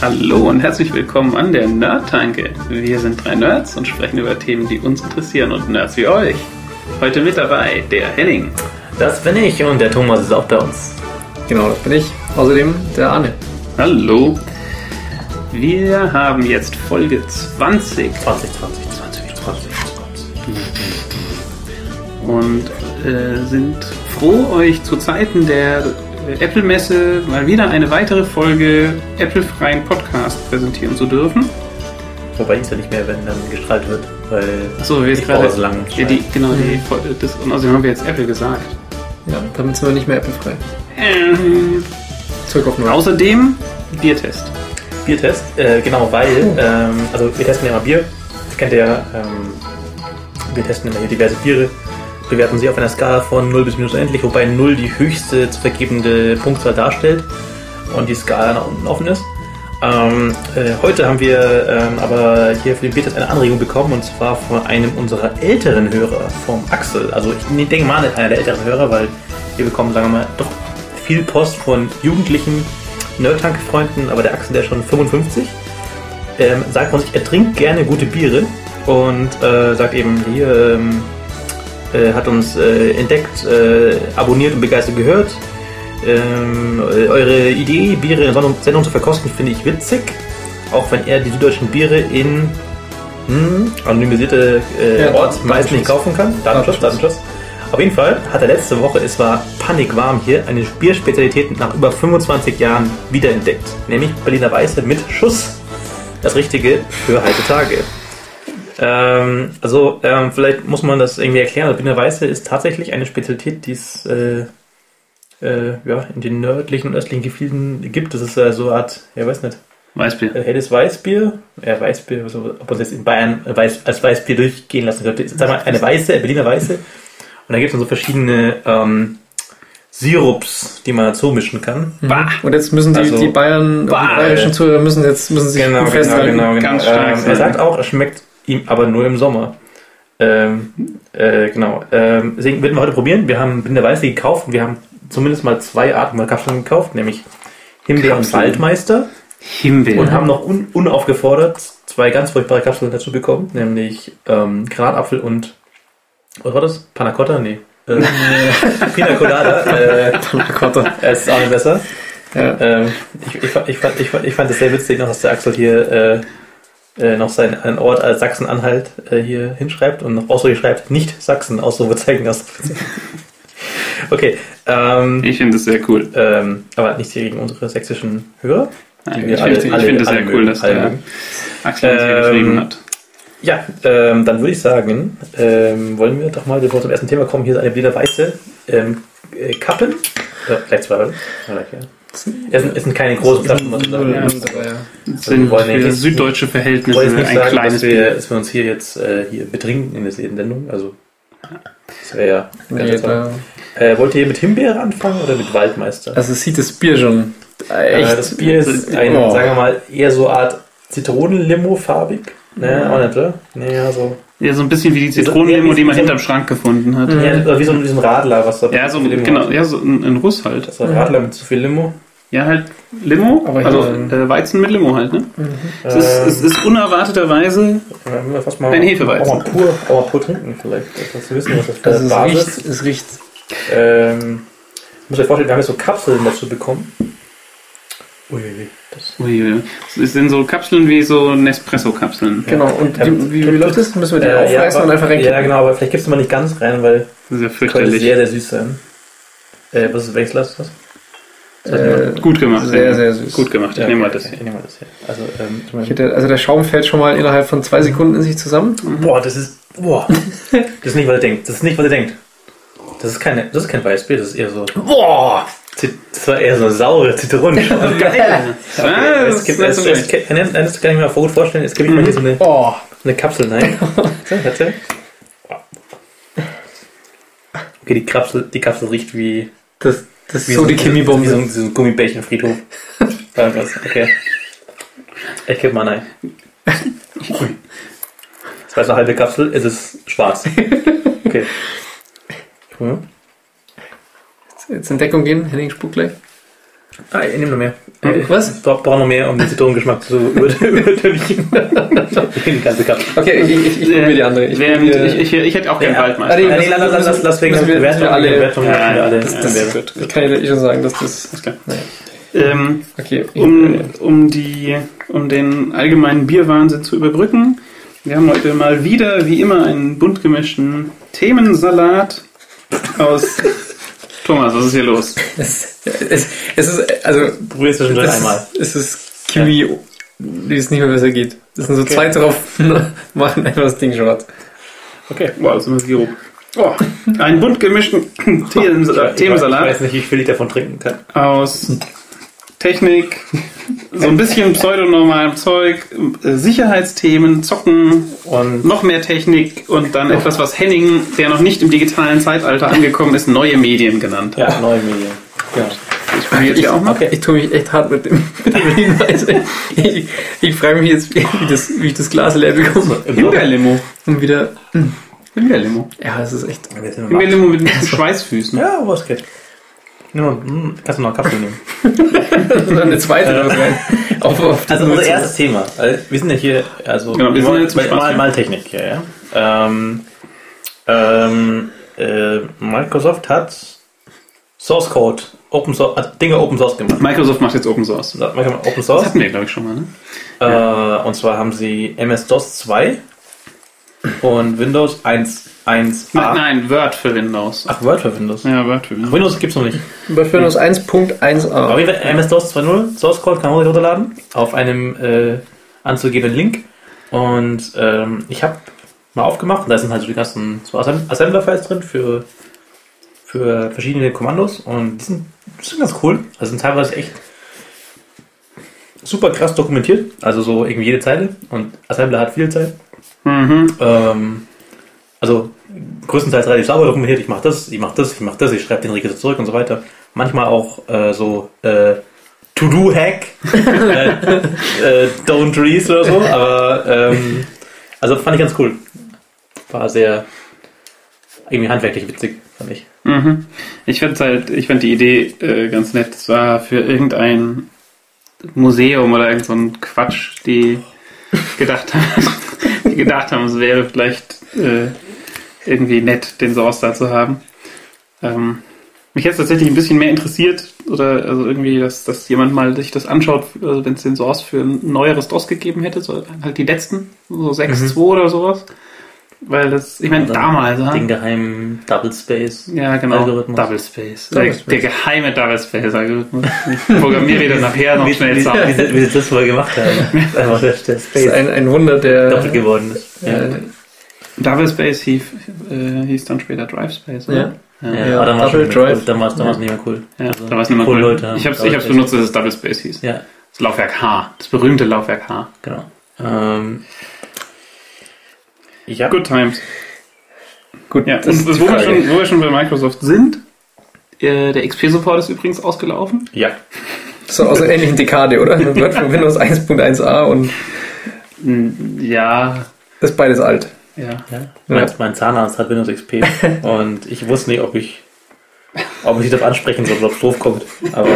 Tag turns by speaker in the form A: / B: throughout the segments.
A: Hallo und herzlich willkommen an der Nerd-Tanke. Wir sind drei Nerds und sprechen über Themen, die uns interessieren und Nerds wie euch. Heute mit dabei der Henning.
B: Das bin ich und der Thomas ist auch bei uns.
C: Genau, das bin ich. Außerdem der Anne.
A: Hallo. Wir haben jetzt Folge 20
B: 20, 20, 20, 20, 20.
A: und äh, sind froh, euch zu Zeiten der äh, Apple-Messe mal wieder eine weitere Folge Apple-freien Podcast präsentieren zu dürfen.
B: Wobei es ja nicht mehr, wenn dann gestrahlt wird, weil
A: Achso, wir
B: ich
A: jetzt gerade.
B: brauche so lange.
A: Ja, die, genau, die, Fol- das, und außerdem haben wir jetzt Apple gesagt.
C: Ja, damit sind wir nicht mehr apple-frei.
A: Ähm,
C: Zurück auf Null.
A: außerdem Biertest.
B: Biertest, äh, genau, weil,
C: Oh.
B: ähm, also wir testen ja immer Bier. Das kennt ihr ja. Ähm, wir testen immer hier diverse Biere, bewerten sie auf einer Skala von 0 bis minus endlich, wobei 0 die höchste zu vergebende Punktzahl darstellt und die Skala nach unten offen ist. Ähm, äh, heute haben wir ähm, aber hier für den Biertest eine Anregung bekommen und zwar von einem unserer älteren Hörer, vom Axel. Also ich ne- denke mal nicht einer der älteren Hörer, weil wir bekommen, sagen wir mal, doch viel Post von jugendlichen Nerdtank-Freunden, aber der Axel, der ist schon 55 ähm, sagt man sich, er trinkt gerne gute Biere und äh, sagt eben, hier ähm, äh, hat uns äh, entdeckt, äh, abonniert und begeistert gehört. Ähm, äh, eure Idee, Biere in Sendung, Sendung zu verkosten, finde ich witzig, auch wenn er die süddeutschen Biere in hm, anonymisierte äh,
C: Ja,
B: Ortsmeisten nicht kaufen
C: Datenschutz.
B: kann. Datenschutz,
C: Datenschutz.
B: Datenschutz. Auf jeden Fall hat er letzte Woche, es war panikwarm hier, eine Bierspezialität nach über 25 Jahren wiederentdeckt, nämlich Berliner Weiße mit Schuss das Richtige für heiße Tage. Ähm, also ähm, vielleicht muss man das irgendwie erklären. Also Berliner Weiße ist tatsächlich eine Spezialität, die es äh, äh, ja, in den nördlichen und östlichen Gefilden gibt. Das ist äh, so eine Art, ja weiß nicht,
A: Weißbier.
B: äh, helles Weißbier. Ja, Weißbier, also, ob man es jetzt in Bayern äh, weiß, als Weißbier durchgehen lassen könnte. Sag mal, eine weiße, eine Berliner Weiße. Und da gibt es dann so verschiedene ähm, Sirups, die man dazu mischen kann.
A: Bah!
C: Und jetzt müssen die,
B: Also- Genau,
C: die Bayern,
A: Bah!
C: die bayerischen Zuhörer müssen jetzt müssen sich gut festhalten.
A: halt, Ganz stark
B: ähm,
A: sein.
B: er sagt auch, es schmeckt ihm aber nur im Sommer. Ähm, äh, genau. Ähm, deswegen werden wir heute probieren. Wir haben Binde Weiße gekauft und wir haben zumindest mal zwei Arten von Kapseln gekauft, nämlich Himbeer und
A: Kapseln.
B: Waldmeister
A: Himbeer.
B: und haben noch un unaufgefordert zwei ganz furchtbare Kapseln dazu bekommen, nämlich ähm, Granatapfel und was war das? Panna Cotta? Nee. Äh, Pina Colada. Äh,
C: Pannacotta.
B: es ist auch nicht besser.
C: Ja.
B: Ähm, ich, ich, fand- ich, fand, ich, fand, ich fand es sehr witzig noch, dass der Axel hier äh, äh, noch seinen einen Ort als Sachsen-Anhalt äh, hier hinschreibt und noch Ausrufe schreibt, nicht Sachsen, Ausrufezeichen, Ausrufezeichen. okay, ähm,
A: Ich finde das sehr cool.
B: ähm, aber nichts hier gegen unsere sächsischen Hörer.
A: Nein,
B: wir
A: ich
B: alle-
A: finde ich
B: alle-
A: finde es
B: alle
A: sehr
B: mögen,
A: cool, dass
B: alle
A: der
B: mögen.
A: Axel uns hier
B: Ähm,
A: geschrieben hat.
B: Ja, ähm, dann würde ich sagen, ähm, wollen wir doch mal, bevor wir zum ersten Thema kommen, hier ist eine Berliner Weiße ähm, äh, kappen. Oder vielleicht zwei, oder? Vielleicht, ja. Es sind, es sind keine großen Flaschen, muss ich sagen.
C: Null
A: Ja.
C: Null dabei, ja.
A: Das sind
B: wollen wir
A: für
B: jetzt-
A: süddeutsche
B: Ich wollte
A: Verhältnisse
B: jetzt
A: ein
B: nicht sagen,
A: kleines
B: dass, wir,
A: Bier.
B: dass wir uns hier jetzt äh, hier betrinken in der Sendung. Also, das wäre ja.
C: Nee, da,
B: äh, wollt ihr mit Himbeere anfangen oder mit Waldmeister?
C: also es sieht das Bier schon
B: Äh,
C: echt.
B: das Bier ist ein,
C: oh.
B: sagen wir mal, eher so Art Zitronenlimo-farbig. Ne,
C: Mhm.
B: auch nicht, oder? Ne, ja, so.
A: Ja, so ein bisschen wie die
B: so-
A: Zitronenlimo,
B: ja,
A: die man
B: so-
A: hinterm Schrank gefunden hat.
C: Mhm.
B: Ja, oder wie so ein, wie so ein Radler, was da
A: Ja, so,
B: Limo
A: genau,
B: hat.
A: ja, so ein, ein Russ halt.
B: Das ist ein Radler mit zu viel Limo.
A: Ja, halt Limo,
C: Aber hier-
A: also äh, Weizen mit Limo halt, ne? Es, ist,
B: Ähm.
A: es ist unerwarteterweise,
B: Ja, wenn wir fast mal,
A: Ein Hefeweizen.
B: Auch mal pur, auch mal pur trinken vielleicht, dass wir wissen, was das für
C: Also
B: eine
C: es
B: Basis
C: riecht,
B: ist.
C: es riecht.
B: Ähm, ich muss euch vorstellen, wir haben jetzt so Kapseln dazu bekommen. Uiuiui. Das
A: ui, es sind so Kapseln wie so Nespresso-Kapseln.
C: Genau. Und
B: Ja.
C: die, wie, wie läuft das? Müssen wir die
B: Äh, ja,
C: aufreißen
B: aber,
C: und einfach reinkippen?
B: ja, genau, aber vielleicht gibst du mal nicht ganz rein, weil
A: Das ist ja
B: das könnte sehr,
A: fürchterlich.
B: sehr süß sein. Äh, was ist welches Glas ist das? genau.
C: Äh,
A: Gut gemacht.
C: sehr,
A: ja.
C: sehr süß.
A: Gut gemacht, ich
B: Ja,
A: nehme mal
B: okay,
A: das
B: okay,
A: hier.
B: Ich nehme mal das hier. Also, ähm, ich
C: Ich
B: meine,
C: hätte, also der Schaum fällt schon mal innerhalb von zwei Sekunden in sich zusammen.
B: boah, das ist. Boah. das ist nicht, was ihr denkt. Das ist nicht, was ihr denkt. Das ist, keine, das ist kein Weißbier, das ist eher so. Boah! Zit- Das war eher so eine saure Zitrone.
C: Geil.
A: Ah,
B: es gibt, es, es,
A: das
B: es, das kann ich mir mal gut vorstellen. Es gibt immer hier so eine,
C: Oh,
B: eine Kapsel rein. So, erzähl. Okay, die Kapsel, die Kapsel riecht wie
C: das, das
B: Wie
C: ist so die
B: Wie so
C: Chemiebombe.
B: ein, so ein Gummibärchenfriedhof. Irgendwas, okay. Ich geb mal nein. Das war so eine halbe Kapsel, es ist schwarz. Okay. Hm?
C: Jetzt in Deckung gehen, Henning spuckt gleich.
B: Ah, ich nehme noch mehr.
C: Hm, was?
B: Ich brauche noch mehr, um den Zitronengeschmack zu über- übertünchen. ich bin die ganze Kappe.
C: Okay, ich, ich, ich probiere die andere.
A: Ich,
C: Ich
A: während,
C: probier-
A: ich, ich, ich hätte auch gern
B: Ja.
A: Waldmeister.
C: Ah, nee,
B: Ja, nee, lass, lass, lass, lass wegen
C: Müssen wir-
B: der
C: müssen wir
B: Wertung.
C: alle-
B: Wertung
A: Ja,
B: müssen wir alle.
A: das-
C: das ist gut. Ich kann ja eh schon sagen, dass das.
A: Alles klar. Ähm,
C: Okay. Ich,
A: um, um, die, um den allgemeinen Bierwahnsinn zu überbrücken, wir haben heute mal wieder, wie immer, einen bunt gemischten Themensalat aus. Thomas, was ist hier los?
C: es, es, es ist. Also,
B: Probier es zwischendrin
C: das
B: einmal.
C: Ist, es ist Kiwi, die es nicht mehr besser geht. Es sind so zwei drauf, machen einfach das Ding schwarz.
B: Okay.
A: Wow, das ist immer Sirup. Oh, einen bunt gemischten Themensa-
B: Ich
A: Themensalat
B: weiß nicht, wie viel ich davon trinken kann.
A: aus Technik, so ein bisschen pseudonormalem Zeug, äh, Sicherheitsthemen, Zocken,
B: Und
A: noch mehr Technik und dann etwas, was Henning, der noch nicht im digitalen Zeitalter angekommen ist, neue Medien genannt hat.
B: ja, neue Medien. Genau.
A: Ich probiere die auch mal.
B: Okay.
C: Ich tue mich echt hart mit dem, mit dem Hinweis. Ich, ich frage mich jetzt, wie, das, wie ich das Glas leer bekomme.
A: Himbeerlimo.
C: Und wieder.
A: Himbeerlimo.
C: Ja, es ist echt.
B: Wir sind im Markt.
A: Himbeerlimo mit ein bisschen Schweißfüßen.
B: Ja, was geht? Nimm mal, mm, kannst du noch einen Kaffee nehmen?
C: Und dann eine zweite noch rein. Auf, auf das
B: Also unser
C: Null-
B: erstes Thema. Also, wir sind ja hier, also
A: Genau, wir sind ja jetzt
B: mal,
A: im Spaß
B: mal,
A: hier.
B: mal Technik hier, ja. Ähm, ähm, äh, Microsoft hat Source Code, Open Source, also Dinge Open Source gemacht.
A: Microsoft macht jetzt Open Source.
B: So, Microsoft Open
A: Das
B: Source.
A: hatten wir, glaube ich, schon mal. Ne?
B: Äh, und zwar haben sie MS-DOS 2 und Windows 1.1a.
A: Nein, nein, Word für Windows.
B: Ach, Word für Windows.
A: Ja, Word für Windows.
B: Windows gibt's noch nicht.
C: Bei Windows 1.1a.
B: Auf jeden Fall MS-DOS 2.0, Source Code kann man sich runterladen, auf einem äh, anzugebenden Link. Und ähm, ich habe mal aufgemacht, und da sind halt so die ganzen so Assem- Assembler-Files drin für, für verschiedene Kommandos. Und die sind, die sind ganz cool. Also sind teilweise echt super krass dokumentiert. Also so irgendwie jede Zeile. Und Assembler hat viele Zeilen.
A: Mhm.
B: Ähm, also größtenteils relativ sauber dokumentiert. Ich mache das, ich mache das, ich mache das, ich schreibe den Regel zurück und so weiter. Manchmal auch äh, so äh, To-Do-Hack, äh, äh, Don't Reese oder so. Aber ähm, also fand ich ganz cool. War sehr irgendwie handwerklich witzig, fand ich.
A: Mhm. Ich fand halt, ich fand die Idee äh, ganz nett. Es war für irgendein Museum oder irgend so ein Quatsch, die gedacht haben, die gedacht haben, es wäre vielleicht äh, irgendwie nett, den Source da zu haben. Ähm, mich hätte es tatsächlich ein bisschen mehr interessiert, oder also irgendwie, dass, dass jemand mal sich das anschaut, also wenn es den Source für ein neueres DOS gegeben hätte, so halt die letzten, so
B: Mhm.
A: 6.2 oder sowas. Weil das, ich meine,
B: Also,
A: damals, ja.
B: Den geheimen Double Space.
A: Ah. Ja, genau.
B: Algorithmus.
A: Double Space.
C: Double
A: der,
C: Space.
A: der geheime Double Space Algorithmus. Ich programmiere den nachher noch
B: Wie, wie,
A: schnell
B: wie,
A: zusammen.
B: sie- wie sie das mal gemacht haben. Einfach der, der
C: Das ist
B: Space
C: ein, ein Wunder
A: äh,
B: doppelt
C: der.
B: geworden ist. Ja.
C: Äh,
A: Double Space hieß, äh, hieß dann später Drive Space, oder? Ja. Also
B: Ja,
A: ja.
B: aber dann war es
C: Double
B: nicht mehr cool.
C: Drive.
B: Dann war es damals nicht mehr cool.
A: da war es nicht mehr
B: cool,
A: cool.
B: Leute.
A: Ich hab's,
B: Double
A: ich hab's
B: Space.
A: benutzt, dass es Double Space hieß.
B: Ja,
A: Das Laufwerk H. Das berühmte Laufwerk H.
B: genau. Ähm, ich habe
A: Good Times.
C: Gut,
A: Ja,
C: das ist
A: und
C: die
A: wo wir,
C: Frage.
A: schon, wo wir schon bei Microsoft sind, äh, der XP-Support ist übrigens ausgelaufen.
B: ja,
C: So aus einer ähnlichen Dekade, oder? Mit Word von Windows 1.1a und
A: Hm, Ja,
C: das ist beides alt.
A: ja.
B: ja. Mein, mein Zahnarzt hat Windows XP und ich wusste nicht, ob ich, ob ich das ansprechen soll, ob es doof kommt. Aber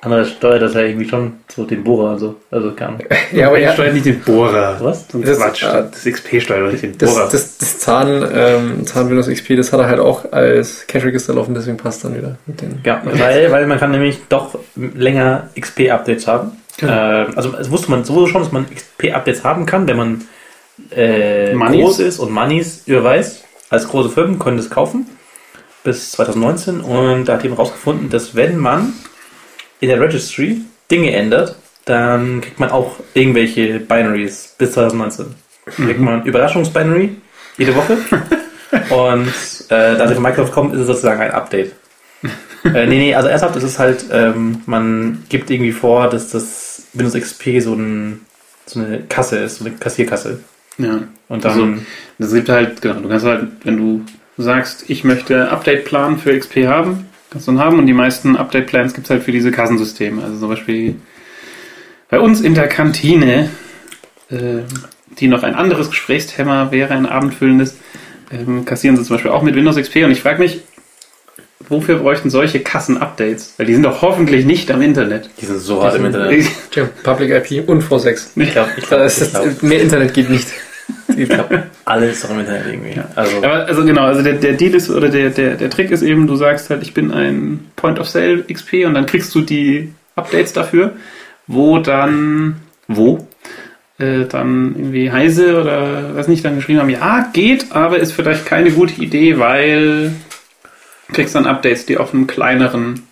B: andererseits steuert das ja irgendwie schon so den Bohrer und so. Also kann.
C: Ja, aber
A: Ich
C: ja,
A: steuere nicht den Bohrer.
B: Was?
A: So ein
C: Das-
A: Quatsch.
C: ah,
A: Das XP steuert doch nicht den
C: das,
A: Bohrer.
C: das, das Zahn, ähm, Zahn Windows XP, das hat er halt auch als Cash Register laufen, deswegen passt dann wieder mit den.
B: Ja, weil, weil man kann nämlich doch länger XP-Updates haben. Ähm, also das wusste man sowieso schon, dass man XP-Updates haben kann, wenn man äh,
A: Moneys.
B: groß ist und Moneys überweist. Als große Firmen können das kaufen bis 2019 und da hat jemand rausgefunden, dass wenn man in der Registry Dinge ändert, dann kriegt man auch irgendwelche Binaries bis 2019. Kriegt man Überraschungsbinary jede Woche und äh, da sie von Microsoft kommen, ist es sozusagen ein Update. äh, nee, nee, also ernsthaft ist es halt, ähm, man gibt irgendwie vor, dass das Windows XP so, ein, so eine Kasse ist, so eine Kassierkasse.
A: ja.
B: Und dann,
A: Also, Es gibt halt, genau, du kannst halt, wenn du sagst, ich möchte Update-Plan für XP haben, kannst du einen haben und die meisten Update-Plans gibt es halt für diese Kassensysteme. Also zum Beispiel bei uns in der Kantine, äh, die noch ein anderes Gesprächsthema wäre, ein abendfüllendes, ähm, kassieren sie zum Beispiel auch mit Windows XP und ich frage mich, wofür bräuchten solche Kassen-Updates? Weil die sind doch hoffentlich nicht am Internet.
B: Die sind so hart im Internet.
A: Ich-
C: Tja, Public IP und V6.
D: Ich glaube, ich
C: Da
D: glaube,
C: ist
D: ich glaub,
C: das, mehr Internet geht nicht.
B: Ich glaube, alles ist doch im Internet irgendwie. Also,
A: Aber also genau, also der, der Deal ist, oder der, der, der Trick ist eben, du sagst halt, ich bin ein Point of Sale XP und dann kriegst du die Updates dafür, wo dann, wo, äh, dann irgendwie Heise oder was nicht, dann geschrieben haben, ja, geht, aber ist vielleicht keine gute Idee, weil kriegst dann Updates, die auf einem kleineren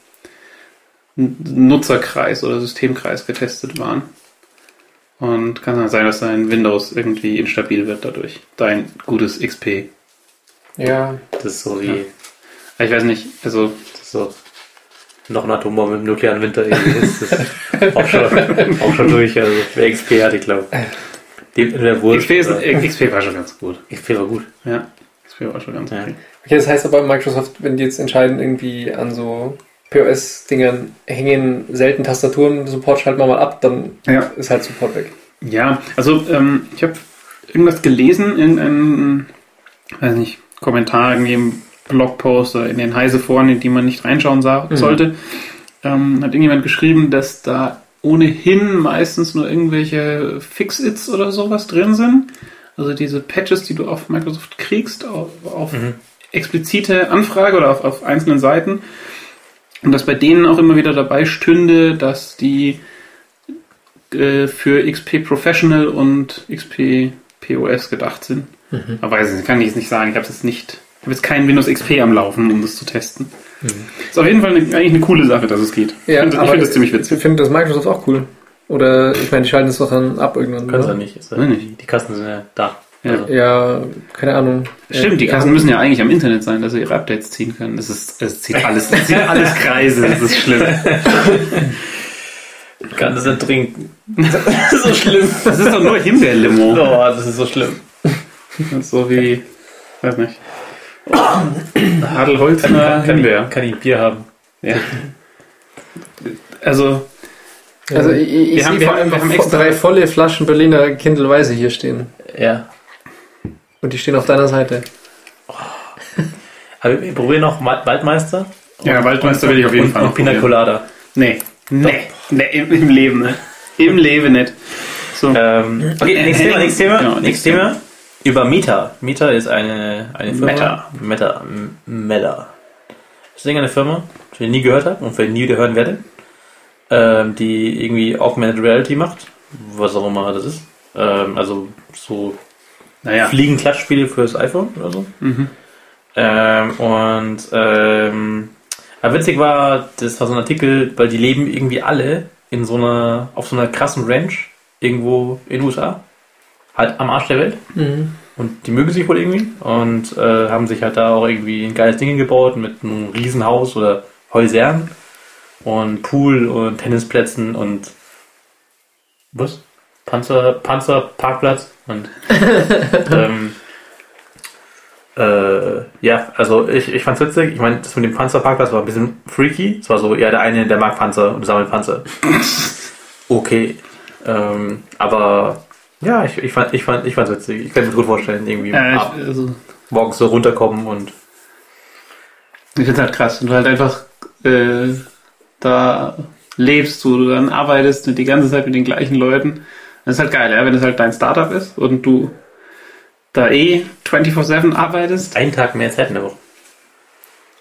A: N- Nutzerkreis oder Systemkreis getestet waren. Und kann dann sein, dass dein Windows irgendwie instabil wird dadurch. Dein gutes XP.
C: Ja.
B: das ist so wie
A: Ich weiß nicht, also
B: das ist so noch eine Atombombe im nuklearen Winter irgendwie. Das ist auch schon, auch schon durch. Also, wer XP hat, ich glaube. Dem in der Wurst.
A: XP, ist,
B: oder-
A: äh, XP war schon ganz gut.
B: XP war gut.
A: Ja, XP war schon ganz
B: Ja.
A: okay.
C: Okay, das heißt aber Microsoft, wenn die jetzt entscheiden, irgendwie an so POS-Dingern hängen selten Tastaturen, Support schalten wir mal ab, dann
A: Ja.
C: ist halt Support weg.
A: Ja, also ähm, ich habe irgendwas gelesen, irgendeinen, weiß nicht, Kommentar, irgendwie im Blogpost oder in den heise Foren, in die man nicht reinschauen sah, sollte, ähm, hat irgendjemand geschrieben, dass da ohnehin meistens nur irgendwelche Fix-Its oder sowas drin sind. Also diese Patches, die du auf Microsoft kriegst, auf, auf explizite Anfrage oder auf, auf einzelnen Seiten. Und dass bei denen auch immer wieder dabei stünde, dass die äh, für XP Professional und XP POS gedacht sind. Aber weiß ich, nicht, kann ich jetzt nicht sagen. Ich habe jetzt nicht, ich habe jetzt keinen Windows XP am Laufen, um das zu testen. Ist auf jeden Fall eine, eigentlich eine coole Sache, dass es geht. ich finde das, find das ziemlich witzig.
C: Ich finde das Microsoft auch cool. Oder ich meine, die schalten das doch dann ab irgendwann.
B: Können sie
C: oder?
B: nicht. Ist,
A: Weiß
B: äh,
A: nicht.
B: die Kassen sind ja da.
A: Ja.
B: Also,
C: Ja, keine Ahnung.
A: Stimmt, die
C: Ja.
A: Kassen müssen ja eigentlich am Internet sein, dass sie ihre Updates ziehen können. Es ist, es zieht alles, es zieht alles Kreise. Das ist schlimm.
B: kann das nicht trinken. Das ist so schlimm.
A: Das ist doch nur Himbeerlimo.
B: Oh, das ist so schlimm.
A: Das ist So wie, weiß nicht. Adelholzner
B: ich,
A: Himbeer.
B: kann ich Bier haben?
A: Ja. Also,
C: Also ich, ich
A: Wir
C: wir
A: haben-
C: haben,
A: wir
C: vor
A: haben-
C: allem
A: wir haben
C: vo-
A: extra-
C: drei volle Flaschen Berliner Kindelweise hier stehen.
B: Ja.
C: Und die stehen auf deiner Seite.
B: Aber wir probieren noch Ma- Waldmeister.
A: ja, Waldmeister will ich auf jeden
B: und,
A: Fall
B: und
A: noch
B: Pina
A: probieren.
B: Colada.
A: Nee, nee, nee, im, im Leben, ne? Im Leben nicht. So,
B: Ähm, okay, nächstes Thema, nächstes Thema.
A: Genau,
B: nächstes
A: nächstes
B: Thema. Über Meta. Meta ist eine, eine Firma.
A: Meta.
B: Meta. M- Meta. Das ist eine Firma, die ich nie gehört habe und vielleicht nie wieder hören werde. Ähm, die irgendwie Augmented Reality macht. Was auch immer das ist. Ähm, also so
A: naja.
B: fliegen Klatschspiele fürs iPhone oder so.
A: Mhm.
B: Ähm, und ähm, aber witzig war, das war so ein Artikel, weil die leben irgendwie alle in so einer, auf so einer krassen Ranch irgendwo in den USA. Halt am Arsch der Welt. Und die mögen sich wohl irgendwie und äh, haben sich halt da auch irgendwie ein geiles Ding gebaut mit einem Riesenhaus oder Häusern und Pool und Tennisplätzen und was? Panzer, Panzerparkplatz und ähm, äh, ja, also ich, ich fand's witzig. Ich meine, das mit dem Panzerparkplatz war ein bisschen freaky. Es war so, ja, der eine, der mag Panzer und sammelt Panzer. okay. Ähm, aber ja, ich, ich, fand, ich, fand, ich fand's witzig. Ich kann mir gut vorstellen, irgendwie
A: Äh, ich,
B: ab,
A: also,
B: morgens so runterkommen und
A: ich finde halt krass, wenn du halt einfach äh, da lebst, wo du dann arbeitest und die ganze Zeit mit den gleichen Leuten. Das ist halt geil, ja? wenn es halt dein Startup ist und du da eh 24-7 arbeitest.
B: einen Tag mehr Zeit in der Woche.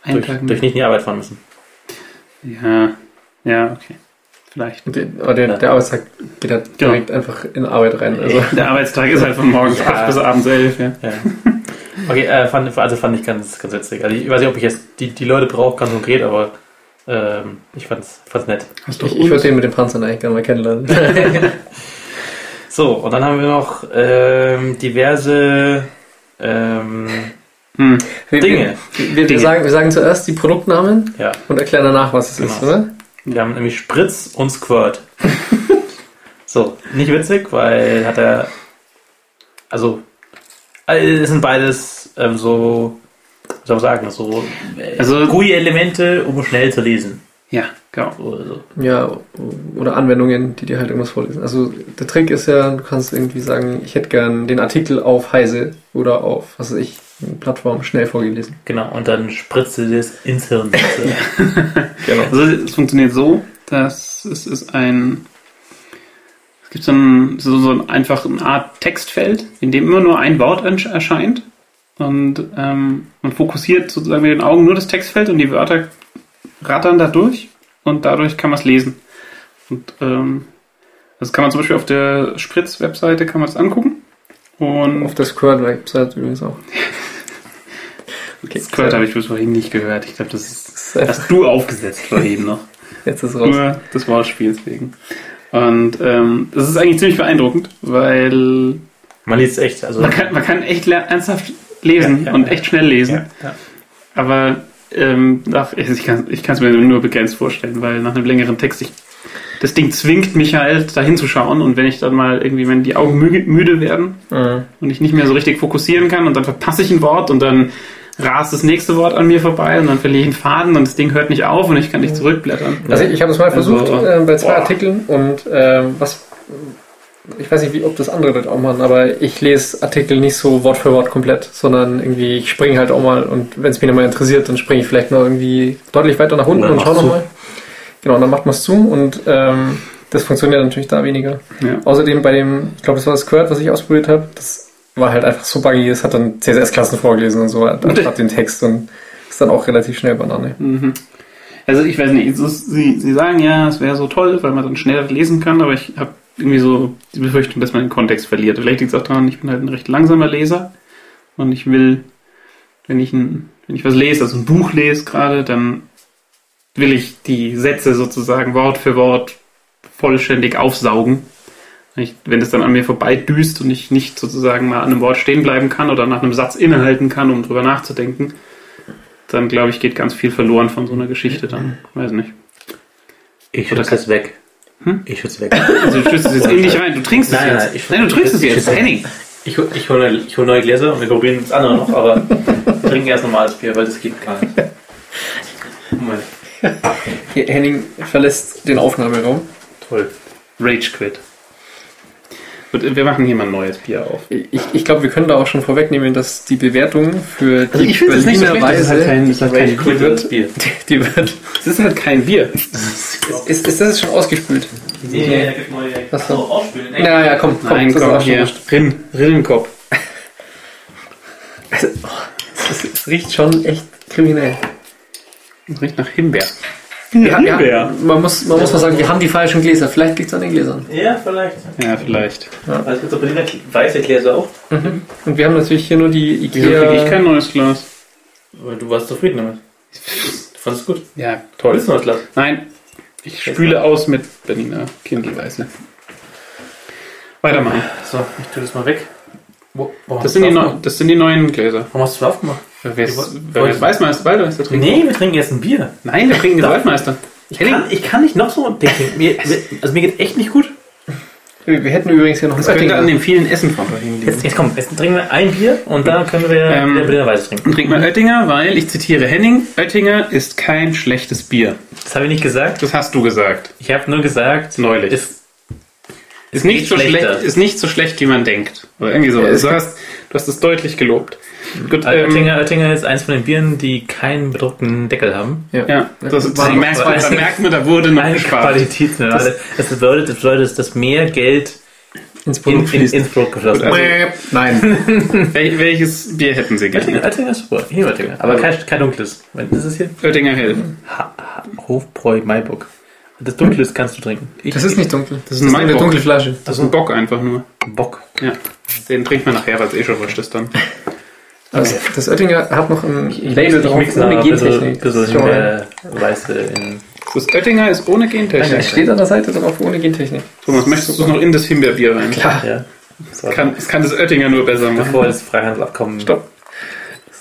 A: Einen
B: Durch,
A: Tag
B: durch nicht in die Arbeit fahren müssen.
A: Ja, ja, okay. Vielleicht.
C: Und die, aber der,
B: Ja.
C: der Arbeitstag geht halt
A: Genau.
C: direkt einfach in Arbeit rein. Also
A: Der Arbeitstag ist halt von morgens
B: Ja.
A: 8 bis abends 11, ja.
B: Ja. Okay, äh, fand, also fand ich ganz, ganz witzig. Also ich weiß nicht, ob ich jetzt die, die Leute brauche, ganz konkret, aber ähm, ich fand's, fand's nett.
A: Hast
C: ich, ich würde den mit dem Panzer eigentlich gerne mal kennenlernen.
B: So, und dann haben wir noch ähm, diverse ähm,
A: Hm.
C: Wir,
B: Dinge.
C: Wir, wir,
A: Dinge.
C: wir, sagen, wir sagen zuerst die Produktnamen
B: Ja,
C: und erklären danach, was es ist,
B: Genau.
C: oder?
B: wir haben nämlich Spritz und Squirt. so, nicht witzig, weil hat er. Also, äh, es sind beides ähm, so. Was soll man sagen? So äh,
A: Also-
B: GUI-Elemente, um schnell zu lesen.
A: Ja, Genau.
B: Oder so.
C: Ja, oder Anwendungen, die dir halt irgendwas vorlesen. Also der Trick ist ja, du kannst irgendwie sagen, ich hätte gern den Artikel auf Heise oder auf, was weiß ich, eine Plattform schnell vorgelesen.
B: Genau, und dann spritzt du das ins Hirn. Also,
C: Genau.
A: Also es funktioniert so, dass es ist ein es gibt so ein, so, so ein einfach eine Art Textfeld, in dem immer nur ein Wort ersch- erscheint und ähm, man fokussiert sozusagen mit den Augen nur das Textfeld und die Wörter rattern da durch und dadurch kann man es lesen. Und ähm, das kann man zum Beispiel auf der Spritz-Webseite kann man es angucken und
C: Auf der Squirt-Website übrigens auch.
A: okay, Squirt habe ich bis vorhin nicht gehört. Ich glaube, das ist
C: Das ist einfach,
A: hast du aufgesetzt vorhin noch.
C: jetzt ist raus.
A: Nur das Wortspiel deswegen. Und ähm, das ist eigentlich ziemlich beeindruckend, weil
B: Man liest es echt. Also,
A: man kann, man kann echt le- ernsthaft lesen
B: Ja, ja,
A: und
B: ja.
A: echt schnell lesen.
B: ja, ja.
A: Aber ähm, nach, ich kann es mir nur begrenzt vorstellen, weil nach einem längeren Text ich, das Ding zwingt mich halt dahin zu schauen und wenn ich dann mal irgendwie, wenn die Augen müde, müde werden
C: Mhm.
A: und ich nicht mehr so richtig fokussieren kann und dann verpasse ich ein Wort und dann rast das nächste Wort an mir vorbei und dann verliere ich einen Faden und das Ding hört nicht auf und ich kann nicht zurückblättern.
C: Also ich, ich habe das mal
A: Also,
C: versucht äh, bei zwei
A: boah.
C: Artikeln und ähm, was ich weiß nicht, wie, ob das andere Leute auch machen, aber ich lese Artikel nicht so Wort für Wort komplett, sondern irgendwie ich springe halt auch mal und wenn es mich nochmal interessiert, dann springe ich vielleicht noch irgendwie deutlich weiter nach unten
B: Oder
C: und schaue
B: machst du.
C: nochmal. Genau, und dann macht man es zu und ähm, das funktioniert natürlich da weniger.
A: Ja.
C: Außerdem bei dem, ich glaube, das war das Squirt, was ich ausprobiert habe, das war halt einfach so buggy, es hat dann CSS-Klassen vorgelesen und so, anstatt den Text und ist dann auch relativ schnell Banane.
A: Mhm. Also ich weiß nicht, es ist, sie, sie sagen ja, es wäre so toll, weil man dann schneller lesen kann, aber ich habe irgendwie so die Befürchtung, dass man den Kontext verliert. Vielleicht liegt es auch daran, ich bin halt ein recht langsamer Leser und ich will, wenn ich, ein, wenn ich was lese, also ein Buch lese gerade, dann will ich die Sätze sozusagen Wort für Wort vollständig aufsaugen. Wenn Ich, wenn es dann an mir vorbei düst und ich nicht sozusagen mal an einem Wort stehen bleiben kann oder nach einem Satz innehalten kann, um drüber nachzudenken, dann glaube ich, geht ganz viel verloren von so einer Geschichte dann. Weiß nicht.
B: Ich schütze es weg.
A: Hm?
B: Ich schütze weg.
A: Also du schützt es jetzt in dich rein, du trinkst es
B: Nein,
A: jetzt.
B: nein, ich-
A: nein, du trinkst es
B: ich-
A: jetzt.
B: ich-
A: Henning.
B: Ich, hol- ich hole ich hol neue Gläser und wir probieren das andere noch, aber wir trinken erst normales Bier, weil das geht gar nicht. Moment.
C: Hier, Henning verlässt den Aufnahmeraum.
A: Toll. Rage Quit. Gut, äh, wir machen hier mal ein neues Bier auf.
C: Ich, ich glaube, wir können da auch schon vorwegnehmen, dass die Bewertung für die
A: Also ich finde es nicht so schlecht, das ist halt kein, das ist halt
B: Rage
A: kein
B: Quit
A: Bier.
B: das Bier.
C: die wird.
A: Das ist halt kein Bier.
C: Ist, ist das schon ausgespült?
B: Nee, nee, nee, nee, nee.
C: Ach so.
B: Achso, aufspielen. echt?
C: Ja, ja, komm, komm,
A: Nein,
C: das ist
A: komm
C: auch schon
A: hier.
C: wurscht.
A: Rill, Rillenkopf.
C: Es, es riecht schon echt kriminell.
A: Das riecht nach Himbeer.
C: Ja,
A: Himbeer.
C: man muss, man muss mal sagen, wir haben die falschen Gläser. Vielleicht liegt es an den Gläsern.
B: Ja, vielleicht.
A: Ja, vielleicht.
B: Also gibt es Berliner weiße Gläser auch.
C: Und wir haben natürlich hier nur die
A: Wieso kriege ich
C: Ikea.
A: kein neues Glas?
B: Aber du warst zufrieden damit. Du fandest es gut.
A: Ja,
B: Toll. Willst du noch Glas?
A: Nein, ich spüle aus mit Berliner Kindelweiße. Weitermachen.
B: So, ich tue das mal weg. Wo, warum
A: Das sind, die
B: aufgemacht?
A: neu, das sind die neuen Gläser.
B: Warum hast du es aufgemacht?
A: Wer wer-
B: woll-
A: wer-
B: wolltest-
A: Weißmeister, Waldmeister trinken?
B: Nee, wir trinken jetzt ein Bier.
A: Nein, wir trinken den
B: Doch.
A: Waldmeister.
B: Ich kann, ich kann nicht noch so ein Ding trinken. Mir, mir- also mir geht echt nicht gut.
C: Wir wir hätten übrigens hier noch
A: Das
C: ein
A: könnte an
C: Oettinger.
A: dem vielen Essen von vorhin liegen.
B: Jetzt, jetzt komm, jetzt trinken wir ein Bier und dann können wir
A: Ähm,
B: wieder Berliner Weiße trinken.
A: Und trink mal Oettinger, weil, ich zitiere Henning, Oettinger ist kein schlechtes Bier.
B: Das habe ich nicht gesagt.
A: Das hast du gesagt,
B: Ich habe nur gesagt,
A: neulich. Ist,
B: ist,
A: nicht, so schlecht,
B: schlechter.
A: ist nicht so schlecht, wie man denkt. Oder irgendwie
C: Ja,
A: sowas.
C: es
A: Du
C: gibt-
A: hast, du hast es deutlich gelobt. Gut, ähm,
B: Mhm. Oettinger, Oettinger ist eins von den Bieren, die keinen bedruckten Deckel haben.
A: ja, das, das
C: Warum-
A: merkt man, da merkt man, da wurde noch
B: Keine
A: gespart.
B: Qualitätsmerkmale. Das bedeutet, das bedeutet, dass mehr Geld
C: ins
B: in,
C: Produkt
B: in,
C: fließt.
B: ins Produkt geflossen ist.
A: Also-
C: Nein.
A: Wel welches Bier hätten Sie gerne?
B: Oettinger, Oettinger ist super. Hier Oettinger. Aber kein, kein dunkles. Moment, Ist es hier?
A: Oettinger Hell.
B: Ha, ha, Hofbräu Maibock. Das Dunkles kannst du trinken. Ich,
C: Das ist nicht dunkel. Das
A: ein
C: ist eine
A: Maibock.
C: dunkle Flasche.
A: Das ist ein Bock einfach nur.
B: Bock.
A: Ja. Den trinkt man nachher, weil es eh schon wurscht ist dann.
C: Also, das Oettinger hat noch ein Label
B: Ich
C: drauf
B: mixe da
C: ohne
B: ein bisschen,
C: Gentechnik.
B: bisschen
C: Schau mal.
B: mehr Weiße in...
A: Das Oettinger ist ohne
C: Es
A: Gentechnik.
C: steht an der Seite drauf ohne Gentechnik.
A: Thomas, möchtest du es noch in das Himbeerbier rein?
C: Klar.
B: Ja. So.
A: Kann, das kann das Oettinger nur besser machen.
B: Bevor das Freihandelsabkommen...
A: Stopp.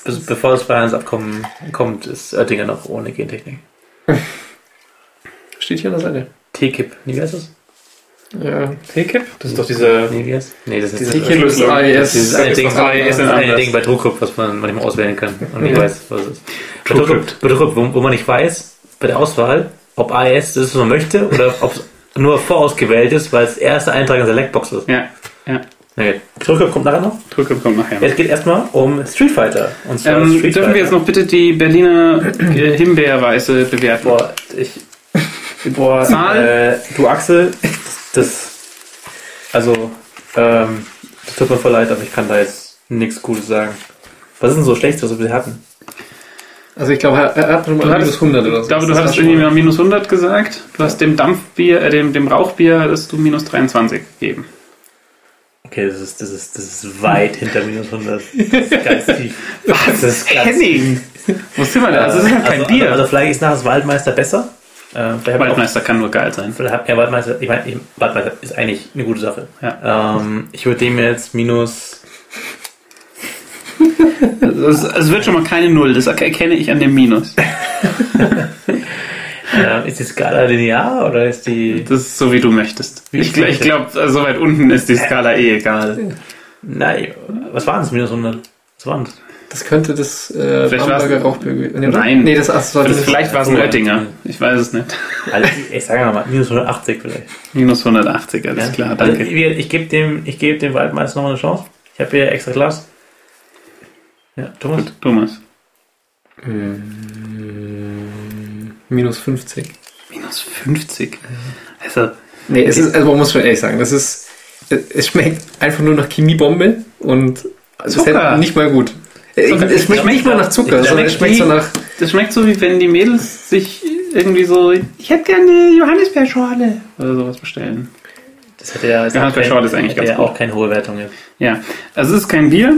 B: Be bevor das Freihandelsabkommen kommt, ist Oettinger noch ohne Gentechnik.
C: Steht hier an der Seite.
B: TKIP. Nee, wie heißt das?
C: Ja.
A: Teekip? Das ist doch dieser...
B: Nee, wie heißt Nee, das ist...
C: Diese
B: Das
A: Teekip ist
C: Ah, yes.
B: ist ein Ding,
A: was anderes.
B: das ist ein
A: Anderes.
B: Ding bei Druckup, was man manchmal auswählen kann und nicht
C: Ja.
B: weiß, was es ist. Bei Druckup,
A: Druckup.
B: bei Druckup wo, wo man nicht weiß, bei der Auswahl, ob AES das so möchte oder ob es nur vorausgewählt ist, weil es erste Eintrag in der Selectbox ist.
A: Ja, ja.
B: Okay. Drücke kommt nachher noch.
A: Drücke kommt nachher.
B: Es geht erstmal um Street Fighter. Und zwar
A: Ähm,
B: Street
A: dürfen wir jetzt noch bitte die Berliner äh, Himbeerweise bewerten?
B: Boah, ich. Boah,
A: Zahl?
B: Äh, du Axel, das. Also, ähm, das tut mir voll leid, aber ich kann da jetzt nichts Gutes sagen. Was ist denn so schlecht, was wir hatten?
C: Also ich glaube, er, er hat schon mal minus 100 oder so.
A: Ich glaube, du
C: Das
A: hast
C: ist
A: irgendwie mal minus 100 gesagt. Du hast dem Dampfbier, äh, dem, dem Rauchbier, hast du minus 23 gegeben.
B: Okay, das ist, das ist, das ist weit hinter minus 100. Das ist ganz tief.
A: Was?
B: Das ist ganz
A: Henning! Wo sind wir da? Also, es ist ja kein
B: also,
A: Bier.
B: Also, vielleicht ist nach das Waldmeister besser. Äh, vielleicht hat man auch-
A: Waldmeister kann nur geil sein.
B: Vielleicht hat- Ja, Waldmeister, ich meine, ich- Waldmeister ist eigentlich eine gute Sache.
A: Ja.
B: Ähm, ich würde dem jetzt minus
A: Es, es wird schon mal keine Null, das erkenne ich an dem Minus.
B: Äh, ist die Skala linear oder ist die.
A: Das ist so, wie du möchtest.
B: Wie
A: Ich,
B: ich
A: gl- ich
B: möchte.
A: glaube, so weit unten ist die Skala eh egal.
B: Nein, was waren es? Minus 100? Was waren es?
C: Das könnte das äh,
A: Vielleicht war's-
C: Bamberger Rauchbier gewesen sein.
A: Nein.
C: Nee, das ach, sollte
A: Das, vielleicht war es ein
B: so weit
A: Oettinger.
B: unten.
A: Ich weiß es nicht.
B: Also, ich sage mal, minus 180 vielleicht.
A: Minus 180, alles
B: Ja?
A: klar,
B: Also,
A: danke.
B: wie gesagt, ich gebe dem, ich geb dem Waldmeister nochmal eine Chance. Ich habe hier extra Glas. Ja, Thomas?
A: Gut, Thomas.
C: Äh, minus 50.
A: Minus 50. Also,
C: Nee, es ist, also man muss schon ehrlich sagen, das ist, es schmeckt einfach nur nach Chemiebombe und es ist
A: Zucker.
C: halt nicht mal gut. Äh,
A: Zucker.
C: Es schmeckt nicht mal nach Zucker,
A: Ich glaub,
C: sondern es schmeckt so nach,
A: das schmeckt so, wie wenn die Mädels sich irgendwie so, ich hätte gerne Johannisbeerschorle oder sowas bestellen.
B: Das hat ja,
A: Ja, das Schorle ist eigentlich
B: hat ja
A: ganz gut.
B: auch keine hohe Wertung jetzt.
A: Ja, also es ist kein Bier.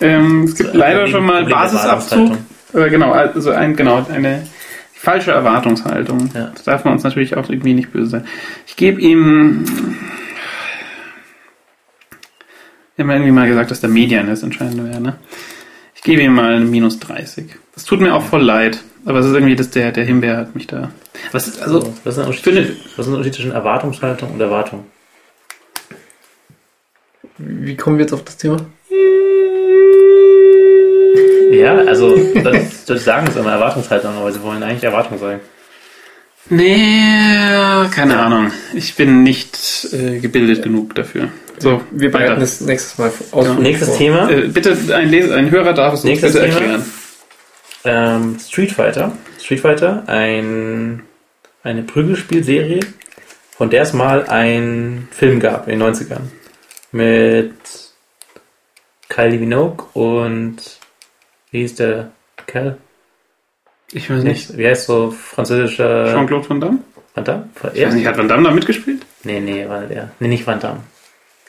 A: Ähm, es gibt
B: Also,
A: leider
B: Problem-
A: schon mal
B: Problem der
A: Basisabzug.
B: Erwartungshaltung.
A: Äh, genau, also ein, genau, eine falsche Erwartungshaltung.
B: Ja.
A: Das darf man uns natürlich auch irgendwie nicht böse sein. Ich gebe ihm. Wir haben ja irgendwie mal gesagt, dass der Median das Entscheidende wäre, ne? Ich gebe ihm mal eine minus 30. Das tut mir auch voll leid. Aber es ist irgendwie, dass der, der Himbeer hat mich da. Was ist, also,
B: So, was ist ein
A: ich finde,
B: Unterschied was ist ein Unterschied zwischen Erwartungshaltung und Erwartung?
C: wie kommen wir jetzt auf das Thema?
B: Ja, also, das, das sagen es immer Erwartungshaltung, aber sie wollen eigentlich Erwartung sagen.
A: Nee, keine Ahnung. Ich bin nicht äh, gebildet genug dafür. So,
C: Wir bereiten es nächstes Mal aus.
B: Nächstes Thema.
A: Äh, bitte, ein, Leser, ein Hörer darf es uns
B: Nächstes
A: bitte
B: Thema.
A: erklären.
B: Ähm, Street Fighter. Street Fighter, ein, eine Prügelspielserie, von der es mal einen Film gab in den 90ern. Mit Kylie Minogue und wie hieß der Kerl?
A: Ich weiß nicht.
B: Nicht, wie heißt so französischer
A: Jean-Claude Van Damme?
B: Van Damme?
A: Ich weiß nicht, hat Van Damme da mitgespielt?
B: Nee, nee, war nicht der. Nee, nicht Van Damme.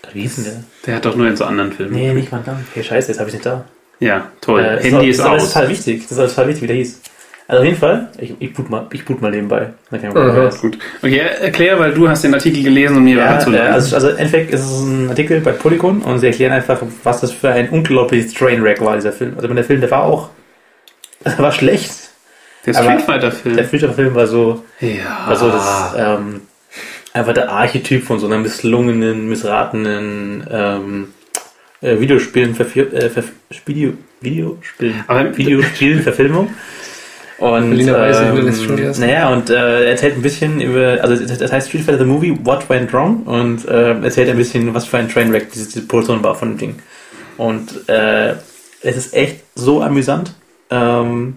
B: Gott, Wie hieß denn der?
A: Der hat doch nur in so anderen Filmen.
B: Nee, nicht Van Damme. Hey, scheiße, jetzt habe ich nicht da.
A: Ja, toll.
B: Äh,
A: Handy ist,
B: ist, aber- ist aber
A: aus.
B: total wichtig. Das ist aber total wichtig, wie der hieß. Also auf jeden Fall, ich, ich boot mal, ich boot mal nebenbei. Dann kann ich mal gucken,
C: Mhm.
B: wer ist.
A: Gut. Okay, erklär, weil du hast den Artikel gelesen und mir war
B: Ja,
A: er zu
B: äh,
A: lang.
B: also, also im Endeffekt ist es ein Artikel bei Polygon und sie erklären einfach, was das für ein unglaubliches Trainwreck war, dieser Film. Also ich meine, der Film, der war auch, der war schlecht.
A: der
B: aber-
A: Street Fighter
B: Der
A: Film.
B: Filterfilm war so,
A: Ja.
B: war so das, ähm, einfach der Archetyp von so einer misslungenen, missratenen ähm, äh, Videospielen, verfi- äh, verf- Video, Videospielen,
A: Aber-
B: Videospielen, Verfilmung. Und, ähm,
C: Berlinerweise hinterlässt schon die ersten.
B: naja, und äh, er erzählt ein bisschen über, also es- das heißt Street Fighter the Movie, What Went Wrong und äh, erzählt ein bisschen, was für ein Trainwreck diese, diese Produktion war von dem Ding. Und äh, es ist echt so amüsant. Ähm,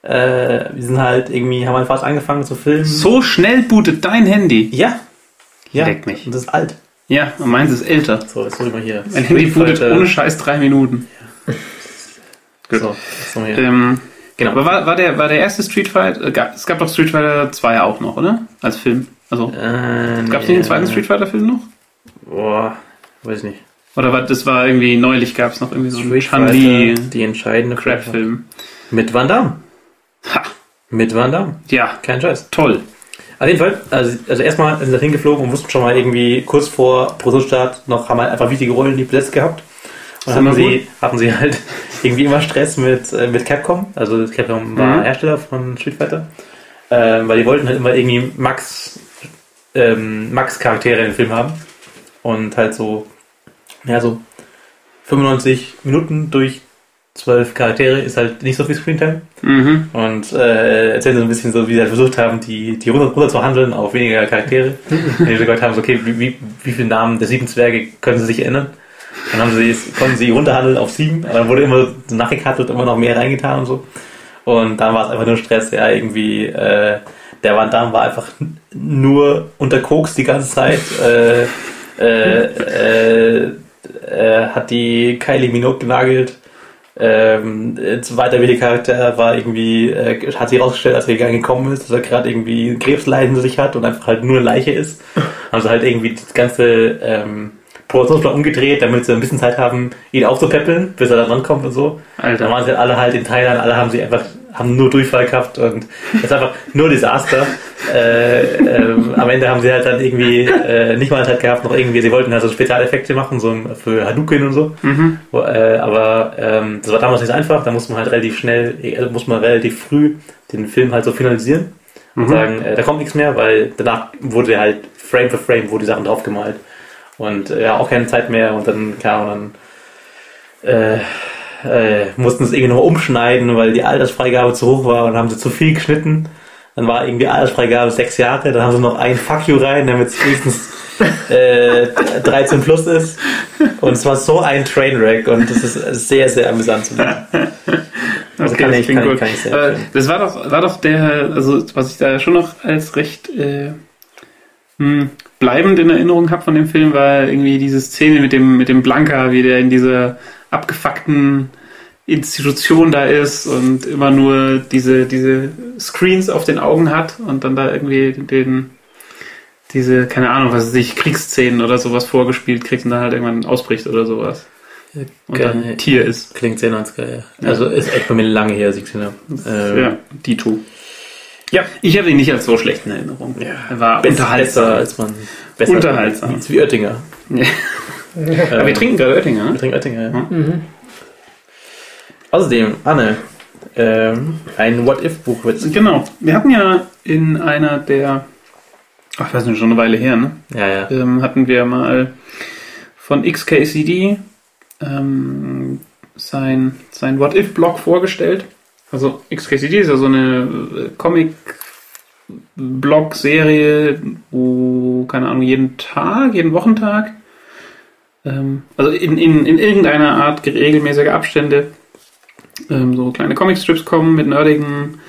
B: äh, wir sind halt irgendwie, haben halt fast angefangen zu filmen.
A: so schnell bootet dein Handy.
B: Ja. Ja.
A: Leck mich.
B: Und das ist alt.
A: Ja, und meins ist älter.
B: So, jetzt hol ich mal hier.
A: Mein Handy bootet
B: Fighter.
A: ohne Scheiß drei Minuten. Gut.
B: So, jetzt hol mal hier.
A: Ähm,
B: Genau.
A: Aber war, war, der, war der erste Street Fighter, äh, gab, es gab doch Street Fighter 2 auch noch, oder? Als Film. Also,
B: Ähm,
A: gab es nicht den zweiten Street Fighter Film noch?
B: Boah, weiß nicht.
A: Oder war, das war irgendwie, neulich gab es noch irgendwie so einen
B: Street
A: Chun-Li
B: Fighter, Also die entscheidende Crap.
A: Crap-Film.
B: Mit Van Damme.
A: Ha,
B: Mit Van Damme.
A: ja,
B: Kein Scheiß.
A: toll.
B: Auf jeden Fall, also, also erstmal sind wir hingeflogen und wussten schon mal irgendwie kurz vor Produktionsstart noch, haben halt einfach wichtige Rollen die besetzt gehabt. Und
A: Ist immer
B: hatten sie, hatten sie halt irgendwie immer Stress mit, äh, mit Capcom. Also Capcom war
A: Mhm.
B: Hersteller von Street Fighter. Ähm, weil die wollten halt immer irgendwie Max, ähm, Max Charaktere im Film haben. Und halt so, ja, so 95 Minuten durch zwölf Charaktere ist halt nicht so viel Screentime.
A: Mhm.
B: Und äh, erzählen so ein bisschen so, wie sie halt versucht haben, die, die runter, runter zu handeln auf weniger Charaktere. Und die gesagt haben, so, okay, wie, wie, wie viele Namen der sieben Zwerge können sie sich erinnern? Dann haben sie, konnten sie runterhandeln auf sieben, aber dann wurde immer so nachgekartet, immer noch mehr reingetan und so. Und dann war es einfach nur Stress, ja, irgendwie, äh, der Van Damme war einfach n- nur unter Koks die ganze Zeit, äh, äh, äh, äh, hat die Kylie Minogue genagelt. Ähm, äh, weiter wie der Charakter war irgendwie, äh, hat sich herausgestellt, als er gegangen gekommen ist, dass er gerade irgendwie Krebsleiden in sich hat und einfach halt nur eine Leiche ist. Haben sie halt irgendwie das ganze ähm, Produktionsplan umgedreht, damit sie ein bisschen Zeit haben, ihn aufzupäppeln, bis er da rankommt und so. Da
A: Alter.
B: waren sie halt alle halt in Thailand, alle haben sie einfach, haben nur Durchfall gehabt und es ist einfach nur Desaster. äh, ähm, am Ende haben sie halt dann irgendwie äh, nicht mal Zeit gehabt, noch irgendwie, sie wollten halt so Spezialeffekte machen, so ein- für Hadouken und so.
A: Mhm.
B: Wo, äh, aber ähm, das war damals nicht so einfach, da muss man halt relativ schnell, äh, muss man relativ früh den Film halt so finalisieren und
A: Mhm.
B: sagen, äh, da kommt nichts mehr, weil danach wurde halt Frame für Frame wurde die Sachen draufgemalt und äh, ja, auch keine Zeit mehr und dann, klar, und dann äh, äh, mussten es irgendwie noch umschneiden, weil die Altersfreigabe zu hoch war und haben sie zu viel geschnitten. Dann war irgendwie Altersfreigabe sechs Jahre, dann haben sie noch ein Fuck you rein, damit es wenigstens äh, 13 plus ist. Und es war so ein Trainwreck und das ist sehr, sehr amüsant zu sehen. Also
A: Okay,
B: kann
A: das
B: ich-
A: klingt
B: kann ich-
A: gut. Äh,
B: kann ich sehr
A: Aber
B: empfehlen.
A: das war doch, war doch der, also was ich da schon noch als recht äh, hm, bleibend in Erinnerung habe von dem Film, war irgendwie diese Szene mit dem, mit dem Blanka, wie der in dieser abgefuckten Institution da ist und immer nur diese, diese Screens auf den Augen hat und dann da irgendwie den diese, keine Ahnung, was weiß ich, Kriegsszenen oder sowas vorgespielt kriegt und dann halt irgendwann ausbricht oder sowas. Und dann
B: Geil.
A: Tier ist.
B: Klingt sehr 90er, ja. Also ist echt bei mir lange her, dass ich gesehen habe. Ähm,
A: Ja, Dito. Ja, ich habe ihn nicht als so schlechten Erinnerung.
B: Ja.
A: Er war
B: best- Besser
A: unterhaltsam.
B: als man. Besser
A: Unterhaltsam.
B: Als wie Oettinger.
A: Aber wir trinken gerade Oettinger.
B: Wir
A: ne?
B: trinken Oettinger, ja.
C: Mhm.
B: Außerdem, Anne, ähm, ein What-If-Buch wird.
A: Genau. Wir hatten ja in einer der, ach, ich weiß nicht, schon eine Weile her, ne?
B: Ja, ja.
A: ähm, hatten wir mal von XKCD ähm, sein, sein What-If-Blog vorgestellt. Also XKCD ist ja so eine äh, Comic-Blog-Serie, wo, keine Ahnung, jeden Tag, jeden Wochentag, ähm, also in, in, in irgendeiner Art ge- regelmäßiger Abstände, ähm, so kleine Comic-Strips kommen mit nerdigen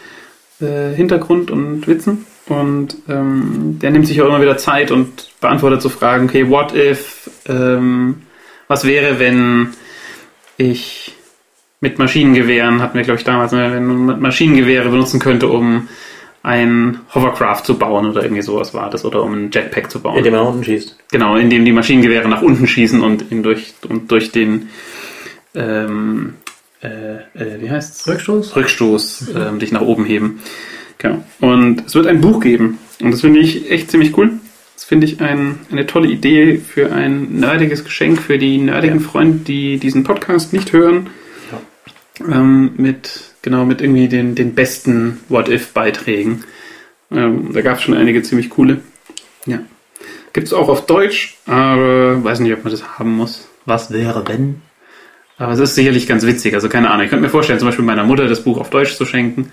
A: äh, Hintergrund und Witzen. Und ähm, der nimmt sich auch immer wieder Zeit und beantwortet so Fragen, okay, what if, ähm, was wäre, wenn ich mit Maschinengewehren, hatten wir glaube ich damals, ne, wenn man Maschinengewehre benutzen könnte, um ein Hovercraft zu bauen oder irgendwie sowas war das, oder um ein Jetpack zu bauen.
B: Indem man nach unten schießt.
A: Genau, indem die Maschinengewehre nach unten schießen und in durch, und durch den ähm, äh, äh, wie heißt's?
C: Rückstoß?
A: Rückstoß ähm, dich nach oben heben. Genau. Und es wird ein Buch geben. Und das finde ich echt ziemlich cool. Das finde ich ein, eine tolle Idee für ein nerdiges Geschenk für die nerdigen Freunde, die diesen Podcast nicht hören. Ähm, mit, genau, mit irgendwie den, den besten What-If-Beiträgen. Ähm, da gab es schon einige ziemlich coole. Ja. Gibt es auch auf Deutsch, aber weiß nicht, ob man das haben muss.
B: Was wäre, wenn?
A: Aber es ist sicherlich ganz witzig. Also keine Ahnung. Ich könnte mir vorstellen, zum Beispiel meiner Mutter das Buch auf Deutsch zu schenken,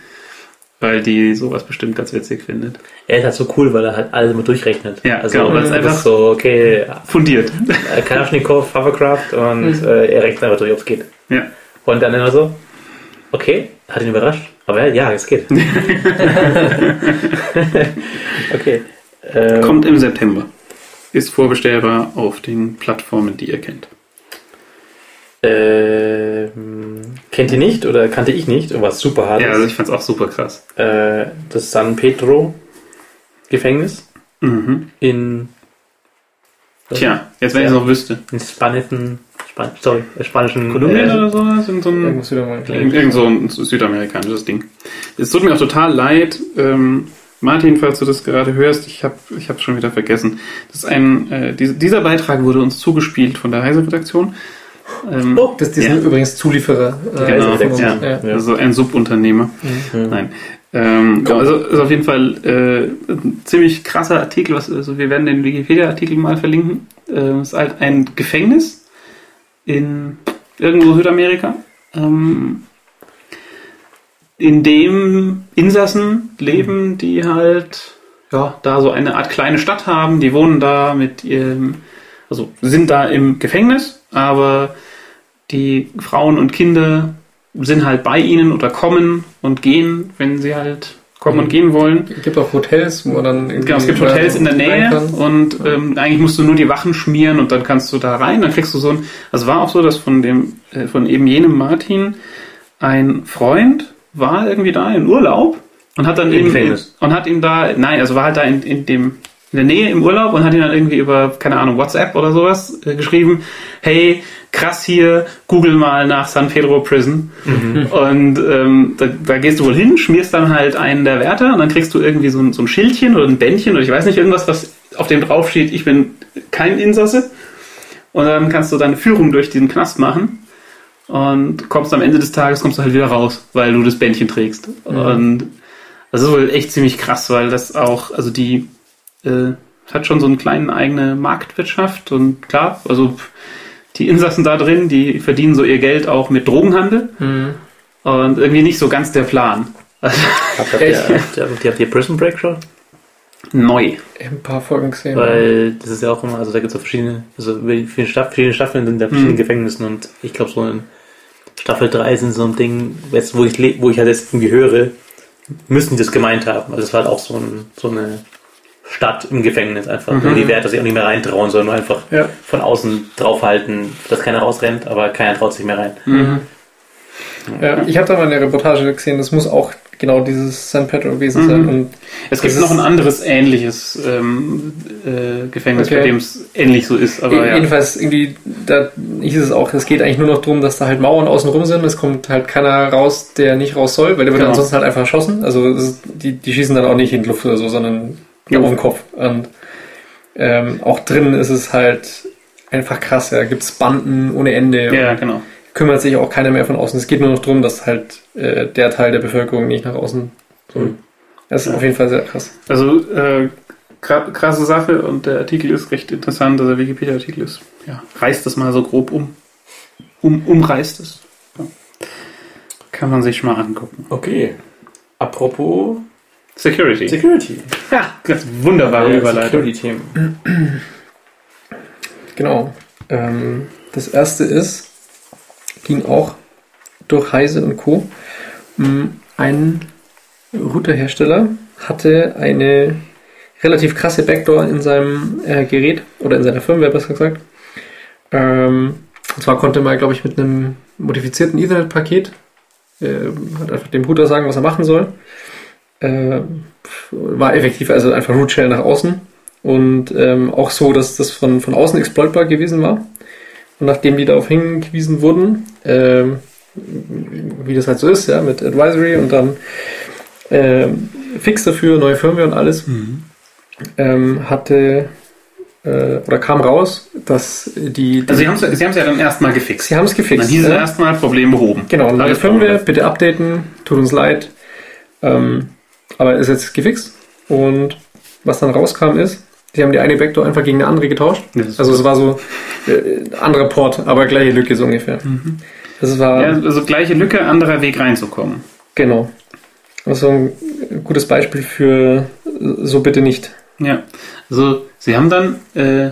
A: weil die sowas bestimmt ganz witzig findet.
B: Er ist halt so cool, weil er halt alles mit durchrechnet.
A: Ja,
B: also
A: genau, weil
B: es
A: es
B: ist einfach
A: einfach-
B: so, okay,
A: Fundiert.
B: äh, Kalaschnikow, Hovercraft und
A: Mhm.
B: äh, er rechnet einfach durch, ob es geht.
A: ja.
B: Und dann immer so, okay, hat ihn überrascht, aber ja, es geht. okay. Ähm,
A: Kommt im September. Ist vorbestellbar auf den Plattformen, die ihr kennt.
B: Ähm, kennt ihr nicht oder kannte ich nicht, und was super hart
A: Ja, also
B: ist.
A: ich fand's auch super krass.
B: Äh, das San Pedro Gefängnis
A: Mhm.
B: in,
A: Tja, jetzt wenn ich
B: Ja.
A: es noch wüsste.
B: in spanischen, Span sorry, äh, spanischen
A: Kolumbien
B: äh,
A: oder sowas? In so einem
C: Irgendwas wieder mal.
A: Irgend, irgend so ein südamerikanisches Ding. Es tut mir auch total leid, ähm, Martin, falls du das gerade hörst, ich habe ich hab's schon wieder vergessen. Das ist ein, äh, diese, dieser Beitrag wurde uns zugespielt von der Heise-Redaktion. Ähm,
C: Oh, das, die sind
A: Ja.
C: übrigens Zulieferer. Äh,
B: Genau,
C: von uns.
A: ja.
C: Ja.
B: ja.
A: Also ein Subunternehmer. Nein. Ähm, genau, also ist auf jeden Fall äh, ein ziemlich krasser Artikel. Was, also wir werden den Wikipedia-Artikel mal verlinken. Ähm, ist halt ein Gefängnis in irgendwo Südamerika. ähm, in dem Insassen leben, die halt ja, da so eine Art kleine Stadt haben, die wohnen da mit ihrem, also sind da im Gefängnis, aber die Frauen und Kinder sind halt bei ihnen oder kommen und gehen, wenn sie halt kommen und gehen wollen.
C: Es gibt auch Hotels, wo dann irgendwie
A: Genau, es gibt
C: wer
A: Hotels in der
C: rein
A: Nähe
C: kann.
A: und ähm, eigentlich musst du nur die Wachen schmieren und dann kannst du da rein. Dann kriegst du so ein. Also war auch so, dass von dem, äh, von eben jenem Martin ein Freund war irgendwie da in Urlaub und hat dann
B: Im
A: eben
B: Gefängnis.
A: und hat ihm da, nein, also war halt da in, in dem in der Nähe im Urlaub und hat ihm dann irgendwie über, keine Ahnung, WhatsApp oder sowas äh, geschrieben, hey, krass hier, google mal nach San Pedro Prison.
B: Mhm.
A: Und ähm, da, da gehst du wohl hin, schmierst dann halt einen der Wärter und dann kriegst du irgendwie so ein, so ein Schildchen oder ein Bändchen oder ich weiß nicht, irgendwas, was auf dem draufsteht, ich bin kein Insasse. Und dann kannst du deine Führung durch diesen Knast machen und kommst am Ende des Tages kommst du halt wieder raus, weil du das Bändchen trägst.
B: Mhm.
A: Und das ist wohl echt ziemlich krass, weil das auch, also die äh, hat schon so einen kleinen eigene Marktwirtschaft und klar, also pf, die Insassen da drin, die verdienen so ihr Geld auch mit Drogenhandel
C: Mhm.
A: und irgendwie nicht so ganz der Plan.
B: Habt ihr, habt ihr, habt ihr Prison Break schon?
A: Neu.
C: Ich hab ein paar Folgen gesehen.
B: Weil das ist ja auch immer, also da gibt es ja verschiedene, also über die vielen Staff- verschiedene Staffeln sind da verschiedene Gefängnissen und ich glaube so in Staffel 3 sind so ein Ding, jetzt, wo ich le- wo ich halt jetzt irgendwie höre, müssen die das gemeint haben. Also es war halt auch so, ein, so eine Stadt im Gefängnis einfach, wo die Wärter sich auch nicht mehr reintrauen, sondern nur einfach
C: Ja.
B: von außen draufhalten, dass keiner rausrennt, aber keiner traut sich mehr rein.
C: Mhm.
A: Mhm.
C: Ja, ich habe da mal eine Reportage gesehen, das muss auch genau dieses San Pedro
A: Mhm.
C: gewesen sein. Und
A: Es gibt
C: Das
A: noch
C: ist-
A: ein anderes ähnliches ähm, äh, Gefängnis,
C: Okay.
A: bei dem es ähnlich so ist, aber Also, ja.
C: E- jedenfalls irgendwie, da hieß es auch, es geht eigentlich nur noch darum, dass da halt Mauern außenrum sind. Es kommt halt keiner raus, der nicht raus soll, weil der wird
A: Genau.
C: ansonsten halt einfach erschossen. Also es ist, die, die schießen dann auch nicht in die Luft oder so, sondern
A: Jo.
C: auf den Kopf. Und ähm, auch drinnen ist es halt einfach krass. Ja, gibt's Banden ohne Ende.
A: ja,
C: Und
A: genau.
C: kümmert sich auch keiner mehr von außen. Es geht nur noch darum, dass halt äh, der Teil der Bevölkerung nicht nach außen
A: Mhm.
C: soll. Das ist auf jeden Fall sehr krass.
A: Also äh, kra- krasse Sache und der Artikel ist recht interessant, also der Wikipedia-Artikel ist, ja, reißt das mal so grob um. um umreißt es. Ja. Kann man sich mal angucken.
B: Okay. Apropos
A: Security.
B: Security.
A: ja, ganz wunderbare Überleitung.
B: Security-Themen.
C: Genau. Ähm, das erste ist, ging auch durch Heise und Co. Ähm, Ein Routerhersteller hatte eine relativ krasse Backdoor in seinem äh, Gerät oder in seiner Firmware besser gesagt. Ähm, und zwar konnte man, glaube ich, mit einem modifizierten Ethernet-Paket äh, halt einfach dem Router sagen, was er machen soll. Äh, war effektiv, also einfach Root Shell nach außen und ähm, auch so, dass das von, von außen exploitbar gewesen war. Und nachdem die darauf hingewiesen wurden, ähm, wie das halt so ist, ja, mit Advisory und dann ähm, fix dafür, neue Firmware und alles, ähm, hatte äh, oder kam raus, dass die, die
A: Also sie haben es sie haben's ja dann erstmal gefixt.
C: sie haben es gefixt.
A: Dann hieß es
C: ja.
A: erstmal Problem behoben.
C: Genau, neue
A: Alles
C: Firmware,
A: vorwärts.
C: bitte updaten, tut uns leid. Ähm, aber ist jetzt gefixt. Und was dann rauskam ist, die haben die eine Backdoor einfach gegen eine andere getauscht.
A: Das ist
C: Also es war so äh, anderer Port, aber gleiche Lücke so ungefähr. Das war
A: Mhm. Ja, also gleiche Lücke, anderer Weg reinzukommen.
C: genau. Das ist so ein gutes Beispiel für äh, so bitte nicht.
A: Ja, also sie haben dann, äh,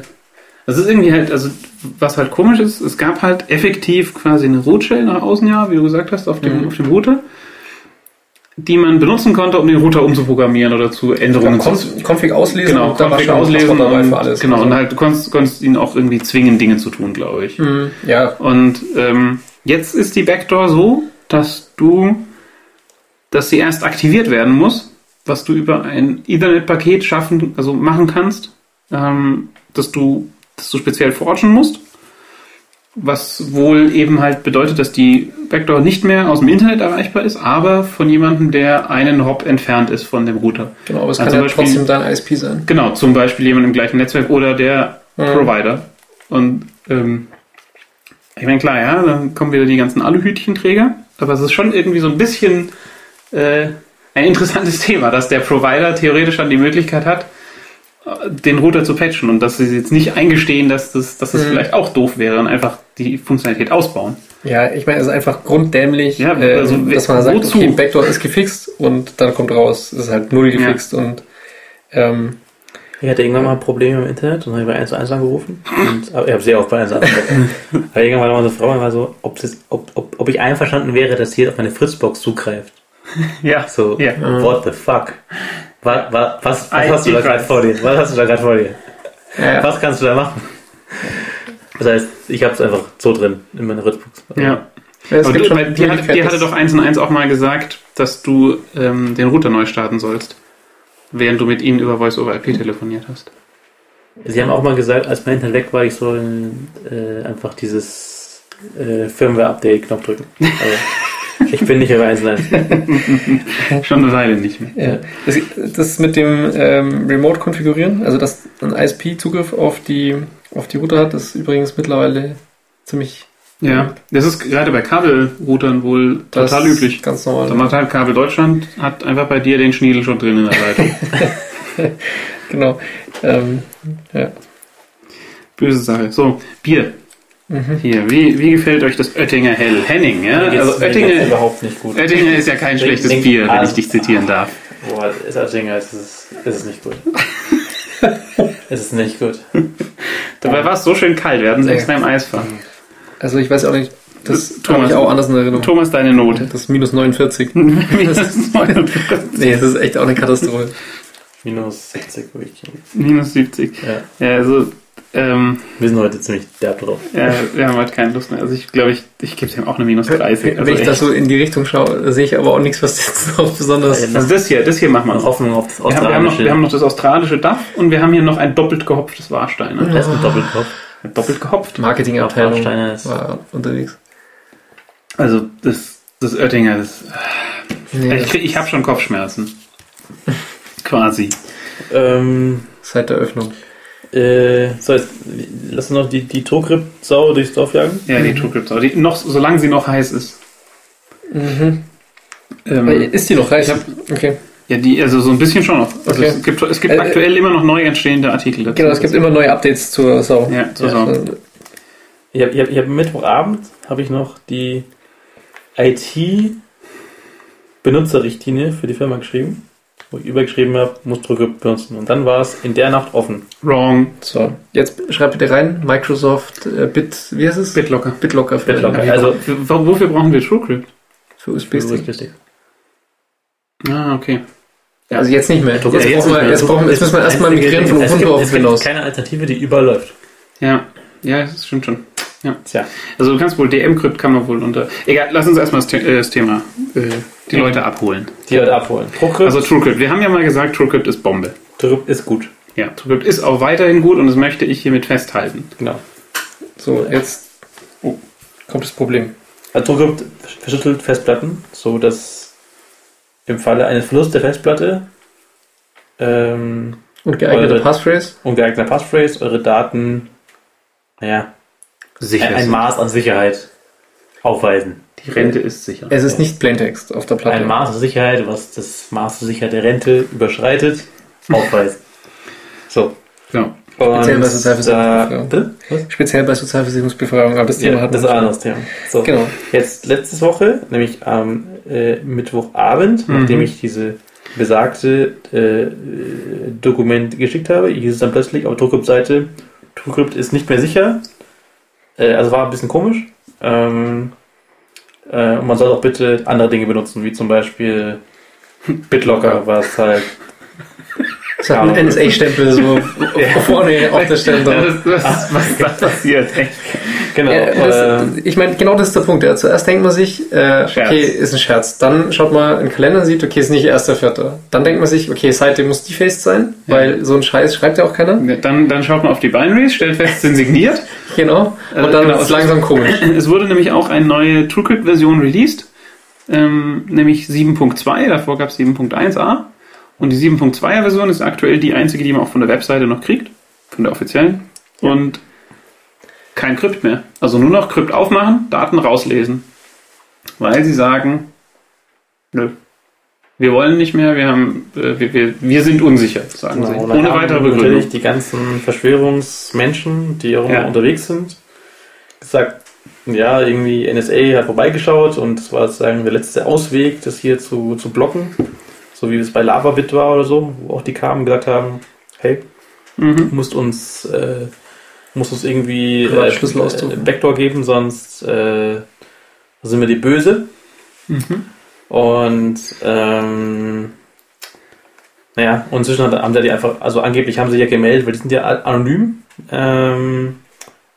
A: das ist irgendwie halt, also was halt komisch ist, es gab halt effektiv quasi eine Root-Shell nach außen, ja, wie du gesagt hast, auf dem, auf dem Router, die man benutzen konnte, um den Router umzuprogrammieren oder zu Änderungen zu
C: Konf- Config auslesen,
A: Genau,
C: und da war
A: Config
C: schon ein
A: auslesen
C: Passwort dabei
A: und,
C: für alles.
A: genau,
C: Also,
A: und halt, du konntest, konntest ihn auch irgendwie zwingen, Dinge zu tun, glaube ich.
C: mhm, ja,
A: Und ähm, jetzt ist die Backdoor so, dass du, dass sie erst aktiviert werden muss, was du über ein Ethernet-Paket schaffen, also machen kannst, ähm, dass du, dass du speziell forgen musst. Was wohl eben halt bedeutet, dass die Backdoor nicht mehr aus dem Internet erreichbar ist, aber von jemandem, der einen Hop entfernt ist von dem Router.
C: genau, aber es
A: Also
C: kann
A: zum
C: ja
A: Beispiel-
C: trotzdem dein ISP sein.
A: Genau, zum Beispiel jemand im gleichen Netzwerk oder der
C: Mhm.
A: Provider. Und ähm, ich meine, klar, ja, dann kommen wieder die ganzen Aluhütchenträger, aber es ist schon irgendwie so ein bisschen äh, ein interessantes Thema, dass der Provider theoretisch dann die Möglichkeit hat, den Router zu patchen und dass sie jetzt nicht eingestehen, dass das, dass das
C: Mhm.
A: vielleicht auch doof wäre und einfach die Funktionalität ausbauen.
C: Ja, ich meine, es ist einfach grunddämlich,
A: Ja,
C: äh,
A: also,
C: dass man sagt,
A: wozu?
C: okay, Backdoor ist gefixt und dann kommt raus, es ist halt null gefixt und ähm,
B: Ich hatte irgendwann mal Probleme im Internet und habe bei 1 angerufen. Und, aber ich habe sie auch bei 1 angerufen. aber irgendwann war unsere Frau und war so, ob, sie, ob, ob, ob ich einverstanden wäre, dass sie auf meine Fritzbox zugreift.
A: Ja,
B: So,
A: ja.
B: what the fuck? Wa, wa, was, was hast du da
A: IT
B: gerade vor dir? Was hast du da gerade vor dir?
C: ja,
B: Was kannst du da machen? Das heißt, ich habe es einfach so drin in meiner Fritzbox.
A: ja.
C: es
A: Aber
C: gibt
A: du,
C: schon
A: weil die, hat, die
C: Möglichkeiten,
A: hatte doch eins und eins auch mal gesagt, dass du ähm, den Router neu starten sollst, während du mit ihnen über Voice over IP telefoniert hast.
B: Sie haben auch mal gesagt, als mein Internet weg war, ich soll äh, einfach dieses äh, Firmware-Update-Knopf drücken. Also, ich bin nicht mehr bei 1
A: Schon eine Weile nicht mehr.
C: Ja. Das, das mit dem ähm, Remote konfigurieren, also dass ein ISP-Zugriff auf die, auf die Router hat, ist übrigens mittlerweile ziemlich
A: Ja, das ist gerade bei Kabelroutern wohl
C: das
A: total
C: ist
A: üblich.
C: Ganz normal.
A: Der Kabel Deutschland hat einfach bei dir den Schniedel schon drin in der Leitung.
C: Genau. Ähm, ja.
A: Böse Sache. So, Bier.
C: Mhm.
A: Hier, wie, wie gefällt euch das Oettinger Hell? Henning, ja? Also Oettinger,
B: überhaupt nicht gut.
A: Oettinger ist ja kein
B: Trink-
A: schlechtes
B: trink-
A: Bier, wenn
B: ah.
A: ich dich zitieren darf.
B: Boah, ist Oettinger, es ist, es ist nicht gut. es ist nicht gut.
A: Dabei war es so schön kalt, wir hatten es extra im Eisfach.
C: Also ich weiß auch nicht, das
A: Thomas.
C: habe ich auch anders in Erinnerung.
A: Thomas, deine Note.
C: Das ist minus 49.
A: Minus 49,
C: Nee, das ist echt auch eine Katastrophe.
B: Minus 60 würde ich gehen.
A: Minus 70.
B: Ja.
A: Ja, also, ähm,
B: Wir sind heute ziemlich derb drauf.
A: ja, wir haben halt keine Lust mehr. Also ich glaube, ich, ich gebe dem auch eine Minus 30. Also,
C: Wenn ich
A: echt.
C: das so in die Richtung schaue, sehe ich aber auch nichts, was jetzt noch besonders...
A: also das hier, das hier machen wir
B: Noch
A: noch.
B: Hoffnung auf das
A: Wir haben, wir, haben noch,
B: Australische.
A: wir haben noch das australische Dach und wir haben hier noch ein doppelt gehopftes Warsteiner.
B: das ist ein Doppelkopf.
A: Doppelt gehopft.
C: Marketingabteilung
B: Warsteiner ist-
C: war unterwegs.
A: Also das, das Oettinger, das,
C: Nee,
A: ich, krieg- ich habe schon Kopfschmerzen. Quasi.
B: Ähm,
C: seit der Öffnung.
B: äh, so, jetzt lass uns noch die, die Togrip-Sau durchs Dorf jagen.
A: Ja, die True Crypto. Die, noch, solange sie noch heiß ist.
C: Mhm. Aber
A: Ähm,
C: Äh, Ist die noch reich? Okay.
A: ja, die, also so ein bisschen schon noch. Also
C: Okay.
A: es gibt, es gibt
C: Äh, äh,
A: aktuell immer noch neu entstehende Artikel dazu. Also
C: Genau, es gibt immer neue Updates zur Sau.
A: ja, so,
B: Ja,
A: so.
C: Also,
B: Ich habe ich hab, ich hab Mittwochabend habe ich noch die IT Benutzerrichtlinie für die Firma geschrieben, wo ich übergeschrieben habe, muss Drucker benutzen. Und dann war es in der Nacht offen.
A: Wrong.
C: so. Jetzt schreibt bitte rein, Microsoft äh, Bit, wie heißt es?
A: BitLocker.
C: BitLocker für,
B: BitLocker.
C: Also,
B: Also-
A: W- w- wofür brauchen wir TrueCrypt?
C: für USB-Stick.
A: Ah, okay. Ja.
C: Also jetzt nicht mehr. Jetzt,
A: Ja, jetzt
C: brauchen
A: nicht
C: wir,
A: mehr.
C: jetzt, brauchen, jetzt müssen wir erstmal migrieren von
B: es
C: Ubuntu
B: gibt,
C: auf
B: es gibt
C: Windows.
B: keine Alternative, die überläuft.
A: Ja. Ja, das stimmt schon.
B: Tja,
A: Also du kannst wohl DM-Crypt kann man wohl unter. Egal, lass uns erstmal das, The äh, das Thema. Äh, die
B: Ja.
A: Leute abholen.
B: die Leute abholen. Drucker
A: Also TrueCrypt. Wir haben ja mal gesagt, TrueCrypt ist Bombe.
B: ist gut.
A: Ja, TrueCrypt ist auch weiterhin gut und das möchte ich hiermit festhalten.
B: Genau.
C: So, jetzt oh, kommt das Problem.
B: Also Drucker verschüttelt Festplatten, so dass im Falle eines Verlusts der Festplatte ähm,
C: Und geeignete
B: Eure-
C: Passphrase?
B: ungeeigneter Passphrase eure Daten, naja,
A: Sicher.
B: ein, ein Maß an Sicherheit aufweisen.
A: die Rente ist sicher.
C: Es ist nicht Plaintext auf der Platte.
B: Ein Maß an Sicherheit, was das Maß an Sicherheit der Rente überschreitet, aufweisen. so.
A: Genau.
B: Und
C: Erzähl, was ist da für
B: da,
C: Sicherheit?
B: bitte? Was?
C: Speziell bei Sozialversicherungsbefragung, aber das Thema
B: Ja,
C: hat
B: das ist ein anderes Thema. So.
C: Genau.
B: Jetzt letzte Woche, nämlich am äh, Mittwochabend,
A: Mhm.
B: nachdem ich diese besagte äh, äh, Dokument geschickt habe, hieß es dann plötzlich auf der Druckkrypt-Seite, TrueCrypt ist nicht mehr sicher. Äh, also war ein bisschen komisch. Ähm, äh, und man soll auch bitte andere Dinge benutzen, wie zum Beispiel BitLocker, was halt
C: Es hat einen NSA-Stempel so vorne auf der Stelle
A: Ja,
C: drauf.
A: das, das, was da passiert, echt.
B: genau.
C: Ja, das,
B: ähm,
C: ich meine, genau das ist der Punkt. Ja. Zuerst denkt man sich, äh,
A: Scherz.
C: okay, ist ein Scherz. Dann schaut man in den Kalender und sieht, okay, ist nicht erster, vierter. Dann denkt man sich, okay, Seite muss defaced sein, weil so ein Scheiß schreibt ja auch keiner.
A: Dann, dann schaut man auf die Binaries, stellt fest, sind signiert.
C: Genau. Und
A: Äh,
C: dann
A: genau.
C: ist es langsam komisch.
A: Es wurde nämlich auch eine neue TrueCrypt-Version released, ähm, nämlich 7.2, davor gab es 7.1a. Und die 7.2er-Version ist aktuell die einzige, die man auch von der Webseite noch kriegt, von der offiziellen. Und kein Crypt mehr. Also nur noch Crypt aufmachen, Daten rauslesen. Weil sie sagen, nö, wir wollen nicht mehr, wir haben, äh, wir, wir, wir sind unsicher, sagen sie.
B: Genau, da
A: Ohne
B: kamen
A: weitere
B: Natürlich
A: Begründung.
B: die ganzen Verschwörungsmenschen, die auch immer
A: Ja.
B: unterwegs sind, gesagt, ja, irgendwie NSA hat vorbeigeschaut und das war sozusagen der letzte Ausweg, das hier zu, zu blocken. So wie es bei LavaBit war oder so, wo auch die kamen und gesagt haben, hey,
A: Mhm.
B: du musst uns, äh, musst uns irgendwie
C: Ja, Schlüssel
B: äh,
C: ausdrucken.
B: Backdoor geben, sonst äh, sind wir die Böse.
A: Mhm.
B: Und ähm, naja, und inzwischen hat- haben sie die einfach, also angeblich haben sie sich ja gemeldet, weil die sind ja a- anonym ähm,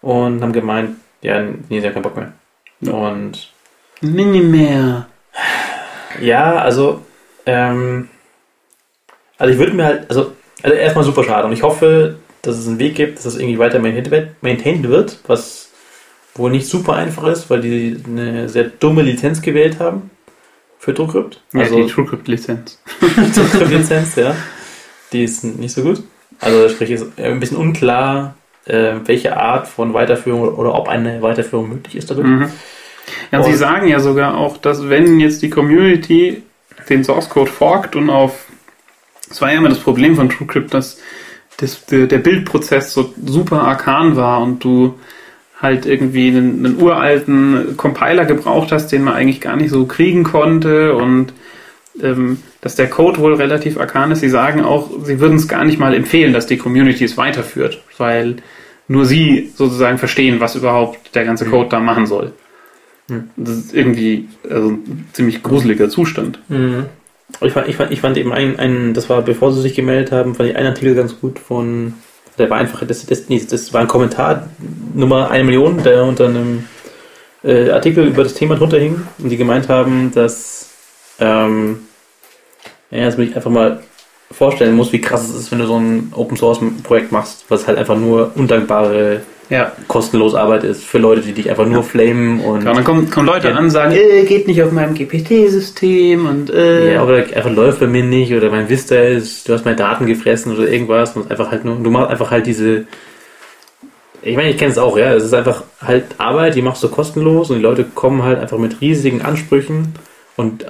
B: und haben gemeint, ja, nee, sie haben keinen Bock mehr.
A: Ja.
B: Und
A: Mini mehr.
B: ja, also, ähm, also ich würde mir halt, also, also erstmal super schade und ich hoffe, dass es einen Weg gibt, dass das irgendwie weiter maintained wird- maintained wird, was wohl nicht super einfach ist, weil die eine sehr dumme Lizenz gewählt haben für Also Druckcrypt.
A: Ja, die TrueCrypt-Lizenz.
B: Lizenz, ja. Die ist nicht so gut. Also sprich, ist ein bisschen unklar, äh, welche Art von Weiterführung oder ob eine Weiterführung möglich ist dadurch.
A: Mhm. Ja, und sie
B: Und-
A: sagen ja sogar auch, dass wenn jetzt die Community den Source Code forkt und auf, das war ja immer das Problem von TrueCrypt, dass das, der der Bildprozess so super arkan war und du halt irgendwie einen, einen uralten Compiler gebraucht hast, den man eigentlich gar nicht so kriegen konnte und ähm, dass der Code wohl relativ arkan ist. Sie sagen auch, sie würden es gar nicht mal empfehlen, dass die Community es weiterführt, weil nur sie sozusagen verstehen, was überhaupt der ganze Code da machen soll.
B: Mhm.
A: Das ist irgendwie also, ein ziemlich gruseliger Zustand.
C: Mhm.
B: Und Ich, fand, ich, fand, ich fand eben einen, einen, das war bevor sie sich gemeldet haben, fand ich einen Artikel ganz gut von, der war einfach, das, das, nee, das war ein Kommentar, Nummer eine Million, der unter einem äh, Artikel über das Thema drunter hing und die gemeint haben, dass, ähm, ja, dass man sich einfach mal vorstellen muss, wie krass es ist, wenn du so ein Open-Source-Projekt machst, was halt einfach nur undankbare,
A: Ja.
B: kostenlose Arbeit ist für Leute, die dich einfach nur flamen und
A: Ja, und dann kommen, kommen Leute
B: Ja.
A: an und sagen, äh, geht nicht auf meinem GPT-System und äh.
B: Ja, oder einfach läuft bei mir nicht oder mein Vista ist, du hast meine Daten gefressen oder irgendwas und einfach halt nur, du machst einfach halt diese. Ich meine, ich kenne es auch, ja. Es ist einfach halt Arbeit, die machst du kostenlos und die Leute kommen halt einfach mit riesigen Ansprüchen und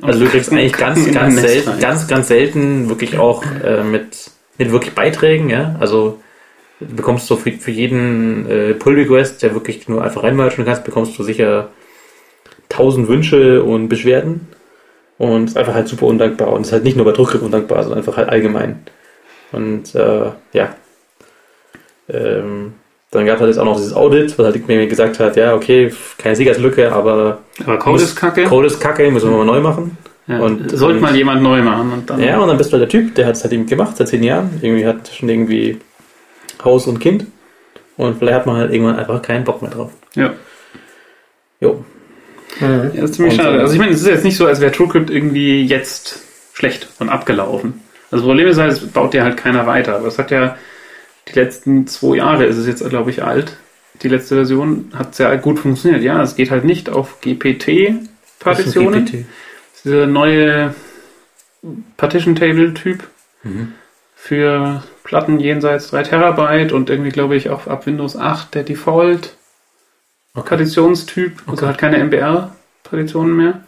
B: also du kriegst eigentlich ganz,
A: in
B: ganz
A: ein Nest
B: selten,
A: rein.
B: ganz, ganz selten wirklich auch äh, mit, mit wirklich Beiträgen, ja. Also du bekommst so für, für jeden äh, Pull-Request, der wirklich nur einfach reinmerchen kannst, bekommst du sicher tausend Wünsche und Beschwerden. Und ist einfach halt super undankbar. Und ist halt nicht nur bei Druckgriff undankbar, sondern einfach halt allgemein. Und äh, ja. Ähm, dann gab es halt jetzt auch noch dieses Audit, was halt mir gesagt hat, ja, okay, keine Siegerslücke, aber
A: aber Code
B: muss-
A: ist kacke.
B: Code ist kacke, müssen wir mal neu machen.
A: ja.
B: und-
A: Sollte mal jemand neu machen und dann.
B: Ja, und dann bist du halt der Typ, der hat es halt eben gemacht seit zehn Jahren. Irgendwie hat schon irgendwie Haus und Kind. Und vielleicht hat man halt irgendwann einfach keinen Bock mehr drauf.
A: Ja.
B: Jo.
C: Mhm.
A: Ja, das ist ziemlich
B: Und,
A: schade.
B: äh,
A: Also ich meine, es ist jetzt nicht so, als wäre TrueCrypt irgendwie jetzt schlecht und abgelaufen. Also das Problem ist halt, es baut dir halt keiner weiter. Aber es hat ja die letzten zwei Jahre ist es jetzt, glaube ich, alt. Die letzte Version hat sehr gut funktioniert. Ja, es geht halt nicht auf GPT-Partitionen.
B: GPT.
A: Dieser neue Partition-Table-Typ
B: Mhm.
A: für Platten jenseits 3 Terabyte und irgendwie, glaube ich, auch ab Windows 8 der Default.
B: Okay.
A: Partitionstyp, also hat keine MBR-Partitionen mehr.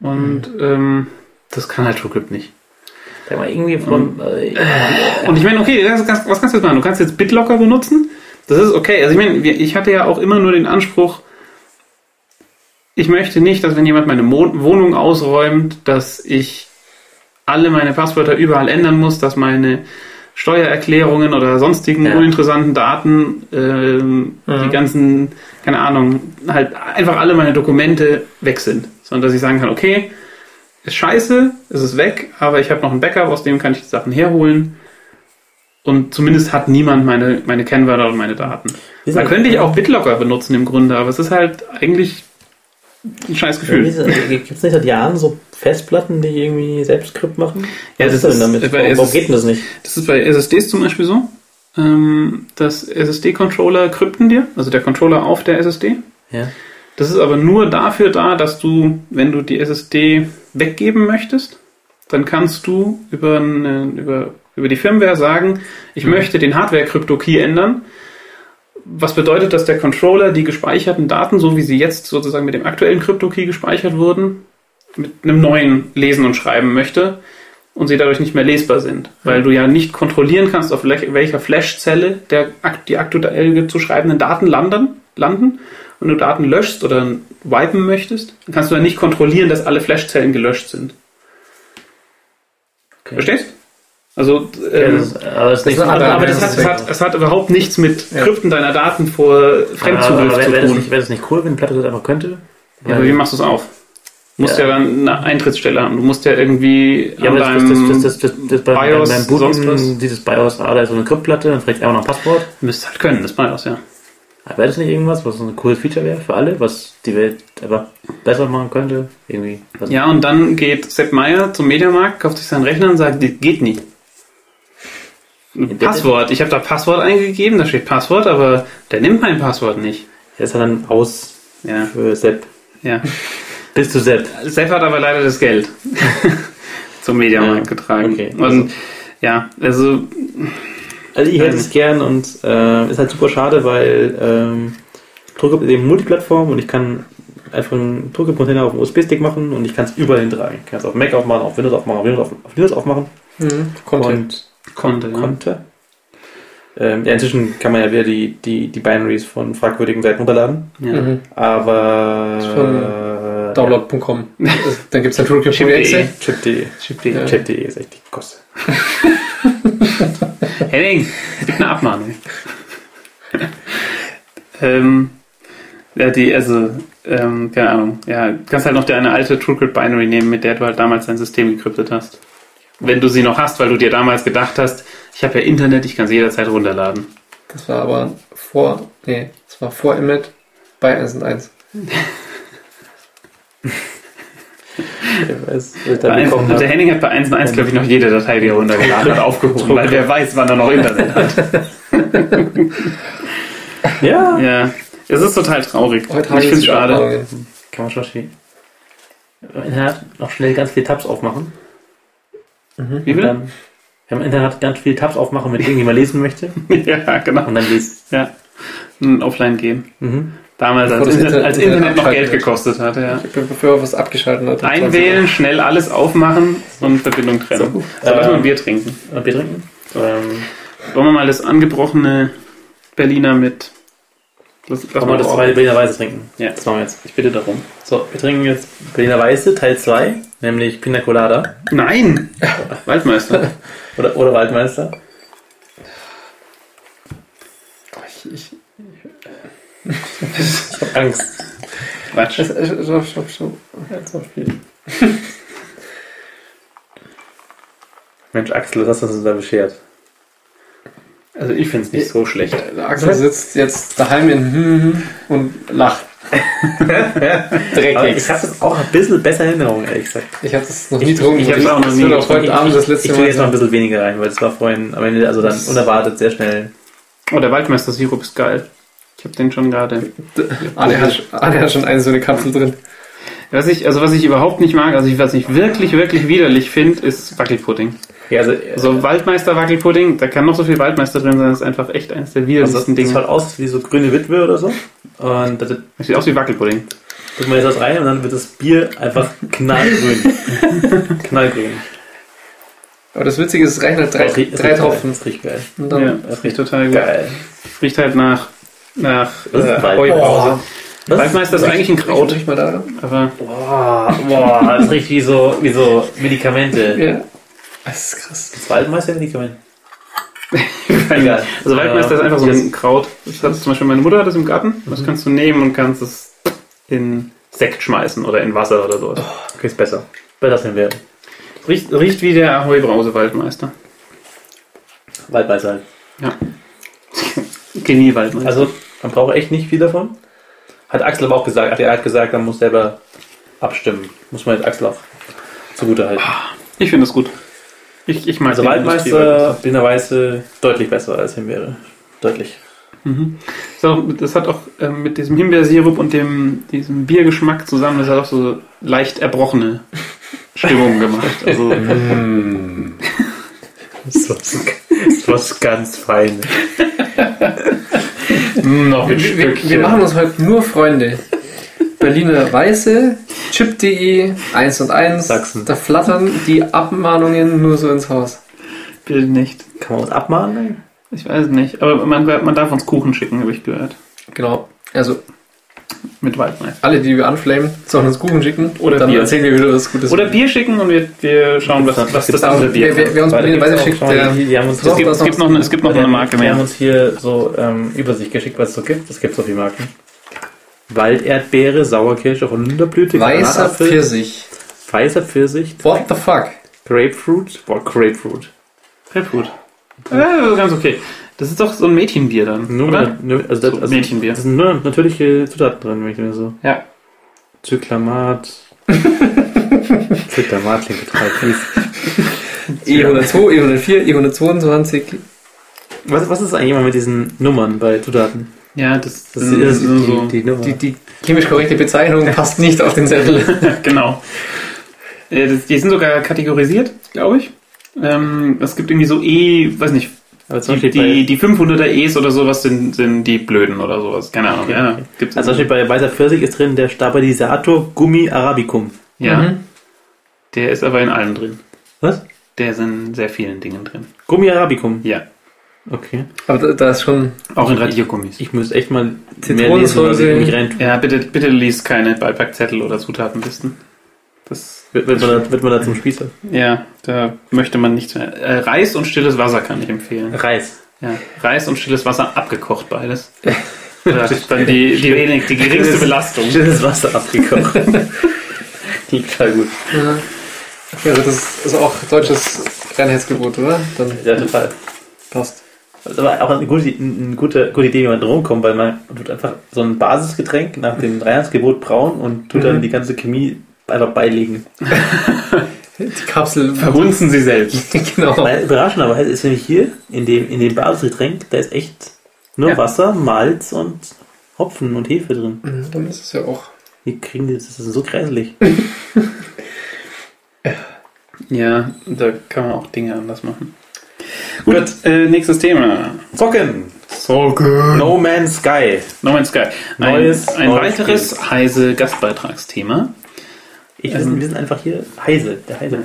A: Und
B: Mhm.
A: ähm, das kann halt TrueCrypt nicht.
B: Sag mal, irgendwie von. Äh,
A: Und ich meine, okay, das, das, was kannst du jetzt machen? Du kannst jetzt BitLocker benutzen. Das ist okay. Also ich meine, wir- ich hatte ja auch immer nur den Anspruch, ich möchte nicht, dass wenn jemand meine Mo Wohnung ausräumt, dass ich alle meine Passwörter überall ändern muss, dass meine Steuererklärungen oder sonstigen
B: Ja.
A: uninteressanten Daten, ähm, die
C: Mhm.
A: ganzen, keine Ahnung, halt einfach alle meine Dokumente weg sind. Sondern dass ich sagen kann, okay, ist scheiße, es ist weg, aber ich habe noch ein Backup, aus dem kann ich die Sachen herholen. Und zumindest hat niemand meine, meine Kennwörter und meine Daten.
B: Ist
A: Da
B: halt-
A: könnte ich auch BitLocker benutzen im Grunde, aber es ist halt eigentlich ein scheiß Gefühl.
B: Gibt es nicht seit Jahren so Festplatten, die irgendwie Selbstskript machen?
A: Ja,
B: Was
A: das
B: denn
A: ist-
B: damit?
A: weil
B: Warum,
A: es
B: warum
A: ist-
B: geht denn das nicht?
A: Das ist bei SSDs zum Beispiel so, ähm, dass SSD-Controller krypten dir, also der Controller auf der SSD.
B: Ja.
A: Das ist aber nur dafür da, dass du, wenn du die SSD weggeben möchtest, dann kannst du über, eine, über, über die Firmware sagen, ich möchte den Hardware-Krypto-Key ändern. Was bedeutet, dass der Controller die gespeicherten Daten, so wie sie jetzt sozusagen mit dem aktuellen Krypto-Key gespeichert wurden, mit einem neuen lesen und schreiben möchte und sie dadurch nicht mehr lesbar sind, weil du ja nicht kontrollieren kannst, auf lech- welcher Flashzelle der, ak- die aktuell zu schreibenden Daten landen, landen. Und du Daten löschst oder wipen möchtest, dann kannst du ja nicht kontrollieren, dass alle Flashzellen gelöscht sind.
B: Okay.
A: Verstehst? Also,
B: Ja,
A: ähm,
B: das ist, aber das ist
C: ist
B: nicht
C: eine andere-
A: aber das
C: Ja,
A: hat,
C: das
A: es,
C: ist
A: hat, es hat überhaupt nichts mit
C: Ja.
A: Krypten deiner Daten vor Fremdzugriff zu
B: wäre das, nicht-
A: tun.
B: wär das nicht cool, wenn Plato das einfach könnte?
A: Ja, aber wie machst du es auf? Du musst ja.
B: Ja.
A: dann eine Eintrittsstelle haben. Du musst ja irgendwie
B: Ja,
A: an
B: aber das, das,
A: deinem...
B: das, das, das, das bei,
A: BIOS,
B: beim
A: sonst was?
B: Booten, dieses BIOS, ah, da ist so eine Kryptplatte und vielleicht einfach noch ein Passwort.
A: müsst halt können, das BIOS, ja.
B: Aber Wäre das nicht irgendwas, was so ein cooles Feature wäre für alle, was die Welt einfach besser machen könnte? Irgendwie. Was-
A: Ja, und dann geht Sepp Meyer zum Mediamarkt, kauft sich seinen Rechner und sagt, das geht nicht.
B: bitte?
A: Passwort. Ich habe da Passwort eingegeben, da steht Passwort, aber der nimmt mein Passwort nicht.
B: Er ist dann aus
A: Ja,
B: für Sepp.
A: ja.
B: Bis zu Sepp.
A: Sepp hat aber leider das Geld zum Mediamarkt
B: Ja,
A: getragen.
B: okay.
A: Und ja, also
B: Also ich hätte es gern und äh, ist halt super schade, weil ähm, Drucker ist eben Multiplattform und ich kann einfach einen Druckercontainer auf dem USB-Stick machen und ich kann es überall hintragen. Ich kann es auf Mac aufmachen, auf Windows aufmachen, auf Windows, auf, auf Windows aufmachen.
C: Mhm. Kommt hin.
B: Und
A: konnte.
B: Mhm.
A: Ja.
B: konnte. Ähm, ja, inzwischen kann man ja wieder die, die, die Binaries von fragwürdigen Seiten runterladen.
A: Ja.
C: Mhm.
B: Aber äh,
C: Download.com. Dann gibt es dann
A: eh.
C: Drucker.exe.
B: Chip.de.
A: Chip.de.
C: Ja.
B: Chip.de ist echt die Kosse.
A: Henning, es gibt eine Abmahnung. ähm, ja, die, also, ähm, keine Ahnung. Ja, du kannst halt noch deine alte TrueCrypt Binary nehmen, mit der du halt damals dein System gekryptet hast. Wenn du sie noch hast, weil du dir damals gedacht hast, ich habe ja Internet, ich kann sie jederzeit runterladen.
C: Das war aber vor, nee, das war vor Emmet bei 1 und 1.
B: Ich weiß, was ich da
A: Bei eins-
B: bekommen
A: der
B: habe.
A: Henning hat bei 1 und 1, glaube ich, noch jede Datei, die er runtergeladen hat, aufgehoben, weil wer weiß, wann er noch Internet hat.
B: Ja,
A: Ja, es ist total traurig. ich
C: haben wir
A: finde es
C: die
A: schade.
C: Abmahnungen.
B: Kann man schon viel. Im Internet noch schnell ganz viele Tabs aufmachen.
A: Wie
B: Und
A: bitte?
B: dann, wenn man im Internet ganz viele Tabs aufmachen, mit Dingen, die man lesen möchte.
A: Ja, genau.
B: Und dann liest.
A: Ja. Und Offline gehen.
B: Mhm.
A: Damals, als,
C: Bevor das
A: Internet,
C: Internet-
A: als Internet noch Geld
C: abschaltet.
A: gekostet hat, ja.
C: Ich bin Bevor was abgeschaltet hat.
A: Einwählen, schnell alles aufmachen und Verbindung trennen. So, lass
B: Ähm,
A: mal ein Bier trinken.
B: Und Bier trinken. Ähm,
A: Wollen wir mal das angebrochene Berliner mit. Lass, lass
B: wollen wir das
A: brauchen.
B: zweite Berliner Weiße trinken?
A: Ja.
B: Das machen wir jetzt. Ich bitte darum. So, wir trinken jetzt Berliner Weiße Teil 2, nämlich Pina Colada
A: Nein! Waldmeister.
B: oder, oder Waldmeister.
C: Ich, ich,
B: Ich hab Angst.
A: Quatsch.
C: ich, stopp, stopp, stopp.
B: Ja, zum Spiel. Mensch, Axel, was hast du uns da beschert?
A: Also ich finde es nicht so schlecht.
C: Der Axel sitzt jetzt daheim in Hm Hm und lacht.
B: Aber
C: Dreckig.
B: ich habe das auch ein bisschen besser in Erinnerung, ehrlich gesagt.
C: Ich habe das noch nie getrunken.
A: ich hab's auch noch
C: das
A: nie
C: wird auch
A: getrunken.
C: heute Abend das letzte
B: Ich tue jetzt noch ein
C: Mal.
B: bisschen weniger rein, weil es war vorhin am Ende, also dann unerwartet, sehr schnell.
A: Oh, der Waldmeister-Sirup ist geil. Ich habe den schon gerade.
C: Anne hat, schon- Arne hat schon eine so eine Kapsel drin.
A: Was ich, also was ich überhaupt nicht mag, also ich, was ich wirklich, wirklich widerlich finde, ist Wackelpudding.
B: Ja, also,
A: So Waldmeister-Wackelpudding, da kann noch so viel Waldmeister drin sein, das ist einfach echt eines der
B: also das
A: widerlichsten
B: Ding
A: Dinge.
B: schaut aus wie so grüne Witwe oder so. Und da tut
A: Das sieht aus wie Wackelpudding.
B: man jetzt was rein und dann wird das Bier einfach knallgrün. knallgrün.
C: Aber das Witzige ist, es reichen halt drei,
B: Das riecht- das
C: drei
B: riecht
C: Tropfen.
B: geil. Das riecht geil.
C: Und dann
A: ja, das riecht total gut.
B: Geil. Oh
A: Riecht halt nach, nach
B: Das ist
A: äh,
B: Wald-
A: Heupause.
B: Das
A: Waldmeister ist eigentlich ein
C: Kraut.
A: Kraut,
C: Ich mal daran.
A: aber
B: Boah, Ah, boah, das riecht wie so, wie so Medikamente.
C: Ja. Das ist krass.
B: Das Waldmeister-Medikament.
A: egal. Also Waldmeister ist einfach so
B: Das-
A: ein Kraut. Das hat zum Beispiel meine Mutter hat das im Garten. Das kannst du nehmen und kannst es in Sekt schmeißen oder in Wasser oder so.
B: Okay, ist besser. Besser sind wir.
A: Riecht, riecht wie der Ahoi Brause Waldmeister.
B: Waldmeister halt.
A: Genie Waldmeister.
B: Also, man braucht echt nicht viel davon. Hat Axel aber auch gesagt. Ach, Er hat gesagt, man muss selber abstimmen. Muss man jetzt Axel auch zugute halten.
A: Also, ich finde das gut. Ich, ich mag
B: Also
A: den
B: Waldmeister,
A: Industriewaldmeister.
B: Berliner Weiße, deutlich besser als Himbeere. Deutlich.
A: Mhm. So, das hat auch ähm, mit diesem Himbeersirup und dem, diesem Biergeschmack zusammen, das hat auch so leicht erbrochene Stimmung gemacht. Also,
B: Das war was ganz Feines.
A: noch ein
C: Wir, wir, wir machen uns heute nur Freunde. Berliner Weiße, Chip.de, 1 und 1.
E: Sachsen.
C: Da flattern die Abmahnungen nur so ins Haus.
A: Bitte nicht.
E: Kann man uns abmahnen?
A: Ich weiß nicht. Aber man, man darf uns Kuchen schicken, habe ich gehört.
C: Genau. Also
A: Mit Waldmeister.
C: alle, die wir anflamen, sollen uns Kuchen schicken.
A: Oder
C: dann
A: Bier.
C: erzählen wir wieder was Gutes.
A: Oder Bier schicken und wir, wir schauen, was, was das
C: Aber
A: andere
C: wer,
A: Bier
C: wer,
A: ist.
C: wer uns
B: Weiter
C: Berliner
B: geht's
C: Weiße
B: auch.
C: schickt,
B: Schau mal,
C: der...
B: die, die haben uns
C: Das
A: Es gibt, es gibt noch, eine- es gibt noch eine Marke
B: Wir haben
A: mehr.
B: uns hier so ähm, Übersicht geschickt, was es so gibt. Es gibt so viele Marken. Walderdbeere, Sauerkirsche, Holunderblüte,
C: Weißer
B: Granatapfel,
C: Pfirsich.
B: weißer Pfirsich,
C: What the fuck?
B: Grapefruit, boah, Grapefruit.
A: Grapefruit. Äh, ganz okay. Das ist doch so ein Mädchenbier dann,
B: Nur,
A: oder?
B: nur also das,
A: So,
B: also,
A: Mädchenbier.
B: Das sind nur natürliche Zutaten drin, wenn ich mir so.
A: Ja.
B: Zyklamat. Zyklamat klingt total fies.
C: E102, E104, E122.
B: Was, was ist eigentlich immer mit diesen Nummern bei Zutaten?
A: Ja, das,
B: Das
A: sind-
B: ist
A: sind Mm, Hm, so.
B: die, die Nummer.
C: Die, die chemisch korrekte Bezeichnung passt nicht auf den Zettel.
A: genau. Äh, das, die sind sogar kategorisiert, glaube ich. Ähm, es gibt irgendwie so E, weiß nicht,
B: Aber zum
A: die,
B: Beispiel
A: die,
B: bei,
A: die 500er E's oder sowas sind, sind die Blöden oder sowas. Keine Ahnung. Ja, ne? gibt's
B: also zum Beispiel bei Weißer Pfirsich ist drin der Stabilisator Gummi Arabicum.
A: ja.
C: Mhm.
A: der ist aber in allem drin.
B: Was?
A: Der ist in sehr vielen Dingen drin.
B: Gummi Arabicum.
A: Ja.
B: Okay.
C: Aber da, da ist schon
A: Auch in Radiergummis.
B: Ich müsste echt mal mehr lesen, was
C: Zitronensäure.
B: ich mich rein
A: Ja, bitte, bitte lies keine Beipackzettel oder Zutatenlisten. Das,
B: wird, wird, man da, wird man da zum Spießer.
A: ja, da möchte man nichts mehr. Äh, Reis und stilles Wasser kann ich empfehlen.
B: Reis.
A: Ja. Reis und stilles Wasser abgekocht beides. Da hat dann die, die, wenig, die geringste Belastung.
B: Schönes Wasser abgekocht. Klingt total gut.
C: Ja. Okay, also das ist auch deutsches Reinheitsgebot, oder? Dann
B: Ja, total.
C: passt.
B: Das ist aber auch eine gute, eine gute, gute Idee, wie man drum kommt, weil man tut einfach so ein Basisgetränk nach dem Dreihandsgebot brauen und tut dann die ganze Chemie einfach beilegen.
C: Die Kapsel
A: Verhunzen sie selbst.
C: genau.
B: Weil überraschenderweise ist nämlich hier in dem, in dem Basisgetränk, da ist echt nur
C: Ja.
B: Wasser, Malz und Hopfen und Hefe drin.
C: Mhm, Dann ist es ja auch.
B: Wie kriegen die das? Das ist so grässlich.
A: Ja, da kann man auch Dinge anders machen. Gut, äh, nächstes Thema.
B: Zocken!
A: So good.
B: No Man's Sky.
A: No Man's Sky. Ein,
B: Neues-
A: ein
B: neues
A: weiteres heise Gastbeitragsthema.
B: Ich, wir, sind, wir sind einfach hier Heise, der Heise.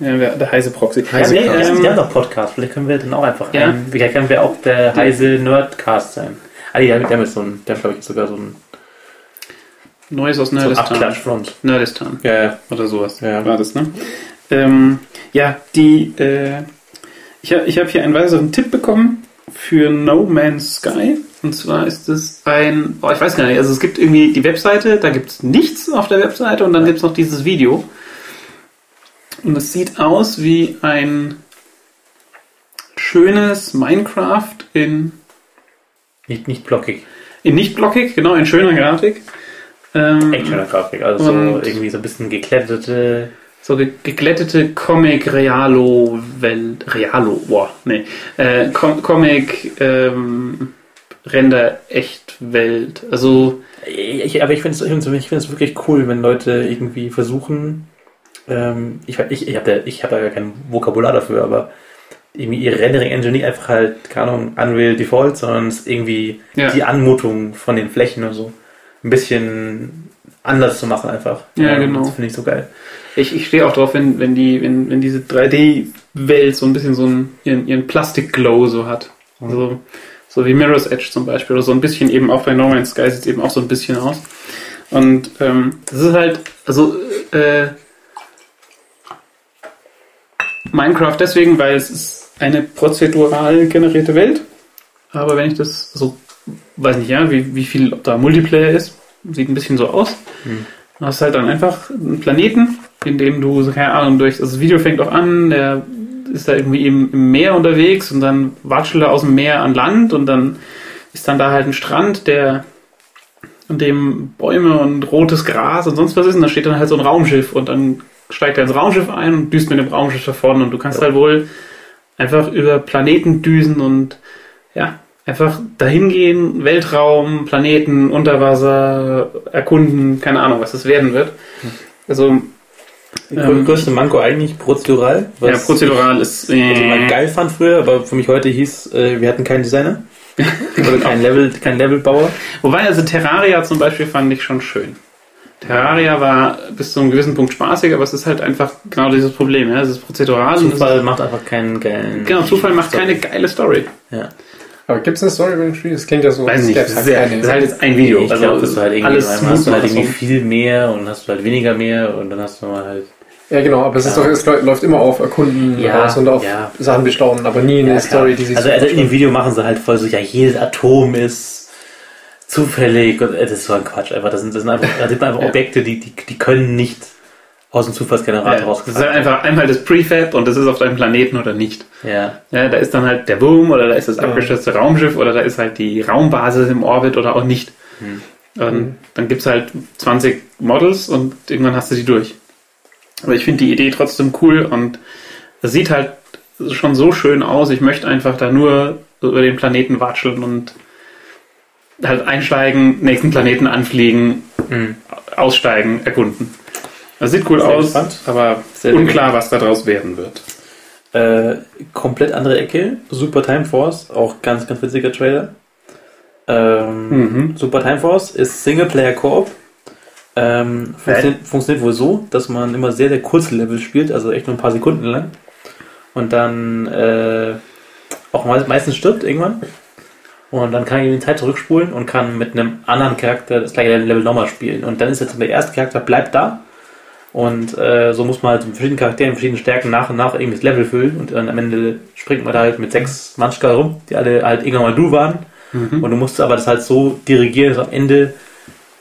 A: Ja, der, der heiße Proxy. ähm,
C: Heise
B: ja, wir,
A: Cast.
B: wir haben doch Podcast, vielleicht können wir dann auch einfach
A: Ja.
B: ein, vielleicht können wir auch der Heise Nerdcast sein. Ah, die haben, die haben jetzt so ein, die haben, glaube ich, sogar so ein,
A: Neues aus
B: so ein
A: Nerdistan.
B: Abklatsch von uns.
A: Nerdistan
B: Ja, ja.
A: oder sowas
B: Ja.
A: war das, ne? Ähm, ja, die. Äh, ich habe ich hab hier einen weiteren Tipp bekommen für No Man's Sky. Und zwar ist es ein. Oh, ich weiß gar nicht. Also es gibt irgendwie die Webseite, da gibt es nichts auf der Webseite und dann gibt es noch dieses Video. Und es sieht aus wie ein schönes Minecraft in
B: Nicht, nicht blockig.
A: In nicht blockig, genau, in schöner Grafik. Ähm,
B: Echt schöne Grafik. Also so
A: Und-
B: irgendwie so ein bisschen gekletterte.
A: So ge geglättete Comic Realo Welt. Realo, boah, nee. Äh, Com Comic ähm, Render Echtwelt. Also
B: Äh, Ich, aber ich finde es ich find's- ich find's wirklich cool, wenn Leute irgendwie versuchen, ähm, ich, ich, ich habe da, ich hab da gar kein Vokabular dafür, aber irgendwie ihr Rendering-Engine nicht einfach halt, keine Ahnung, Unreal Default, sondern es irgendwie
A: Ja.
B: die Anmutung von den Flächen und so ein bisschen anders zu machen einfach. Ähm,
A: Ja, genau.
B: Das finde ich so geil.
A: ich, ich stehe auch drauf, wenn, wenn die, wenn, wenn diese 3D-Welt so ein bisschen so einen, ihren, ihren Plastik-Glow so hat. Also, so wie Mirror's Edge zum Beispiel. Oder so ein bisschen eben auch bei No Man's Sky sieht es eben auch so ein bisschen aus. Und ähm, das ist halt, also äh, Minecraft deswegen, weil es ist eine prozedural generierte Welt. Aber wenn ich das so, weiß nicht, ja, wie, wie viel, ob da Multiplayer ist, sieht ein bisschen so aus. Du hast halt dann einfach einen Planeten, in dem du, so, keine Ahnung, durch, also das Video fängt auch an, der ist da irgendwie im, im Meer unterwegs und dann watschelt er aus dem Meer an Land und dann ist dann da halt ein Strand, der an dem Bäume und rotes Gras und sonst was ist und da steht dann halt so ein Raumschiff und dann steigt er ins Raumschiff ein und düst mit dem Raumschiff davon und du kannst halt wohl einfach über Planeten düsen und ja, einfach dahin gehen, Weltraum, Planeten, Unterwasser, erkunden, keine Ahnung, was das werden wird. Also Ähm,
B: größte Manko eigentlich prozedural.
A: ja, prozedural ist äh,
B: was ich also mal geil fand früher, aber für mich heute hieß, äh, wir hatten keinen Designer. Oder keinen Level, keinen Levelbauer.
A: Wobei, also Terraria zum Beispiel fand ich schon schön. Terraria war bis zu einem gewissen Punkt spaßig, aber es ist halt einfach genau dieses Problem. Ja? Es ist prozedural. und es
B: Zufall macht einfach keinen geilen.
A: Ist, genau, Zufall macht keine geile Story.
B: Ja.
C: Aber gibt es eine Story über den Tree? Das klingt ja so.
A: Weiß nicht,
C: gäbe es
A: das
C: halt
A: ist, ja, das
C: keine.
A: ist halt jetzt ein Video.
B: Ich glaube, das war halt irgendwie,
A: alles
B: einmal hast
A: smooth
B: du halt
A: machen.
B: irgendwie viel mehr und hast du halt weniger mehr und dann hast du mal halt.
C: Ja, genau, aber es, ist
B: Ja.
C: doch, es läu- läuft immer auf Erkunden
B: Ja,
C: raus und auf
B: ja.
C: Sachen bestaunen, aber nie eine
B: Ja,
C: Story,
B: klar.
C: die sich
B: also,
C: so
B: also in dem Video machen sie halt voll so, ja, jedes Atom ist zufällig und äh, das ist so ein Quatsch. Einfach, das sind, das sind einfach, das sind einfach Objekte, die, die, die können nicht aus dem Zufallsgenerator
A: Ja, das ist
B: rausgefallen.
A: halt einfach einmal das Prefab und das ist auf deinem Planeten oder nicht.
B: Ja.
A: Ja, da ist dann halt der Boom oder da ist das abgestürzte Raumschiff oder da ist halt die Raumbasis im Orbit oder auch nicht. Und dann gibt es halt 20 Models und irgendwann hast du die durch. Aber ich finde die Idee trotzdem cool und es sieht halt schon so schön aus. Ich möchte einfach da nur über den Planeten watscheln und halt einsteigen, nächsten Planeten anfliegen,
B: Mhm.
A: aussteigen, erkunden. Das sieht cool
B: Sehr
A: aus,
B: gespannt.
A: aber
B: Sehr
A: unklar, was daraus werden wird.
B: Äh, komplett andere Ecke, Super Time Force, auch ganz, ganz witziger Trailer. Ähm,
A: Mhm.
B: Super Time Force ist Singleplayer Koop. Ähm, funktioniert, funktioniert wohl so, dass man immer sehr, sehr kurze Level spielt, also echt nur ein paar Sekunden lang. Und dann äh, auch me- meistens stirbt irgendwann. Und dann kann ich in die Zeit zurückspulen und kann mit einem anderen Charakter das gleiche Level nochmal spielen. Und dann ist jetzt der erste Charakter, bleibt da. Und äh, so muss man halt mit verschiedenen Charakteren, verschiedenen Stärken nach und nach irgendwie das Level füllen. Und dann am Ende springt man da halt mit sechs Manchmal rum, die alle halt irgendwann mal du waren.
A: Mhm.
B: Und du musst aber das halt so dirigieren, dass am Ende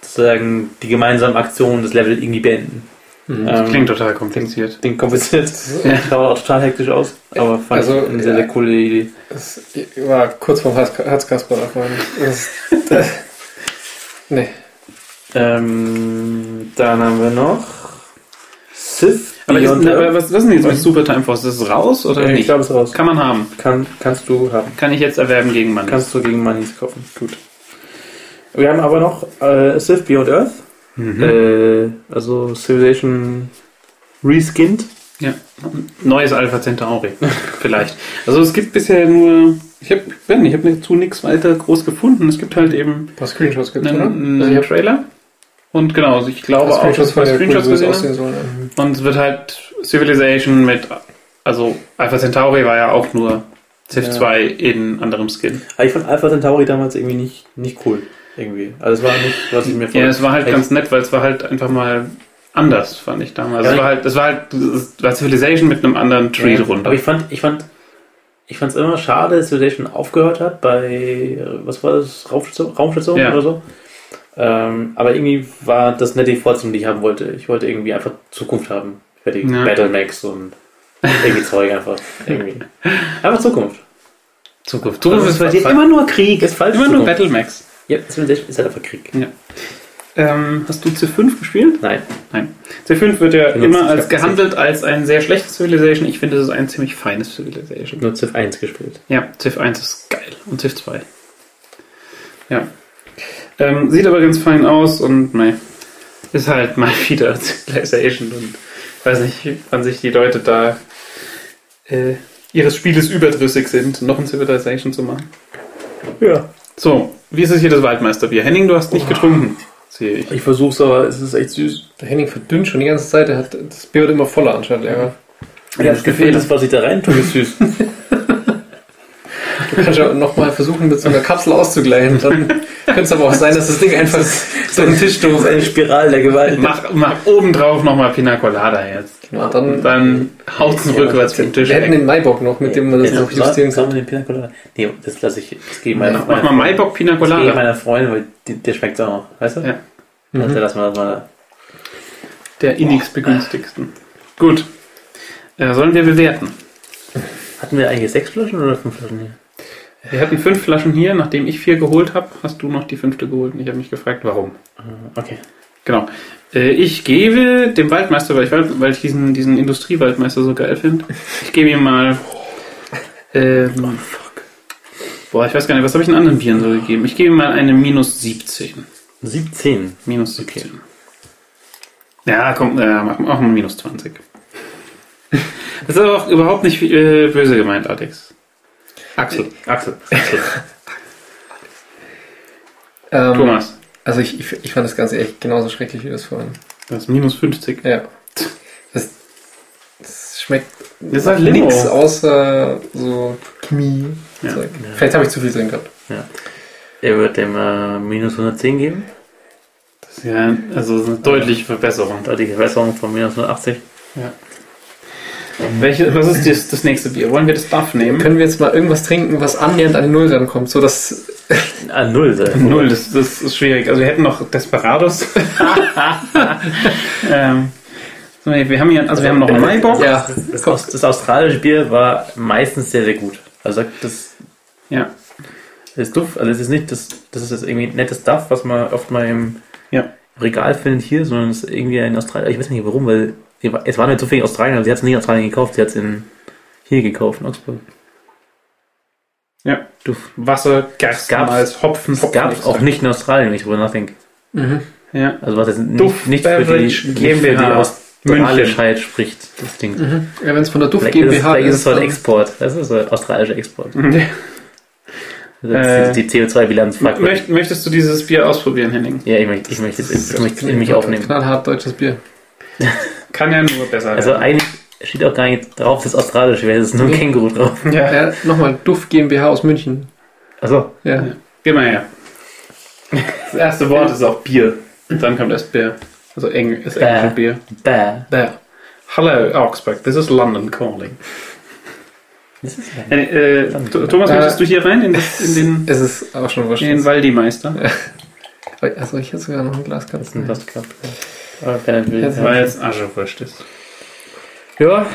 B: sozusagen die gemeinsamen Aktionen das Level irgendwie beenden. Ähm,
A: Das klingt total kompliziert.
B: Klingt kompliziert.
A: Ja.
B: Schaut auch total hektisch aus, aber fand
C: Also,
B: ich eine sehr,
C: ja.
B: sehr coole Idee.
C: Das war kurz vorm Herz- Herzkasper da vorhin. Das, das, nee.
B: Ähm, dann haben wir noch Sith
A: Aber, ist,
B: Beyond
A: aber
B: Earth.
A: was, was ist denn jetzt mit Super Time Force? Ist es raus oder
B: Äh,
A: nicht?
B: ich glaube, es ist raus.
A: Kann man haben.
B: Kann, kannst du haben.
A: Kann ich jetzt erwerben gegen Mann.
B: Kannst du gegen Moneys kaufen. Gut. Wir haben aber noch äh, Sith Beyond Earth.
A: Mhm.
B: Äh, also Civilization reskinned.
A: Ja. Neues Alpha Centauri. Vielleicht. Also es gibt bisher nur. Ich habe Ben, ich habe dazu nichts weiter groß gefunden. Es gibt halt eben
C: Ein paar Screenshots gibt
A: einen,
C: oder?
A: einen
C: Also ich habe
A: Trailer. Und genau, also ich glaube auch,
C: Screenshots
A: dass
C: von
A: wir
C: der
A: Screenshots
C: Screenshots
A: gesehen haben.
C: aussehen sollen.
A: Und es wird halt Civilization mit. Also Alpha Centauri war ja auch nur Civ
B: Ja.
A: 2 in anderem Skin.
B: Aber ich fand Alpha Centauri damals irgendwie nicht, nicht cool. Irgendwie. Also es war nicht, was ich mir
A: Ja, es war halt
B: Echt.
A: ganz nett, weil es war halt einfach mal anders, fand ich damals.
B: Ja,
A: es
B: ich-
A: war halt, es war halt es war Civilization mit einem anderen Tree
B: Ja,
A: drunter.
B: Aber ich fand, ich fand, ich fand es immer schade, dass Civilization aufgehört hat bei, äh, was war das, Raumstation, Raumstation
A: Ja.
B: oder so. Ähm, aber irgendwie war das nicht die Fortsetzung, die ich haben wollte. Ich wollte irgendwie einfach Zukunft haben. Fertig.
A: Ja.
B: Battle Max und irgendwie Zeug einfach. Irgendwie. Einfach Zukunft.
A: Zukunft.
B: Also
A: Zukunft
B: es
A: ist
B: passiert
A: immer,
B: immer nur Krieg. Es falls
A: immer nur
B: Zukunft.
A: Battle Max.
B: Ja, Civilization ist halt einfach Krieg.
A: Ähm, hast du Civ 5 gespielt?
B: Nein.
A: Nein. Civ 5 wird ja
B: Benutzt, ich
A: immer
B: glaub,
A: als
B: das ist-
A: gehandelt als ein sehr schlechtes Civilization. Ich finde, es ist ein ziemlich feines Civilization.
B: Nur Civ 1 gespielt.
A: Ja, Civ 1 ist geil und Civ 2. Ja. Ähm, sieht aber ganz fein aus und mei. Ist halt mal wieder Civilization und weiß nicht, wann sich die Leute da äh, ihres Spieles überdrüssig sind, noch ein Civilization zu machen.
B: Ja.
A: So, wie ist es hier das Waldmeisterbier? Henning, du hast nicht getrunken, sehe ich.
B: Ich versuch's, aber es ist echt süß.
C: Der Henning verdünnt schon die ganze Zeit, der hat, das Bier wird immer voller anscheinend, ja.
B: Ja, das Gefühl, das, was ich da rein tue, ist süß.
C: Du kannst ja nochmal versuchen, mit so einer Kapsel auszugleichen. Dann könnte es aber auch sein, dass das Ding einfach so einen Tisch
B: Das
C: durch.
B: ist eine Spirale der Gewalt.
A: Mach, mach obendrauf nochmal Pina Colada jetzt.
B: Genau.
C: Ja, Genau, dann,
A: Und dann haut's ihn rückwärts vom Tisch
C: wir hätten
A: weg.
C: den Maibock noch, mit dem man das
B: Ja,
C: noch
B: soll-
C: justieren
B: sollen
C: kann.
B: wir den Pina Colada? Nee, das lasse ich. Das gebe ich meiner,
A: Mach mal Maibock Pina
B: Das gebe ich
A: Colada.
B: meiner Freundin, weil die, der schmeckt auch noch. Weißt du?
A: Ja.
B: Also lass mal das mal.
A: Der innigst begünstigsten. Gut. Äh, sollen wir bewerten?
B: Hatten wir eigentlich sechs Flaschen oder fünf Flaschen hier?
A: Wir hatten fünf Flaschen hier. Nachdem ich vier geholt habe, hast du noch die fünfte geholt. Und ich habe mich gefragt, warum.
B: Okay.
A: Genau. Äh, ich gebe dem Waldmeister, weil ich, Wald- weil ich diesen, diesen Industriewaldmeister so geil finde, ich gebe ihm mal... Ähm, boah, ich weiß gar nicht, was habe ich den anderen Bieren so gegeben? Ich gebe ihm mal eine minus 17.
B: 17.
A: Minus 17. Ja, komm, äh, mach auch mal minus 20. Das ist aber auch überhaupt nicht äh, böse gemeint, Alex. Axel. Axel.
C: Ähm,
A: Ähm, Thomas.
C: Also ich, ich, ich fand das Ganze echt genauso schrecklich wie das vorhin.
A: Das ist minus 50.
C: Ja. Das, das schmeckt
A: Das ist halt Limo.
C: nichts außer so Chemie.
A: Ja.
C: Zeug. Vielleicht habe ich zu viel drin gehabt.
B: Er wird dem äh, minus 110 geben.
A: Das ist ja, also ist eine deutliche Verbesserung.
B: Da die Verbesserung von minus 180.
A: Welche, was ist das, das nächste Bier? Wollen wir das Buff nehmen?
C: Können wir jetzt mal irgendwas trinken, was annähernd an die Null rankommt, so dass
B: Ah, null. sein.
A: Null, das, das ist schwierig. Also wir hätten noch Desperados. ähm, so, wir haben hier, also wir haben noch einen Maibock.
C: ja,
B: Das, Aus- das australische Bier war meistens sehr, sehr gut. Also das,
A: Ja.
B: das Duft, also es ist nicht das, das ist das irgendwie nettes Duff, was man oft mal im
A: Ja.
B: Regal findet hier, sondern es ist irgendwie in Australien. Ich weiß nicht warum, weil die war- es waren nicht so viele Australier, aber sie hat es nicht in Australien gekauft, sie hat es in hier gekauft, in Augsburg.
A: ja. Du, Wasser, Gerstenmalz, Hopfen.
B: Es gab es auch
A: nicht.
B: nicht in Australien, wenn ich drüber nachdenke.
C: Mhm,
A: Ja.
B: Also was jetzt
A: Duft
B: nicht, nicht für die,
A: Beverage
B: nicht für die
A: GmbH München.
B: Australischheit spricht, das Ding.
C: mhm. ja wenn es von der Duft
B: Vielleicht ist, es-
C: GmbH
B: vielleicht ist es so ein
C: dann-
B: Export. Das ist so ein australischer Export.
A: Äh,
B: Das ist die CO2-Bilanz fragwürdig.
A: Möcht, möchtest du dieses Bier ausprobieren, Henning?
B: Ja, ich möchte, ich möchte es ich möchte es in mich
C: knallhart
B: aufnehmen.
C: Knallhart deutsches Bier.
A: Kann ja nur besser
B: Also
A: werden.
B: eigentlich steht auch gar nicht drauf, dass es australisch wäre. Es ist nur ein
C: Nee.
B: Känguru drauf.
A: Ja.
C: Ja, nochmal Duft GmbH aus München.
B: Also
C: Ja.
A: Geh mal her. Das erste Wort ist auch Bier. Und dann kommt erst Bier. Also Eng ist englische
B: Bäh.
A: Bier.
B: bäh.
A: There. Hello, Augsburg. This is London calling.
B: Das ist
A: Äh, äh, Th- Thomas,
C: Äh,
A: möchtest du hier rein in, das, in den,
C: Es ist aber schon
A: in den
C: wahrscheinlich.
A: Waldimeister?
C: Also ich hätte sogar noch ein Glas gehabt.
B: ein was gehabt. Aber wenn er will,
C: Jetzt-
B: ja.
A: Weil es Aschewurst ist.
B: ja.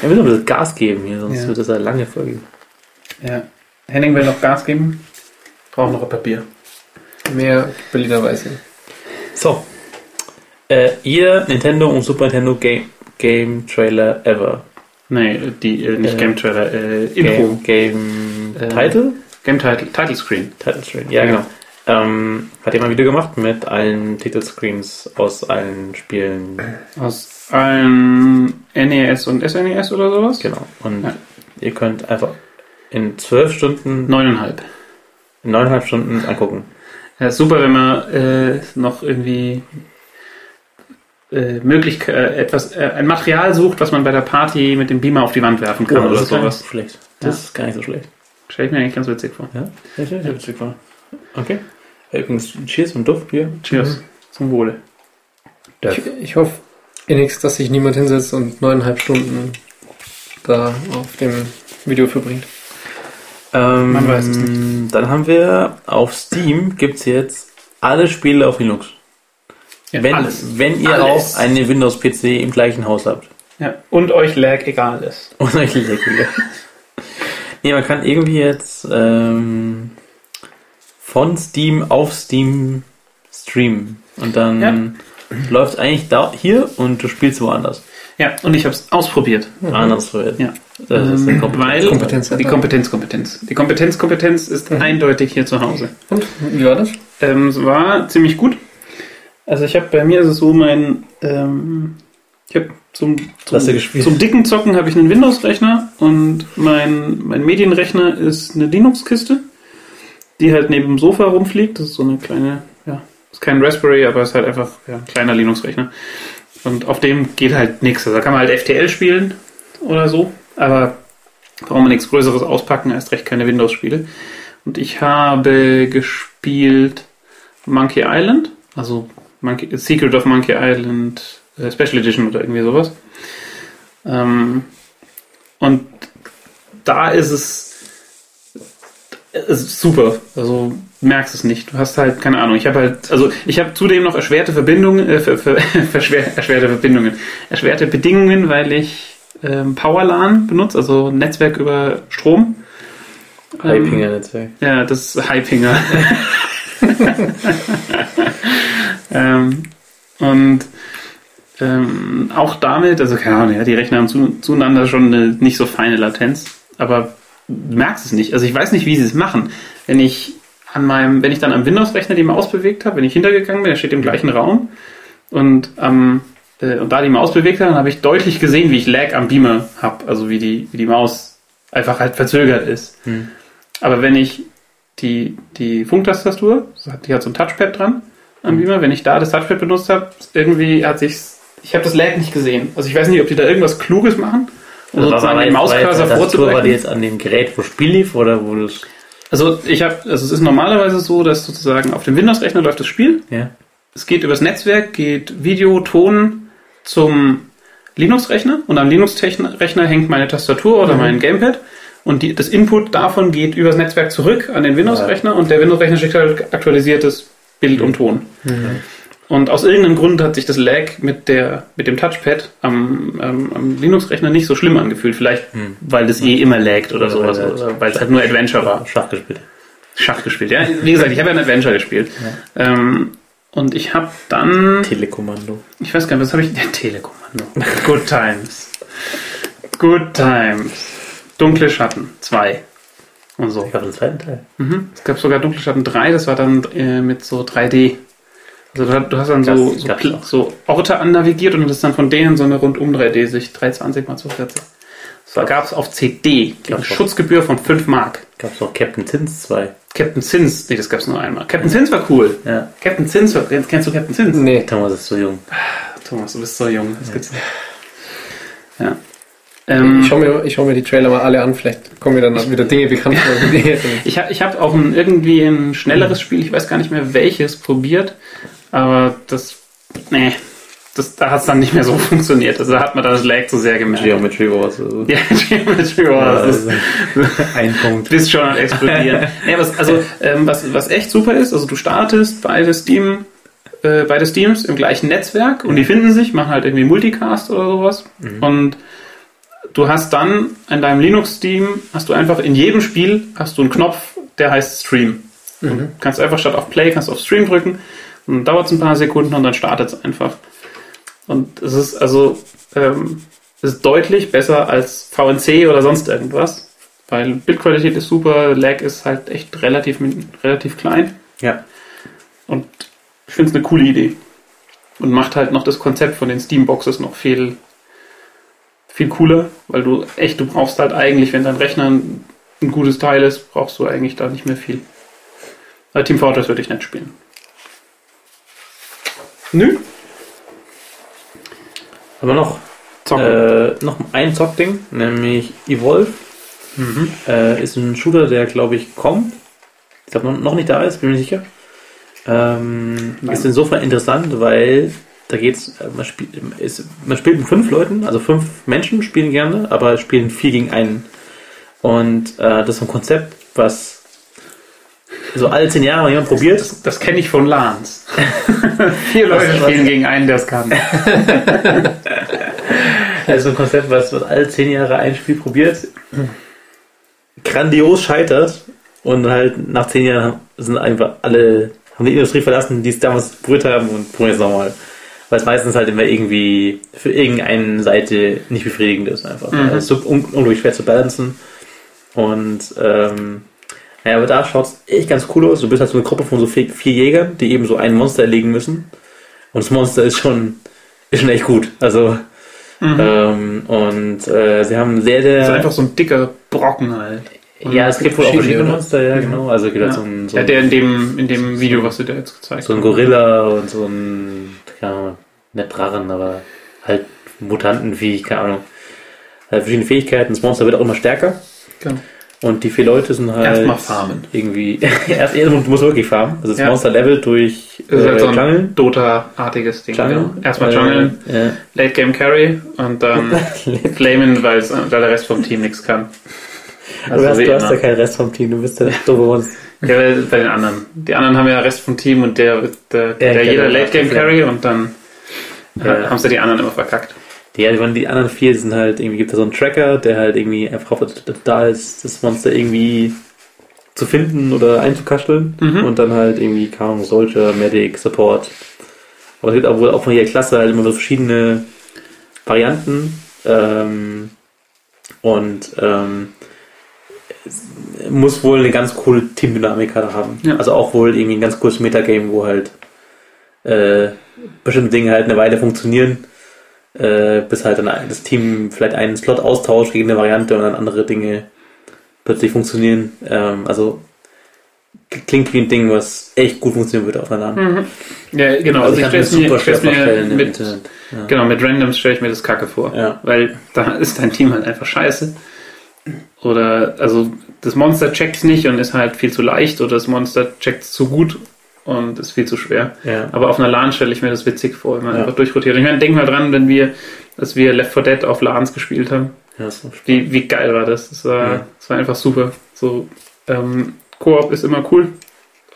B: Wir müssen ein bisschen Gas geben hier, sonst
A: Ja.
B: wird das eine lange Folge.
A: Ja. Henning will noch Gas geben. Braucht noch ein Papier.
C: Mehr Berliner Weiße.
B: So. Äh, jeder Nintendo und Super Nintendo Game, Game Trailer ever.
A: Nee, die, äh, nicht
B: Äh,
A: Game Trailer, äh, Intro.
B: Game, Game
A: Äh,
B: Title?
A: Game Title, Title Screen.
B: Title Screen, ja, genau. Ähm, hat jemand wieder gemacht mit allen Titelscreens aus allen Spielen.
A: Aus allen NES und SNES oder sowas?
B: Genau. Und
A: Ja.
B: ihr könnt einfach in zwölf Stunden,
A: Neuneinhalb.
B: in neuneinhalb Stunden angucken.
A: Ja, ist super, wenn man äh, noch irgendwie äh, möglich, äh, etwas, äh, ein Material sucht, was man bei der Party mit dem Beamer auf die Wand werfen kann
B: Oh,
A: oder
B: das ist gar
A: sowas.
B: nicht so schlecht. Das ist gar nicht so schlecht.
A: Stell ich mir eigentlich ganz witzig vor.
B: Das ist witzig, war. Okay. Äh, Übrigens, Cheers und Duft hier.
A: Cheers. Zum Wohle.
C: Ich, ich hoffe innigst, dass sich niemand hinsetzt und neuneinhalb Stunden da auf dem Video verbringt.
B: Ähm,
A: Man weiß es
B: Dann haben wir auf Steam gibt es jetzt alle Spiele auf Linux.
A: Ja,
B: Wenn,
A: alles.
B: wenn ihr
A: Alles.
B: auch einen Windows-PC im gleichen Haus habt.
A: Ja. Und euch Lag egal ist.
B: Und euch Leckige. nee, man kann irgendwie jetzt ähm, von Steam auf Steam streamen. Und dann läuft eigentlich da hier und du spielst woanders.
A: Ja, und ich habe es ausprobiert.
B: Anders wird.
A: Ja.
B: Das ist eine
A: Ähm,
B: Kompetenz.
A: weil
C: Kompetenz.
A: die Kompetenz, Kompetenz. Die Kompetenz, Kompetenz ist eindeutig hier zu Hause.
C: Und wie war das?
A: Ähm, es war ziemlich gut. Also ich habe bei mir ist es so mein, ähm, ich habe zum,
B: Hast du
A: zum,
B: gespielt?
A: zum dicken Zocken habe ich einen Windows-Rechner und mein, mein Medienrechner ist eine Linux-Kiste, die halt neben dem Sofa rumfliegt. Das ist so eine kleine, ja, ist kein Raspberry, aber ist halt einfach ja, ein kleiner Linux-Rechner. Und auf dem geht halt nichts. Also da kann man halt FTL spielen oder so, aber braucht man nichts Größeres auspacken, erst recht keine Windows-Spiele. Und ich habe gespielt Monkey Island, also Monkey, Secret of Monkey Island äh, Special Edition oder irgendwie sowas. Ähm, und da ist es, es ist super. Also du merkst es nicht. Du hast halt keine Ahnung. Ich habe halt, also ich habe zudem noch erschwerte Verbindungen, äh, ver, ver, verschwer, erschwerte Verbindungen, erschwerte Bedingungen, weil ich ähm, PowerLAN benutze, also Netzwerk über Strom. Ähm,
B: Hypinger-Netzwerk.
A: Ja, das ist Hypinger. ähm, und ähm, auch damit, also keine Ahnung, ja, die Rechner haben zu, zueinander schon eine nicht so feine Latenz, aber du merkst es nicht. Also ich weiß nicht, wie sie es machen. Wenn ich an meinem, wenn ich dann am Windows-Rechner die Maus bewegt habe, wenn ich hintergegangen bin, der steht im gleichen Raum und am äh, und da die Maus bewegt habe, dann habe ich deutlich gesehen, wie ich Lag am Beamer
B: Hm.
A: habe, also wie die, wie die Maus einfach halt verzögert ist. Aber wenn ich die, die Funktastatur, das hat- die hat so ein Touchpad dran
B: Hm.
A: am Beamer. Wenn ich da das Touchpad benutzt habe, irgendwie hat sich ich habe das Lag nicht gesehen. Also ich weiß nicht, ob die da irgendwas Kluges machen, um sozusagen den Mauscursor
B: War die
A: vorzubrechen.
B: jetzt an dem Gerät, wo das Spiel lief oder wo das.
A: Also ich habe, also es ist normalerweise so, dass sozusagen auf dem Windows-Rechner läuft das Spiel
B: Ja.
A: es geht übers Netzwerk, geht Video, Ton zum Linux-Rechner und am Linux-Rechner hängt meine Tastatur oder mein Gamepad und die, das Input davon geht übers Netzwerk zurück an den Windows-Rechner und der Windows-Rechner schickt halt aktualisiertes Bild und Ton. Und aus irgendeinem Grund hat sich das Lag mit, der, mit dem Touchpad am, am, am Linux-Rechner nicht so schlimm angefühlt. Vielleicht, weil das eh immer laggt oder sowas,
B: weil-
A: oder weil es halt nur Adventure war.
B: Schach gespielt.
A: Schach gespielt, ja. Wie gesagt, ich habe ja ein Adventure gespielt. Ähm, und ich habe dann
B: Telekommando.
A: ich weiß gar nicht, was habe ich? Der Telekommando. Good Times. Good Times. Dunkle Schatten 2. Und so.
B: Ich habe den zweiten Teil.
A: Mhm. Es gab sogar Dunkle Schatten 3, das war dann äh, mit so 3D. Also du, du hast dann so,
B: Das
A: so,
B: gab's
A: Pl-
B: auch.
A: so Orte annavigiert und das ist dann von denen so eine rundum 3D-Sicht. 320 mal 240. Das gab es auf CD. Gegen
B: Gab's auch.
A: Schutzgebühr von 5 Mark.
B: Gab es noch Captain Zins 2.
A: Captain Sins. Nee, das gab es nur einmal. Captain Sins war cool.
B: Ja.
A: Captain Sins, war- kennst du Captain Sins?
C: Nee.
B: Thomas ist so jung.
A: Thomas, du bist so jung. Das gibt's nicht. Ja. Ähm,
C: Ich schaue mir, ich schau mir die Trailer mal alle an, vielleicht kommen mir dann wieder Dinge bekannt vor. die ich hätte.
A: ich habe ich hab auch ein, irgendwie ein schnelleres Spiel, ich weiß gar nicht mehr welches, probiert, aber das, nee, das, da hat es dann nicht mehr so funktioniert. Also da hat man dann das Lag zu sehr gemerkt.
B: Geometry Wars. Also.
A: Ja, Geometry Wars. das
B: Äh,
A: ist-
B: ein Punkt.
A: bist schon am explodieren. nee, was, also, ähm, was, was echt super ist, also du startest beide Steam, äh, beide Steams im gleichen Netzwerk und die finden sich, machen halt irgendwie Multicast oder sowas. Und du hast dann an deinem Linux-Steam hast du einfach in jedem Spiel hast du einen Knopf, der heißt Stream. Du kannst einfach statt auf Play, kannst auf Stream drücken und dann dauert es ein paar Sekunden und dann startet es einfach. Und es ist also ähm, es ist deutlich besser als VNC oder sonst irgendwas. Weil Bildqualität ist super, Lag ist halt echt relativ, min- relativ klein.
B: Ja.
A: Und ich finde es eine coole Idee. Und macht halt noch das Konzept von den Steamboxes noch viel, viel cooler, weil du echt, du brauchst halt eigentlich, wenn dein Rechner ein, ein gutes Teil ist, brauchst du eigentlich da nicht mehr viel. Aber Team Fortress würde ich nicht spielen. Nö,
B: Aber noch,
A: zocken.
B: äh, noch ein Zockding, nämlich Evolve.
A: Mhm.
B: Äh, ist ein Shooter, der glaube ich kommt. Ich glaube noch, noch nicht da ist, bin mir nicht sicher. Ähm,
A: Nein.
B: ist insofern interessant, weil da geht's, äh, man spielt, ist, man spielt mit fünf Leuten, also fünf Menschen spielen gerne, aber spielen vier gegen einen. Und äh, das ist ein Konzept, was so alle zehn Jahre mal jemand probiert.
A: das kenne ich von Lance. Vier Leute
B: Was- was-
A: spielen gegen einen, der es kann.
B: Das ist ein Konzept, was, was alle zehn Jahre ein Spiel probiert, grandios scheitert und halt nach zehn Jahren sind einfach alle, haben die Industrie verlassen, die es damals probiert haben und probieren es nochmal. Weil es meistens halt immer irgendwie für irgendeine Seite nicht befriedigend ist einfach.
A: Mhm.
B: Also Es ist so un unglaublich schwer zu balancen. Und ähm, naja, aber da schaut es echt ganz cool aus. Du bist halt so eine Gruppe von so vier, vier Jägern, die eben so ein Monster erlegen müssen. Und das Monster ist schon, ist schon echt gut. Also ähm, und äh, sie haben sehr, sehr.
A: Das ist einfach Mhm. so ein dicker Brocken halt.
B: ja, es gibt wohl auch verschiedene
C: verschiedene, oder?
B: Monster, ja, genau. Also es gibt
A: ne? Ja.
B: halt so ein, so,
A: ja,
B: ein,
A: der in dem, in dem Video, was du dir jetzt gezeigt
B: so ein Gorilla und so ein, keine Ahnung, nicht Drachen, aber halt Mutanten wie, keine Ahnung. Halt verschiedene Fähigkeiten. Das Monster wird auch immer stärker.
A: Genau.
B: Und die vier Leute sind halt.
A: Erstmal farmen.
B: Irgendwie. erst, erst, du musst wirklich farmen. Also das
A: Ja.
B: Monster levelt durch
A: Das ist halt so ein
B: Jungeln.
A: Dota-artiges Ding.
B: Jungeln.
A: ja. Erstmal Ähm, Jungle,
B: Äh, ja.
A: Late Game Carry und dann Flamen, weil es- weil der Rest vom Team nichts kann. Also
B: du hast,
A: wie
B: du hast
A: immer.
B: ja keinen Rest vom Team, du bist der dumme Monster.
A: Ja, weil bei den anderen. Die anderen haben ja Rest vom Team und der, der, der,
B: Ja, ich
A: jeder
B: glaub,
A: Late Game
B: Flamen.
A: Carry und dann
B: Ja.
A: haben sie die anderen immer verkackt.
B: Ja, die, waren- die anderen vier sind halt irgendwie, gibt da so einen Tracker, der halt irgendwie einfach hofft, da ist das Monster irgendwie zu finden oder einzukasteln.
A: Mhm.
B: Und dann halt irgendwie, keine Ahnung, Soldier, Medic, Support. Aber es gibt auch wohl auch von jeder Klasse halt immer so verschiedene Varianten. Ähm, und ähm, es muss wohl eine ganz coole Teamdynamik halt haben.
A: Ja.
B: Also auch wohl irgendwie ein ganz cooles Metagame, wo halt äh, bestimmte Dinge halt eine Weile funktionieren äh, bis halt dann ein- das Team vielleicht einen Slot austauscht gegen eine Variante und dann andere Dinge plötzlich funktionieren. Ähm, also klingt wie ein Ding, was echt gut funktionieren würde auf einer LAN.
A: Ja, genau. Also ich
B: Also ich kann mir
A: stell's mir,
B: super schwer
A: stell's mir
B: vorstellen äh, im
A: mit,
B: Internet. Ja.
A: genau, mit Randoms stelle ich mir das Kacke vor.
B: Ja.
A: Weil da ist dein Team halt einfach scheiße. Oder, also, das Monster checkt's nicht und ist halt viel zu leicht oder das Monster checkt's zu gut und ist viel zu schwer.
B: Ja.
A: Aber auf einer LAN stelle ich mir das witzig vor, wenn man
B: Ja.
A: einfach durchrotiert. Ich meine, denk mal dran, wenn wir, als wir Left 4 Dead auf LANs gespielt haben.
B: Ja, ist auch spannend.
A: Wie, wie geil war das? Das war,
B: Ja.
A: das war einfach super. So, ähm, Koop ist immer cool.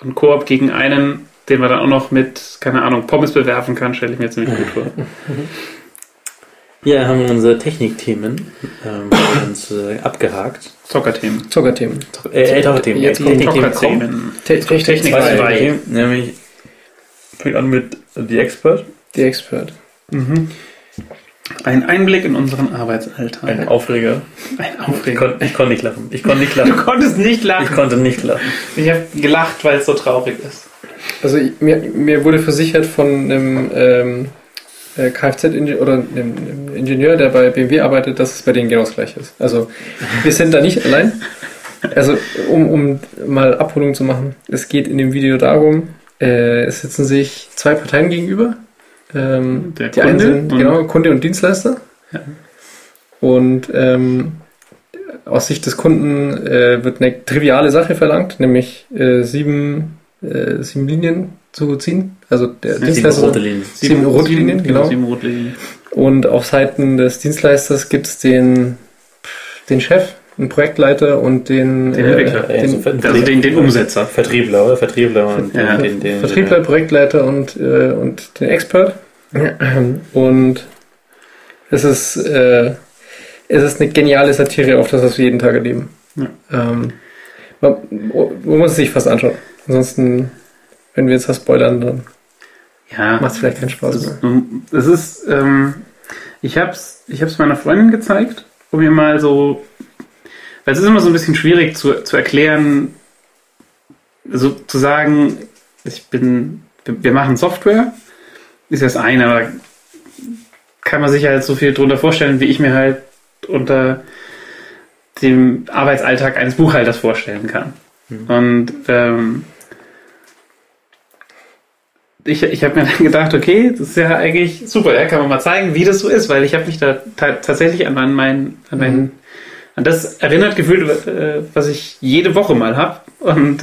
A: Und Koop gegen einen, den man dann auch noch mit, keine Ahnung, Pommes bewerfen kann, stelle ich mir ziemlich gut vor.
B: Hier haben wir unsere Technikthemen ähm, uns, äh, abgehakt.
A: Zockerthemen.
C: Zuckerthemen.
B: Äh, ältere Themen.
C: Jetzt kommt
B: Technikthemen kommen.
A: Zockerthemen.
C: Te Technik,
A: Technik
B: Zwei
A: Zwei.
B: Themen, Nämlich fängt an mit The Expert,
C: Die Expert.
A: Mhm. Ein Einblick in unseren Arbeitsalltag.
B: ein Aufreger.
A: Ein
B: Ich
A: Aufreger.
B: konnte ich konnt nicht lachen. Ich konnte nicht
A: Du
B: lachen.
A: konntest nicht
B: Ich
A: lachen.
B: konnte nicht lachen.
A: Ich habe gelacht, weil es so traurig ist.
C: Also ich- mir, mir wurde versichert von einem ähm, Kfz-Ingenieur oder einem, einem Ingenieur, der bei BMW arbeitet, dass es bei denen genau das gleiche ist. Also wir sind da nicht allein. Also um, um mal Abholung zu machen, es geht in dem Video darum, äh, es sitzen sich zwei Parteien gegenüber. Ähm,
A: Der
C: die einen
A: Kunde
C: sind
A: und-
C: genau, Kunde und Dienstleister.
A: Ja.
C: Und ähm, aus Sicht des Kunden äh, wird eine triviale Sache verlangt, nämlich äh, sieben, äh, sieben Linien zu ziehen. Also der
B: Die rote
C: Dienstleister.
B: Linie.
C: Sieben Rotlinien, genau.
A: Sieben Rotlinien.
C: Und auf Seiten des Dienstleisters gibt es den, den Chef, den Projektleiter und den,
A: Den Entwickler.
C: äh, den
A: also den- den Umsetzer.
B: Vertriebler, oder? Vertriebler und
A: Ja.
B: den, den, den
C: Vertriebler, Projektleiter und, äh, und den Expert. Und es ist, äh, es ist eine geniale Satire auf das, was wir jeden Tag erleben.
A: Ja.
C: Ähm, man, man muss es sich fast anschauen. Ansonsten, wenn wir jetzt was spoilern, dann
A: Ja.
C: macht es vielleicht keinen Spaß mehr.
A: Es ist, ähm, ich hab's, ich hab's meiner Freundin gezeigt, um ihr mal so, weil es ist immer so ein bisschen schwierig zu, zu erklären, so zu sagen, ich bin, wir machen Software, ist ja das eine, aber kann man sich halt so viel drunter vorstellen, wie ich mir halt unter dem Arbeitsalltag eines Buchhalters vorstellen kann.
C: Mhm.
A: Und ähm, ich, ich habe mir dann gedacht, okay, das ist ja eigentlich super, ja, kann man mal zeigen, wie das so ist, weil ich habe mich da ta tatsächlich an meinen, meinen- an meinen,
C: Mhm.
A: an das erinnert gefühlt, äh, was ich jede Woche mal habe. Und,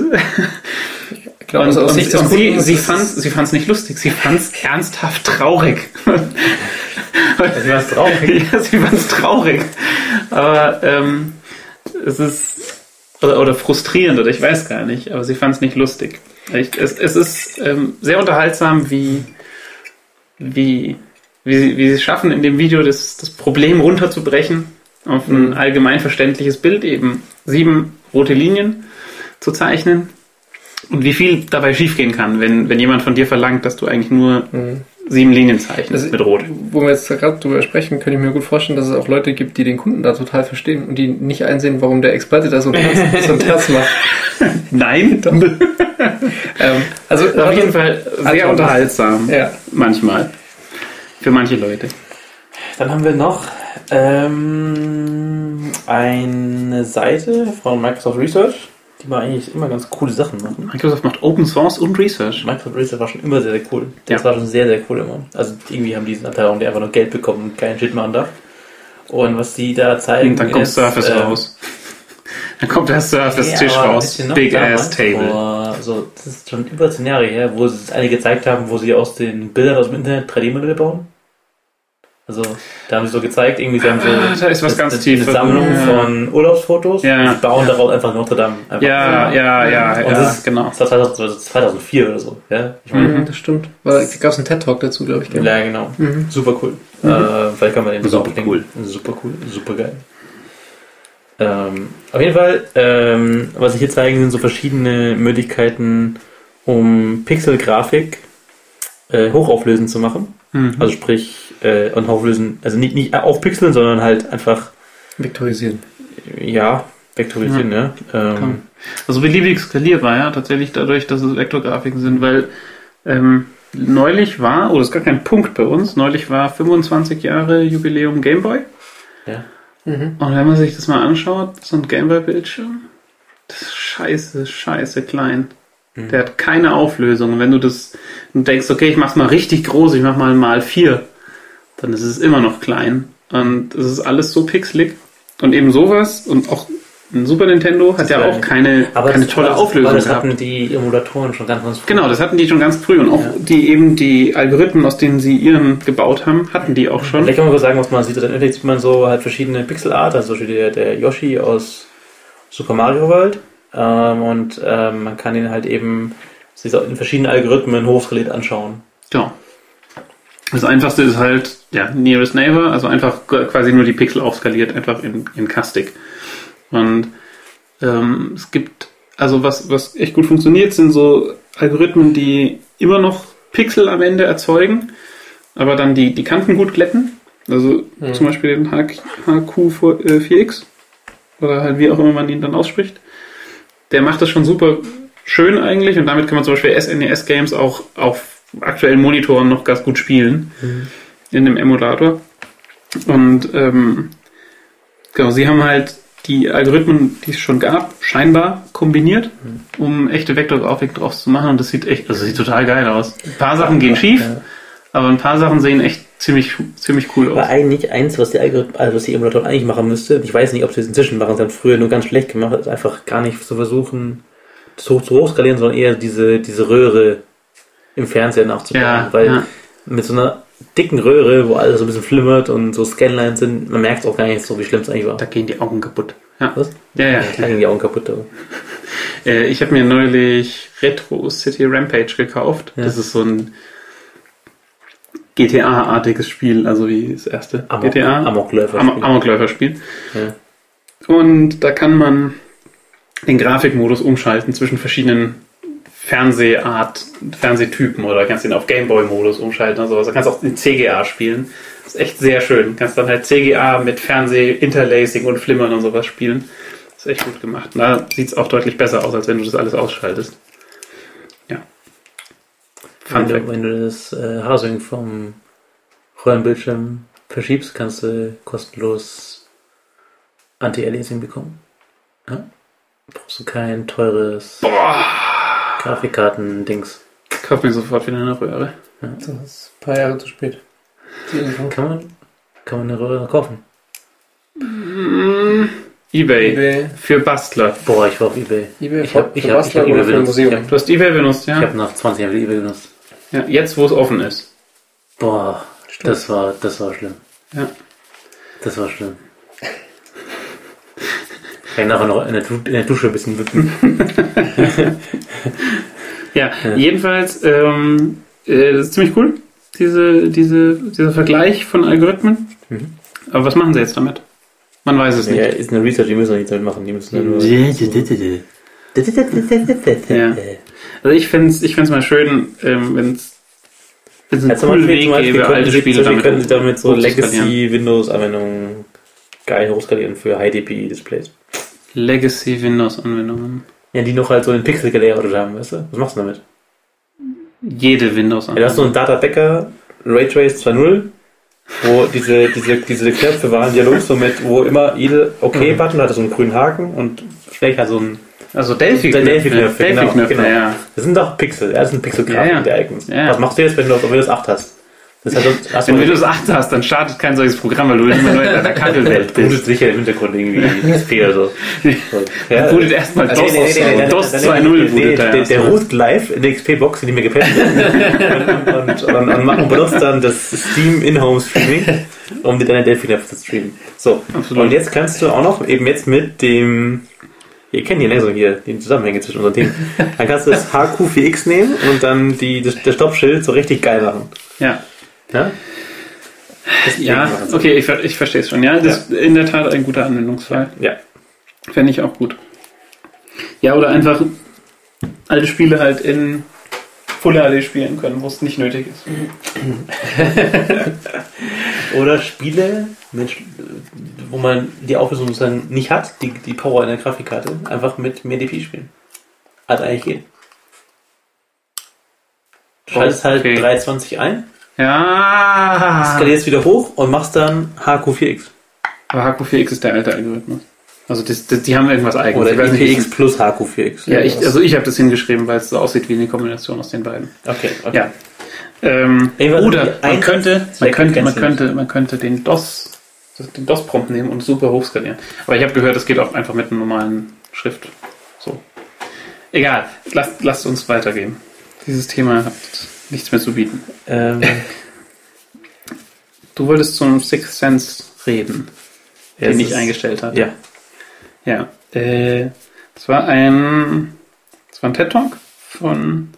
C: Ich glaube,
A: und,
C: also
A: und,
C: aus Sicht des
A: und sie,
C: Kunden
A: sie
C: ist es-
A: fand es sie fand's nicht lustig, sie fand es ernsthaft traurig.
B: Also, was drauf?
A: ja, sie fand es traurig. Aber ähm, es ist. Oder, oder frustrierend, oder ich weiß gar nicht, aber sie fand es nicht lustig. Ich, es, es ist ähm, sehr unterhaltsam, wie, wie, wie, sie, wie sie es schaffen, in dem Video das, das Problem runterzubrechen auf ein allgemein verständliches Bild, eben sieben rote Linien zu zeichnen. Und wie viel dabei schiefgehen kann, wenn, wenn jemand von dir verlangt, dass du eigentlich nur sieben Linien zeichnest
C: Also-
A: mit Rot.
C: wo wir jetzt gerade drüber sprechen, könnte ich mir gut vorstellen, dass es auch Leute gibt, die den Kunden da total verstehen und die nicht einsehen, warum der Experte da so ein Herz, so ein Herz macht.
A: Nein,
C: Ähm, also
A: Ist auf jeden Fall sehr
C: also-
A: unterhaltsam.
C: Ja,
A: Manchmal. Für manche Leute.
B: Dann haben wir noch ähm, eine Seite von Microsoft Research, die mal eigentlich immer ganz coole Sachen machen.
A: Microsoft macht Open Source und Research.
B: Microsoft Research war schon immer sehr, sehr cool. Das
A: Ja.
B: war schon sehr, sehr cool immer. Also irgendwie haben die diesen Abteilung, die einfach nur Geld bekommen und keinen Shit machen darf. Und was die da zeigen.
A: Und dann kommt
B: ist,
A: Surface
B: ähm,
A: raus. Dann kommt der
B: Ja,
A: Surface-Tisch
B: aber ein
A: raus.
B: bisschen noch
A: Big
B: damals,
A: Ass Table.
B: vor- so, das ist schon über zehn Jahre her, wo sie alle gezeigt haben, wo sie aus den Bildern aus dem Internet 3D-Modelle bauen. Also, da haben sie so gezeigt, irgendwie, sie haben so
A: Ah, da ist was ganz
B: eine,
A: Tiefes.
B: eine Sammlung
A: Ja.
B: von Urlaubsfotos
A: Ja.
B: und bauen daraus einfach Notre Dame. Einfach.
A: Ja, ja, ja,
B: Und
A: ja,
B: das ist-
A: genau.
B: Das war 2000 2004 oder so, ja? Ich
D: Mhm.
B: meine,
C: das stimmt. War, gab es einen TED-Talk dazu, glaube ich. gell? Mhm.
B: ja, genau. Super cool. Äh, vielleicht kann man den
A: Mhm. Super
B: drauflegen.
A: cool.
B: Super cool, super geil. Ähm, auf jeden Fall, ähm, was ich hier zeigen, sind so verschiedene Möglichkeiten, um Pixel-Grafik äh, hochauflösend zu machen.
A: Mhm.
B: Also sprich, äh, und hochauflösen, also nicht, nicht aufpixeln, sondern halt einfach,
C: Vektorisieren.
B: ja, vektorisieren, ja. Ähm,
A: Also beliebig skalierbar, ja, tatsächlich dadurch, dass es Vektorgrafiken sind, weil ähm, neulich war, oh, das ist gar kein Punkt bei uns, neulich war 25 Jahre Jubiläum Gameboy.
B: Ja.
C: Mhm.
A: Und wenn man sich das mal anschaut, so ein Gameboy-Bildschirm, das ist scheiße, scheiße klein.
D: Mhm.
A: Der hat keine Auflösung. Und wenn du das und denkst, okay, ich mach's mal richtig groß, ich mach mal mal vier, dann ist es immer noch klein. Und es ist alles so pixelig. Und eben sowas und auch ein Super Nintendo hat
D: Das
A: ja
D: war
A: auch
D: nicht-
A: keine,
D: Aber
A: keine
D: das-
A: tolle
D: aber das-
A: Auflösung
D: aber Das
A: gehabt.
D: hatten die Emulatoren schon ganz, ganz früh.
A: Genau, das hatten die schon ganz früh. Und auch
D: Ja.
A: die eben die Algorithmen, aus denen sie ihren gebaut haben, hatten die auch schon.
D: Vielleicht kann man kurz sagen, was man sieht. Dann Endeffekt sieht man so halt verschiedene Pixelart, also zum Beispiel der, der Yoshi aus Super Mario World. Ähm, und ähm, man kann ihn halt eben sich so in verschiedenen Algorithmen hochskaliert anschauen.
A: Ja. Das einfachste ist halt, ja, Nearest Neighbor, also einfach qu- quasi nur die Pixel aufskaliert, einfach in, in Kastik. Und ähm, es gibt, also was, was echt gut funktioniert, sind so Algorithmen, die immer noch Pixel am Ende erzeugen, aber dann die, die Kanten gut glätten. Also
C: Mhm.
A: zum Beispiel den HQ, HQ4X oder halt wie auch immer man ihn dann ausspricht. Der macht das schon super schön eigentlich und damit kann man zum Beispiel SNES-Games auch auf aktuellen Monitoren noch ganz gut spielen. In dem Emulator. Und ähm, genau, sie haben halt die Algorithmen, die es schon gab, scheinbar kombiniert, um echte Vektorgrafik draus zu machen. Und das sieht echt, also sieht total geil aus. Ein paar Sachen gehen schief,
D: Ja.
A: aber ein paar Sachen sehen echt ziemlich, ziemlich cool
D: Aber
A: aus.
D: eigentlich eins, was die Algorithmen, also was die Emulatoren eigentlich machen müsste, ich weiß nicht, ob sie es inzwischen machen, sie haben es früher nur ganz schlecht gemacht, ist einfach gar nicht zu versuchen, das hoch zu hochskalieren, sondern eher diese, diese Röhre im Fernseher nachzubauen.
A: Ja,
D: weil
A: ja.
D: mit so einer dicken Röhre, wo alles so ein bisschen flimmert und so Scanlines sind, man merkt auch gar nicht so, wie schlimm es eigentlich war.
A: Da gehen die Augen kaputt. Ja,
D: Was?
A: ja, ja.
D: Ja, klar gingen die Augen kaputt. Aber.
A: Äh, ich habe mir neulich Retro City Rampage gekauft.
D: Ja.
A: Das ist so ein GTA-artiges Spiel, also wie das erste
D: Amok,
A: GTA.
D: Amokläufer.
A: Am Amokläufer-Spiel.
D: Ja.
A: Und da kann man den Grafikmodus umschalten zwischen verschiedenen Fernsehart, Fernsehtypen oder kannst ihn auf Gameboy-Modus umschalten oder sowas. Da kannst du auch den CGA spielen. Das ist echt sehr schön. Kannst dann halt CGA mit Fernseh-Interlacing und Flimmern und sowas spielen. Das ist echt gut gemacht. Da sieht es auch deutlich besser aus, als wenn du das alles ausschaltest. Ja. Fun
D: Wenn du,
A: Fact.
D: wenn du das äh, Haarsync vom Rollenbildschirm verschiebst, kannst du kostenlos Anti-Aliasing bekommen. Ja? Brauchst du kein teures Grafikkarten-Dings.
A: Kauf mir sofort wieder eine Röhre.
C: Das ist ein paar Jahre zu spät. Die Info.
D: Kann man, kann man eine Röhre kaufen?
A: Ebay.
C: eBay,
A: Für Bastler.
D: Boah, ich war auf Ebay.
C: eBay
D: Ich
C: für-
D: hab- ich
C: für
D: hab-
C: Bastler
D: ich hab
C: oder
D: eBay
C: für ein
D: benutzt.
C: Museum.
D: Ich hab-
A: Du hast Ebay benutzt,
D: Ich
A: ja?
D: habe nach 20 Jahren Ebay benutzt.
A: ja jetzt, wo es offen ist.
D: Boah,
C: Stimmt.
D: das war, das war schlimm.
A: Ja.
D: Das war schlimm. Ich kann nachher noch in der, Du- in der Dusche ein bisschen wippen.
A: Ja, jedenfalls, ähm, äh, das ist ziemlich cool, diese, diese, dieser Vergleich von Algorithmen.
D: Mhm.
A: Aber was machen sie jetzt damit? Man weiß es
D: Ja,
A: nicht.
D: ist eine Research, die müssen wir nichts damit machen. Die müssen dann nur.
A: Ja. Also ich find's ich find's mal schön, ähm, wenn's wenn's einen
D: Ja, zum
A: coolen
D: Beispiel,
A: Weg
D: zum Beispiel
A: gäbe,
D: könnten
A: alte
D: sie,
A: Spiele
D: zum Beispiel könnten sie
A: damit
D: damit so
A: hochzuskalieren.
D: Legacy-Windows-Anwendungen geil hochskalieren für High-DPI-Displays.
A: Legacy Windows-Anwendungen.
D: Ja, die noch halt so einen pixel gelayoutet haben, weißt du? Was machst du damit?
A: Jede
D: Ja, du hast so
A: Windows-Anwendung.
D: einen Data Becker Raytrace 2.0, wo diese, diese, diese Knöpfe waren Dialog so mit, wo immer jede OK-Button hatte so einen grünen Haken und vielleicht hat so ein.
A: Also Delphi.
D: Der Delphi-Knöpfe, genau,
A: Delphi-Knöpfe,
D: genau.
A: ja.
D: Das sind doch Pixel, ja, das sind Pixelgrafiken
A: Ja, ja.
D: der Icons.
A: Ja, ja.
D: Was machst du jetzt, wenn du auf Windows 8 hast? Das ist halt so, hast
A: Wenn du Windows 8 hast, dann startet kein solches Programm, weil du immer nur in deiner Kackelwelt bist.
D: bootet sicher im Hintergrund irgendwie XP oder so. Äh,
A: Ja, bootet erstmal
D: also,
A: DOS, DOS 2.0 bootet da
D: Der, der
A: erstmal.
D: ruht live in der XP-Box, die mir gefällt. und, und, und, und, und benutzt dann das Steam In-Home-Streaming, um dir deine Delphi-Knöpfe zu streamen. So,
A: Absolut.
D: und jetzt kannst du auch noch, eben jetzt mit dem, ihr kennt hier, ne, so hier, die Zusammenhänge zwischen unseren Themen, dann kannst du das HQ4X nehmen und dann die, das, das Stoppschild so richtig geil machen.
A: Ja.
D: Ja? Das
A: Ja,
D: machen sie.
A: okay, ich, ver- ich verstehe es schon. Ja, das ist in der Tat ein guter Anwendungsfall.
D: Ja.
A: Fände ich auch gut. Ja, oder einfach alte Spiele halt in Full HD spielen können, wo es nicht nötig ist.
D: Oder Spiele, mit, wo man die Auflösung sozusagen nicht hat, die, die Power in der Grafikkarte, einfach mit mehr DP spielen. Hat eigentlich geht. Du schaltest halt
A: Okay.
D: 320 ein,
A: Ja. Ah.
D: skalierst wieder hoch und machst dann HQ4X.
A: Aber HQ4X ist der alte Algorithmus. Also das, das, die haben irgendwas eigenes.
B: Oder
A: ich
D: E
A: weiß nicht,
B: IPX plus HQ4X.
A: E ja, ich, also ich habe das hingeschrieben, weil es so aussieht wie eine Kombination aus den beiden.
B: okay, okay.
A: Ja. Ähm,
B: Jedenfalls die
A: oder man
B: Einsatz-
A: könnte, man
B: Zwecke
A: könnte, man
B: grenzen
A: könnte, man könnte den DOS, das- den DOS-Prompt nehmen und super hochskalieren. Aber ich habe gehört, das geht auch einfach mit einer normalen Schrift. So. Egal, lasst, lasst uns weitergehen. Dieses Thema hat nichts mehr zu bieten.
B: Ähm,
A: Du wolltest zum Sixth Sense reden,
B: ja, es
A: den ich
B: ist-
A: eingestellt hatte.
B: Ja.
A: Ja, äh, das war ein, das war ein TED Talk von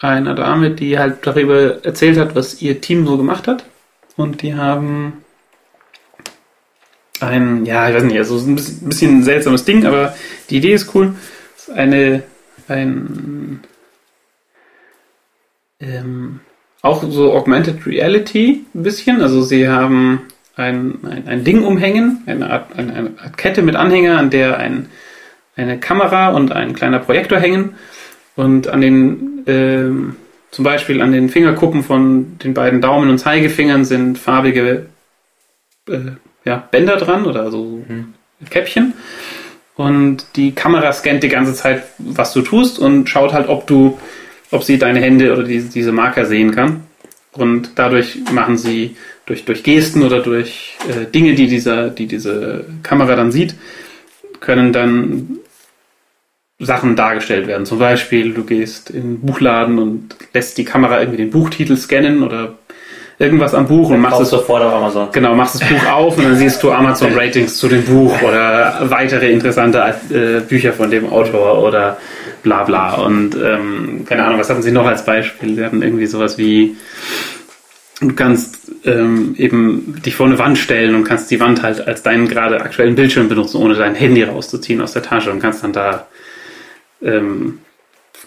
A: einer Dame, die halt darüber erzählt hat, was ihr Team so gemacht hat. Und die haben ein, ja, ich weiß nicht, also es ist ein bisschen, bisschen ein seltsames Ding, aber die Idee ist cool. Es ist eine, ein, ähm, auch so Augmented Reality ein bisschen. Also sie haben ein, ein, ein Ding umhängen, eine Art, eine, eine Art Kette mit Anhänger, an der ein, eine Kamera und ein kleiner Projektor hängen und an den ähm, zum Beispiel an den Fingerkuppen von den beiden Daumen und Zeigefingern sind farbige äh, ja, Bänder dran oder so
B: Mhm.
A: Käppchen und die Kamera scannt die ganze Zeit, was du tust und schaut halt, ob du, ob sie deine Hände oder diese, diese Marker sehen kann und dadurch machen sie durch, durch Gesten oder durch äh, Dinge, die, dieser, die diese Kamera dann sieht, können dann Sachen dargestellt werden. Zum Beispiel, du gehst in einen Buchladen und lässt die Kamera irgendwie den Buchtitel scannen oder irgendwas am Buch und machst
B: Kaufst
A: es,
B: sofort auf Amazon.
A: genau, machst das Buch auf und dann siehst du Amazon-Ratings zu dem Buch oder weitere interessante äh, Bücher von dem Autor oder bla bla. Und ähm, keine Ahnung, was hatten sie noch als Beispiel? Sie hatten irgendwie sowas wie du kannst ähm, eben dich vor eine Wand stellen und kannst die Wand halt als deinen gerade aktuellen Bildschirm benutzen, ohne dein Handy rauszuziehen aus der Tasche und kannst dann da, ähm,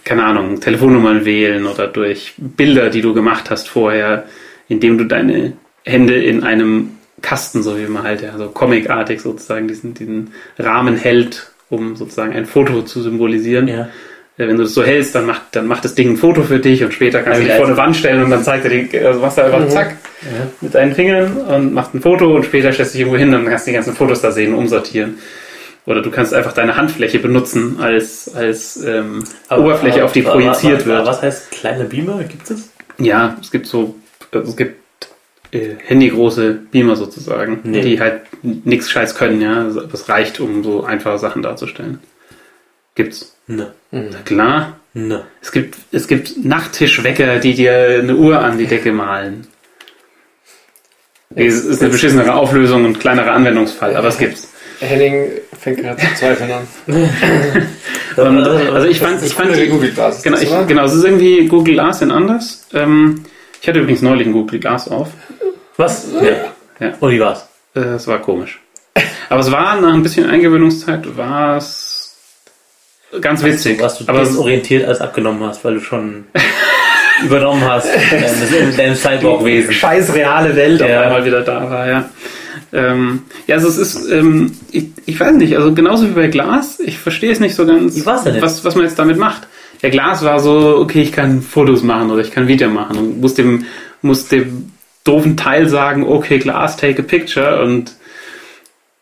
A: keine Ahnung, Telefonnummern wählen oder durch Bilder, die du gemacht hast vorher, indem du deine Hände in einem Kasten, so wie man halt, ja, so comicartig sozusagen diesen, diesen Rahmen hält, um sozusagen ein Foto zu symbolisieren.
B: Ja.
A: Ja, Wenn du das so hältst, dann macht, dann macht das Ding ein Foto für dich und später kannst du
B: Ja,
A: dich
B: wie Mhm.
A: vor eine Wand stellen und dann zeigt er dir, also machst du einfach zack mit deinen Fingern und macht ein Foto und später stellst du dich irgendwo hin und dann kannst du die ganzen Fotos da sehen, und umsortieren. Oder du kannst einfach deine Handfläche benutzen als, als ähm,
B: Aber-
A: Oberfläche,
B: aber-
A: auf die
B: aber-
A: projiziert
B: aber-
A: wird.
B: aber Was heißt kleine Beamer? Gibt es?
A: Ja, es gibt so, also es gibt äh, handygroße Beamer sozusagen,
B: Nee.
A: die halt nichts Scheiß können, ja. Also Das reicht, um so einfache Sachen darzustellen. Gibt's.
B: Ne.
C: Mhm.
A: Na klar.
B: Ne.
A: Es gibt, es gibt Nachttischwecker, die dir eine Uhr an die Decke malen. Es ist eine beschissenere Auflösung und kleinerer Anwendungsfall, aber es gibt's.
C: Henning fängt gerade zu zweifeln an.
A: Und, also ich fand,
C: Das
A: ich
C: ist
A: fand
C: coole
A: die,
C: Google Glass.
A: genau, ich, genau, es ist irgendwie Google Glass in anders. Ähm, ich hatte übrigens neulich ein Google Glass auf.
B: Was? Ja.
A: Ja.
B: Und wie war's?
A: Äh, Es war komisch. Aber es war nach ein bisschen Eingewöhnungszeit war es ganz witzig.
B: Was du
A: aber
B: desorientiert alles abgenommen hast, weil du schon übernommen hast. ähm, Das mit deinem Cyborg-Wesen.
A: scheiß reale Welt
B: Ja.
A: auf einmal wieder da war, ja. Ähm, ja, also es ist, ähm, ich, ich weiß nicht, also genauso wie bei Glas, ich verstehe es nicht so ganz,
B: Wie war's denn jetzt?
A: was, was man jetzt damit macht. Der Glas war so, okay, ich kann Fotos machen oder ich kann Video machen und muss dem, muss dem doofen Teil sagen, okay, Glas, take a picture und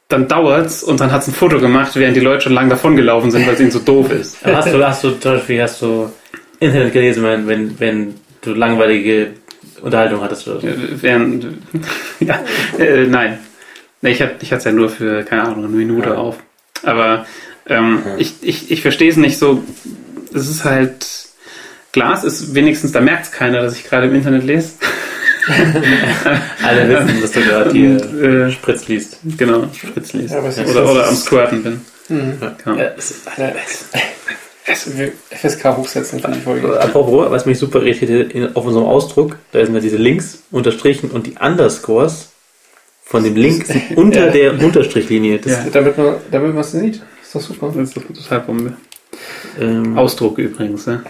A: dann dauert's und dann hat's ein Foto gemacht, während die Leute schon lang davongelaufen sind, weil es ihnen so doof ist.
B: Aber Hast du, hast du zum Beispiel hast du Internet gelesen, wenn, wenn, wenn du langweilige Unterhaltung hattest oder so?
A: Äh, Während, ja, äh, nein. Nee, Ich hatte ich es ja nur für, keine Ahnung, eine Minute
B: Ja.
A: auf. Aber ähm, ich, ich, ich verstehe es nicht so. Es ist halt. Glas ist wenigstens, da merkt es keiner, dass ich gerade im Internet lese.
B: Alle wissen, dass du gerade
A: Und,
B: die
A: äh,
B: Spritz liest.
A: genau, Spritz lese.
C: Ja, aber es ist-
A: oder,
C: das
A: oder am
C: ist-
A: Squirten bin. Genau.
C: Mhm. Ja. Also wir FSK hochsetzen für die Folge.
B: Apropos, was mich super irritiert in, auf unserem Ausdruck, da sind ja diese Links unterstrichen und die Underscores von dem Link sind unter
C: Ja.
B: der Unterstrichlinie. Das,
A: Ja.
C: Damit man damit man es sieht. Ist doch super.
A: Das ist total Bombe.
B: ähm,
A: Ausdruck übrigens, ne?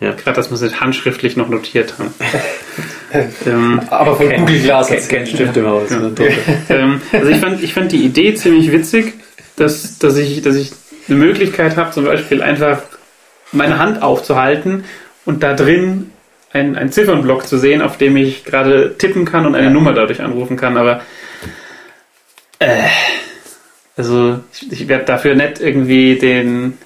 B: Ja.
A: Gerade, dass wir es jetzt handschriftlich noch notiert haben. ähm,
C: Aber von Google Glass.
B: kein, kein Stift im Haus.
A: Ja.
B: ne? Doch.
A: ähm, also ich fand, ich fand die Idee ziemlich witzig, dass, dass, ich, dass ich eine Möglichkeit habe, zum Beispiel einfach meine Hand aufzuhalten und da drin einen, einen Ziffernblock zu sehen, auf dem ich gerade tippen kann und eine Nummer dadurch anrufen kann. Aber äh, Also ich, ich werde dafür nicht irgendwie den,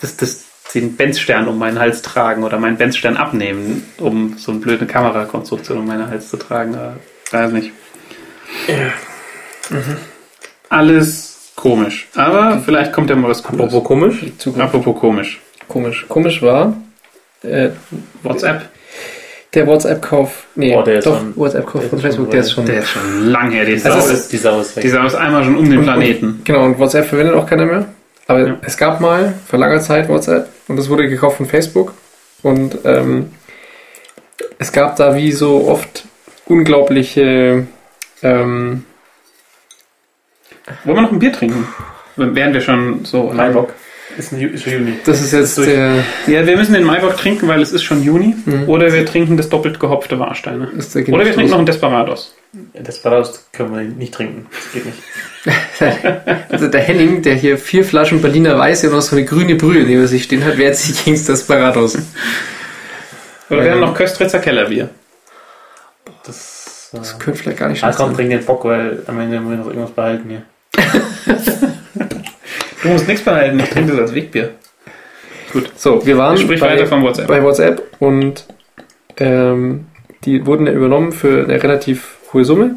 A: das, das, den Benz-Stern um meinen Hals tragen oder meinen Benz-Stern abnehmen, um so eine blöde Kamerakonstruktion um meinen Hals zu tragen. Äh, Weiß nicht. Alles komisch. Aber vielleicht kommt ja mal was Cooles.
D: Apropos komisch.
C: Zukunft.
A: Apropos komisch.
C: Komisch. Komisch war äh,
A: WhatsApp.
C: der WhatsApp-Kauf. Nee,
D: Boah, der ist
C: doch,
D: schon-
C: WhatsApp-Kauf
D: der
C: von
D: ist schon
C: Facebook, der ist schon.
A: Der ist schon lang her. Die Sau,
C: Also es
A: ist,
D: die Sau ist
A: die Sau ist einmal schon um den Planeten.
C: Genau, und WhatsApp verwendet auch keiner mehr. Aber
A: Ja.
C: es gab mal vor langer Zeit WhatsApp und es wurde gekauft von Facebook. Und ähm, es gab da wie so oft unglaubliche. Ähm,
A: Wollen wir noch ein Bier trinken? Wären wir schon so.
D: Maibock. Ist, ein Ju- ist schon Juni.
C: das ist jetzt
D: durch.
C: der,
A: Ja, wir müssen den Maibock trinken, weil es ist schon Juni.
C: Mhm. Genau,
A: Oder wir trinken das doppelt gehopfte Warsteiner.
C: ist der
A: Oder wir trinken noch einen Desperados.
D: Desperados können wir nicht trinken. Das geht nicht.
C: Also der Henning, der hier vier Flaschen Berliner Weiße und noch so eine grüne Brühe neben sich stehen hat, wehrt sich gegen Desperados.
A: Oder wir
C: Ähm.
A: haben noch Köstritzer Kellerbier.
D: Das,
C: Das
D: äh,
C: könnte vielleicht gar nicht
D: ah,
C: schlecht
D: komm,
C: sein.
D: trink den Bock, weil am Ende muss ich noch irgendwas behalten hier.
A: Du musst nichts behalten, ich trinke das als Wegbier.
C: So, wir waren
A: Sprich
C: bei,
A: weiter von WhatsApp.
C: bei WhatsApp und ähm, die wurden ja übernommen für eine relativ hohe Summe.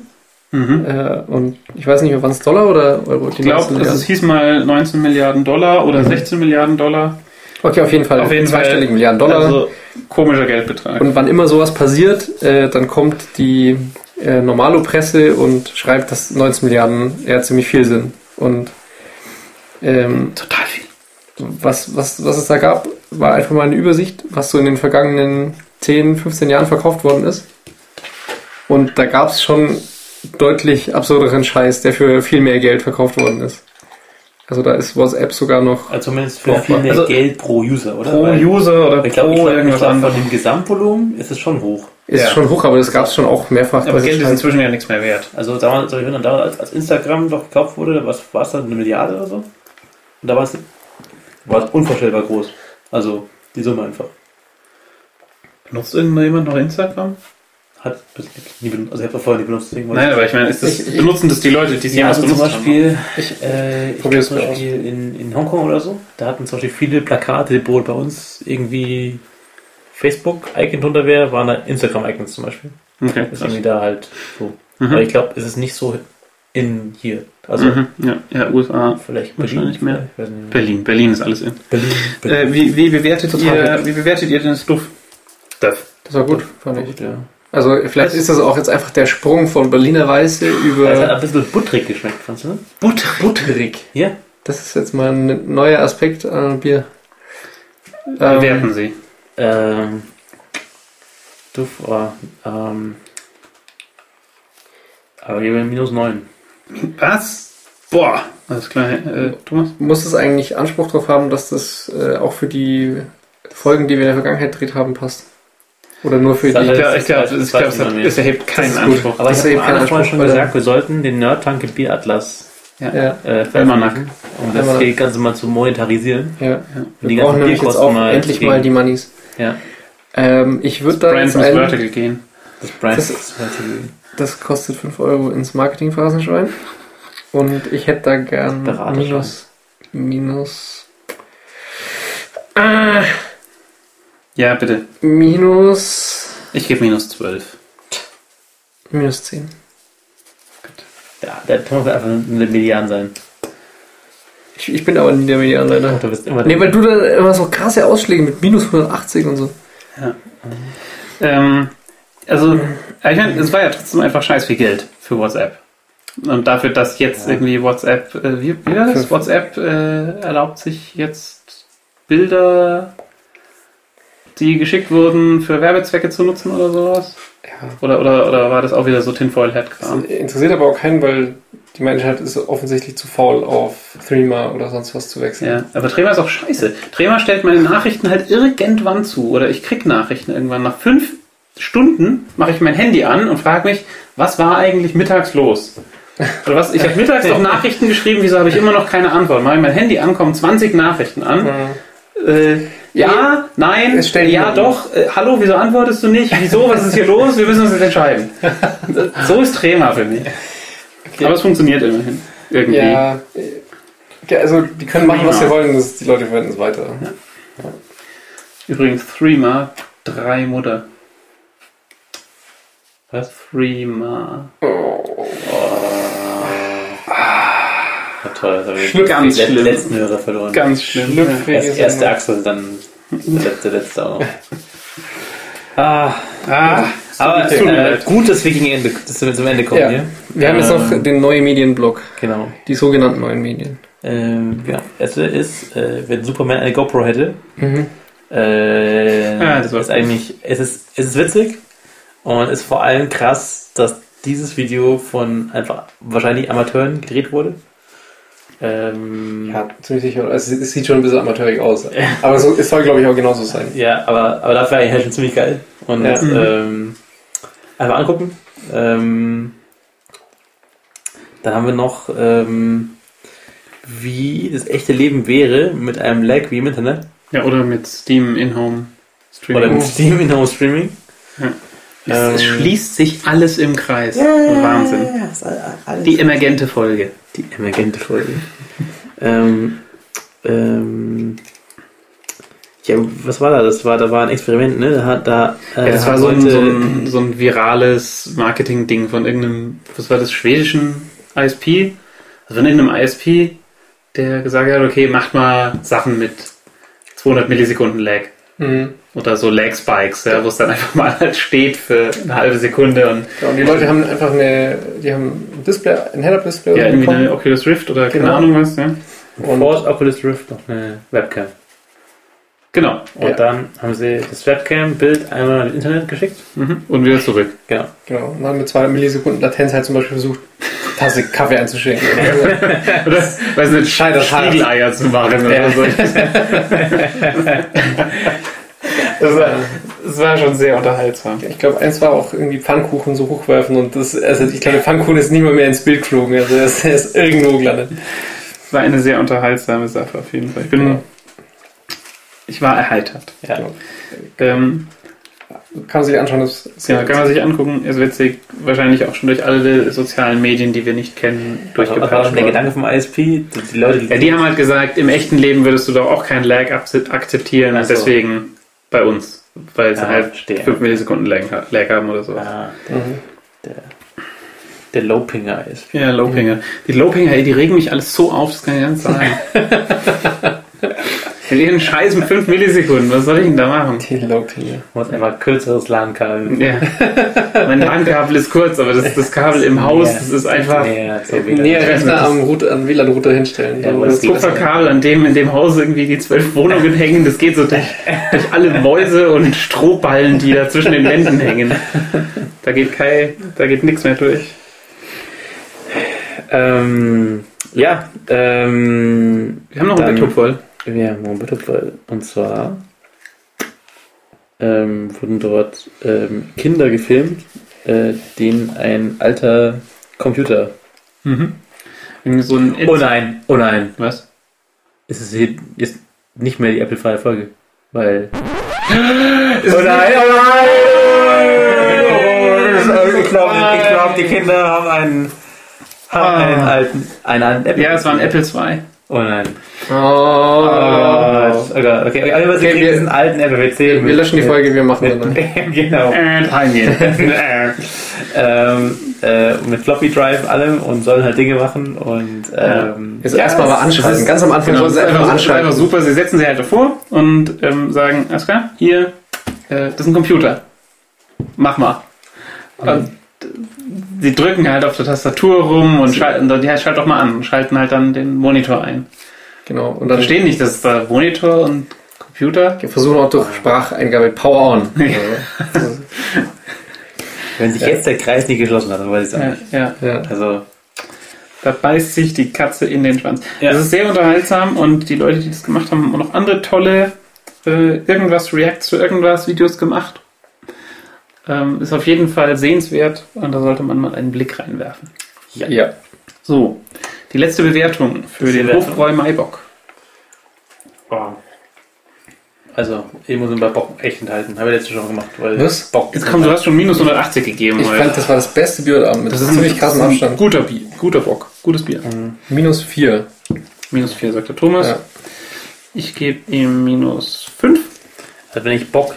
A: Mhm.
C: Äh, und ich weiß nicht mehr, waren es Dollar oder Euro? Die
A: Ich glaube,
C: meisten
A: also es
C: Milliarden.
A: hieß mal 19 Milliarden Dollar oder 16 Milliarden Dollar.
C: Okay, auf jeden Fall.
A: Auf jeden Fall.
C: zweistelligen Milliarden Dollar.
A: Also komischer Geldbetrag.
C: Und wann immer sowas passiert, äh, dann kommt die äh, Normalo-Presse und schreibt, dass 19 Milliarden eher ziemlich viel sind. Und ähm,
A: total viel.
C: was, was, was es da gab, war einfach mal eine Übersicht, was so in den vergangenen 10, 15 Jahren verkauft worden ist. Und da gab es schon deutlich absurderen Scheiß, der für viel mehr Geld verkauft worden ist. Also da ist WhatsApp sogar noch.
D: Also zumindest für
C: Boah,
D: viel mehr
A: also-
D: Geld pro User, oder?
A: Pro
D: Weil-
A: User oder
D: Ich glaube,
A: pro
D: glaub, ich
A: irgendwas
D: glaub, von
A: anderes.
D: dem Gesamtvolumen ist es schon hoch.
C: Ist
A: Ja.
C: schon hoch, aber das gab es schon auch mehrfach.
A: Aber
C: Das
A: Geld ist
C: halt-
A: inzwischen ja nichts mehr wert.
D: Also damals, soll ich erinnern, damals als, als Instagram noch gekauft wurde, was war es dann, eine Milliarde oder so? Und da war es war es unvorstellbar groß. Also die Summe einfach.
A: Benutzt irgendjemand noch Instagram?
D: Hat bis jetzt nie benutzt, also ich habe vorher nie benutzt. Deswegen
A: Nein, aber ich meine, ist das,
C: Ich- ich-
A: benutzen das die Leute, die es
D: ja,
A: jemals
D: also zum
A: benutzt haben?
D: Beispiel,
C: Ich-
D: äh, ich
C: probier's
D: zum
C: mal aus.
D: Beispiel in, in Hongkong oder so, da hatten zum Beispiel viele Plakate, wo bei uns irgendwie Facebook-Icon drunter wäre, waren da Instagram-Icons zum Beispiel.
A: Okay,
D: Das ist
A: krass.
D: irgendwie da halt so.
A: Mhm.
D: Aber ich glaube, es ist nicht so in hier. Also
C: Hm.
A: Mhm, ja, ja, USA.
D: vielleicht
A: Wahrscheinlich mehr.
D: vielleicht, weiß nicht.
A: Berlin, Berlin ist alles in.
D: Berlin.
A: Äh, wie, wie, bewertet
C: Total.
A: ihr, wie bewertet ihr denn das Duft?
C: Das war gut, fand ich.
D: ja.
C: Also vielleicht ist das auch jetzt einfach der Sprung von Berliner Weiße
D: Es hat
C: über
D: Also ein bisschen butterig geschmeckt, fandst du? Ne?
C: Butterig.
D: Ja.
C: Das ist jetzt mal ein neuer Aspekt an Bier. Ähm,
A: Bewerten sie.
D: Ähm, Duft war. Ähm, aber hier wären minus 9.
A: Was? Boah, alles klar. Äh, Thomas?
C: Muss es eigentlich Anspruch darauf haben, dass das äh, auch für die Folgen, die wir in der Vergangenheit gedreht haben, passt? Oder nur für
D: Das
C: die.
D: hat-
A: Ja, ich glaube,
D: das
A: es,
D: weiß
A: glaub, es, hat-
D: niemand mehr.
A: es erhebt keinen
C: ist gut.
A: Anspruch.
D: Aber
C: Das ist eh
D: ich
C: eben
D: habe
C: kein
D: am Anfang
C: Anspruch,
D: schon
C: oder?
D: gesagt, wir sollten den Nerd-Tanke Bieratlas
C: Ja,
D: äh,
A: Almanack.
D: veröffentlichen, um das
C: Almanack.
D: hier Ganze mal zu monetarisieren.
C: ja.
D: die
C: Wir
D: ganzen
C: brauchen nämlich jetzt
D: Bierkosten
C: auch
D: mal
C: endlich
D: gegen-
C: mal die Moneys.
D: Ja.
C: Ähm, ich würde da
A: Brand
C: jetzt
A: muss
C: ein,
A: vertical gehen.
D: Das Brand
C: Das das kostet 5 Euro ins Marketingphasenschwein. Und ich hätte da gern
D: Beraterschwein.
C: minus, minus, äh,
A: Ja, bitte.
C: minus,
A: Ich gebe minus 12.
C: minus 10.
D: ja, der Thomas wird einfach eine Milliarde sein.
C: Ich, ich bin aber nie der Medianleiter.
D: Du bist immer
C: Nee, weil du da immer so krasse Ausschläge mit minus 180 und so.
A: Ähm, also, ich meine, es war ja trotzdem einfach scheiß viel Geld für WhatsApp. Und dafür, dass jetzt irgendwie WhatsApp, äh, wie, wie war das?
C: Fünf.
A: WhatsApp äh, erlaubt sich jetzt Bilder, die geschickt wurden, für Werbezwecke zu nutzen oder sowas? Oder, oder, oder war das auch wieder so Tinfoil Hat Kram?
C: Interessiert aber auch keinen, weil die Menschheit ist offensichtlich zu faul, auf Threema oder sonst was zu wechseln.
A: Ja, aber Trema ist auch scheiße. Trema stellt meine Nachrichten halt irgendwann zu oder ich krieg Nachrichten irgendwann. Nach fünf Stunden mache ich mein Handy an und frage mich, was war eigentlich mittags los? Oder was? Ich habe mittags noch Nachrichten geschrieben, wieso habe ich immer noch keine Antwort? Mach ich mein Handy an, kommen 20 Nachrichten an. Äh, ja, nein,
C: Mhm. Es stellt
A: ja
C: niemand.
A: doch, äh, hallo, wieso antwortest du nicht? Wieso, was ist hier los? Wir müssen uns jetzt entscheiden. So ist Trema für mich. Aber es funktioniert immerhin. Irgendwie.
C: Ja, äh, ja, also die können machen, was sie
A: Prima.
C: wollen, das, die Leute verwenden es weiter.
A: Übrigens, Threema, drei Mutter.
B: Was?
A: Threema.
C: Oh.
B: Ja, toll, das habe ich
A: Schlimm, ganz
B: den
A: schlimm.
B: letzten Hörer verloren.
A: Ganz schlimm.
C: Schlüpfrige
B: Erst, erst der
C: Sendung.
B: Axel, dann der, der letzte auch. noch. Ah,
A: Ah,
B: aber
A: tut mir
B: äh,
A: leid.
B: gut, dass wir gegen Ende, dass wir zum Ende kommen
C: Ja.
B: hier.
C: Wir haben jetzt noch
B: Ähm.
C: den neuen Medienblock,
B: Genau.
C: die sogenannten neuen Medien.
B: Ähm, genau. Erste ist, äh, wenn Superman eine GoPro hätte,
C: Mhm.
B: äh,
A: Ah, das
B: das
A: war
B: ist
A: cool.
B: eigentlich, es ist, es ist witzig und ist vor allem krass, dass dieses Video von einfach wahrscheinlich Amateuren gedreht wurde. Ähm,
C: Ja, ziemlich sicher. Also, es sieht schon ein bisschen amateurig aus. Aber so, es soll, glaube ich, auch genauso sein.
B: Ja, aber, aber dafür eigentlich halt schon ziemlich geil. Und
C: Ja.
A: Mhm.
B: ähm, einfach angucken. Ähm, dann haben wir noch, ähm, wie das echte Leben wäre mit einem Lag wie im Internet.
A: Ja, oder mit Steam In-Home Streaming.
B: Oder mit Steam in Home Streaming.
A: es, es
B: ähm,
A: schließt sich alles im Kreis. Wahnsinn.
B: Die,
A: Die emergente Folge.
B: die emergente Folge. ähm, ähm, ja, was war da? Das war, da war ein Experiment, ne? Da hat da. Äh,
A: Ja, das war
B: haben
A: so ein,
B: Leute-
A: so ein, so ein virales Marketing-Ding von irgendeinem, was war das, schwedischen ISP? Also von irgendeinem ISP, der gesagt hat, okay, macht mal Sachen mit 200 Millisekunden Lag.
C: Mhm.
A: Oder so Lag-Spikes, ja, wo es dann einfach mal halt steht für eine halbe Sekunde und
C: Ja, und die Leute haben einfach eine, die haben ein Display, ein Head-Up-Display
A: ja, irgendwie
C: bekommen
A: eine Oculus Rift oder keine
C: Genau.
A: Ahnung was. Ja.
C: und
B: Ford Oculus Rift noch eine Webcam.
A: Genau.
B: Und
C: Ja.
B: dann haben sie das Webcam-Bild einmal ins Internet geschickt.
A: Mhm. Und wieder zurück.
B: Genau.
C: Genau, und dann mit 200 Millisekunden Latenz halt zum Beispiel versucht, eine Tasse Kaffee einzuschenken.
A: Oder, weiß nicht,
C: Scheitert hart.
A: Spiegeleier zu machen oder so. das, war, das war schon sehr unterhaltsam.
C: ich glaube, eins war auch irgendwie Pfannkuchen so hochwerfen und das, also ich glaube, der Pfannkuchen ist nicht mal mehr ins Bild geflogen, also er ist, er ist irgendwo gelandet.
A: Das war eine sehr unterhaltsame Sache auf jeden Fall. Ich bin,
C: Ja.
A: ich war erheitert.
B: Ja.
A: Ähm,
C: Kann man sich anschauen, das ist
A: genau, kann man sich angucken, ist witzig, wahrscheinlich auch schon durch alle sozialen Medien, die wir nicht kennen,
B: Also, was war
A: durchgepeitscht
B: denn der
A: worden.
B: Gedanke vom ISP? dass Die Leute, die
A: Ja, die haben halt gesagt, im echten Leben würdest du doch auch keinen Lag akze- akzeptieren,
B: Ach so.
A: deswegen bei uns, weil sie
B: Ja,
A: halt
B: verstehe.
A: 5 Millisekunden Lag, ha- Lag haben oder so. Ja,
B: ah,
C: Mhm.
B: der, der Lopinger ISP.
A: Lopinger. Die Lopinger, ey, die regen mich alles so auf, das kann ich ganz sagen. Mit ihren Scheiß mit 5 Millisekunden, was soll ich denn da machen?
C: Telelope.
B: Muss einfach kürzeres LAN-Kabel.
A: Ja. Mein LAN-Kabel ist kurz, aber das, das Kabel im Haus, das ist einfach
B: Näher, so wieder.
C: Nee, Rechner am, Router- am WLAN-Router hinstellen.
B: Ja,
C: So,
B: aber
A: Das
C: das geht
A: Kupferkabel, an dem in dem Haus irgendwie die zwölf Wohnungen hängen, das geht so durch, durch alle Mäuse und Strohballen, die da zwischen den Wänden hängen. Da geht kein, da geht nichts mehr durch.
B: Ähm, ja, ähm,
A: Wir haben noch
B: Dann-
A: einen Laptop voll.
B: wir haben einen Bitterfall. Und zwar ähm, wurden dort ähm, Kinder gefilmt, äh, denen ein alter Computer.
A: Mhm. Irgendwie so ein
B: Oh nein, oh nein.
A: Was?
B: ist es hier jetzt nicht mehr die Apple-freie Folge. Weil.
A: Oh nein, oh nein!
B: Äh, Ich glaube, ich glaub, die Kinder haben einen. Haben
A: Ah.
B: einen alten. Einen, alten Apple.
A: Ja, es war ein Apple II.
B: Oh nein.
C: Oh.
F: Ah,
B: Oh, Gott. Okay, okay, aber sie
C: Okay,
B: kriegen
C: wir-
B: diesen alten Apple. Wir zählen
C: Wir
B: mit-
C: löschen die
B: mit-
C: Folge, wir machen danach.
B: mit- genau.
A: And Heimien.
B: Ähm, äh, mit Floppy Drive allem und sollen halt Dinge machen und ähm,
C: Jetzt erstmal mal anschalten. Ganz am Anfang
A: Genau, das ist einfach,
C: soll es einfach mal
A: super, einfach
C: anschalten.
A: super. Sie setzen sie halt davor und ähm, sagen, alles klar, hier, äh, das ist ein Computer. Mach mal. Und äh, sie drücken halt auf der Tastatur rum und schalten, dann- ja, schalt doch mal an und schalten halt dann den Monitor ein.
C: Genau. Und
A: Und
C: dann
A: verstehen nicht, dass es da Monitor und Computer.
C: Wir versuchen auch durch Spracheingabe Power on. Also,
B: wenn sich jetzt der Kreis nicht geschlossen hat, dann weiß ich es auch
A: Ja,
B: nicht.
A: ja.
C: ja.
B: Also,
A: Da beißt sich die Katze in den Schwanz.
B: Ja.
A: Das ist sehr unterhaltsam und die Leute, die das gemacht haben, haben auch noch andere tolle äh, irgendwas Reacts zu irgendwas Videos gemacht. Ähm, ist auf jeden Fall sehenswert und da sollte man mal einen Blick reinwerfen.
C: ja.
A: So, die letzte Bewertung für
B: Letzte
A: den
B: Bewertung.
A: Hofbräu Maibock.
B: wow.
D: Also, ich muss ihn bei Bock echt enthalten. Habe ich letztes Mal schon gemacht, weil
F: Was?
D: Bock
A: Jetzt komm, du hast schon minus 180 gegeben
F: Ich
A: heute.
F: fand, das war das beste Bier heute Abend mit
A: ein-
F: ziemlich krassem
A: das ist ein
F: Abstand.
A: Guter, Bier, guter Bock, gutes Bier.
F: Minus 4.
A: Minus 4, sagt der Thomas.
F: Ja.
A: Ich gebe ihm minus 5.
D: Also, wenn ich Bock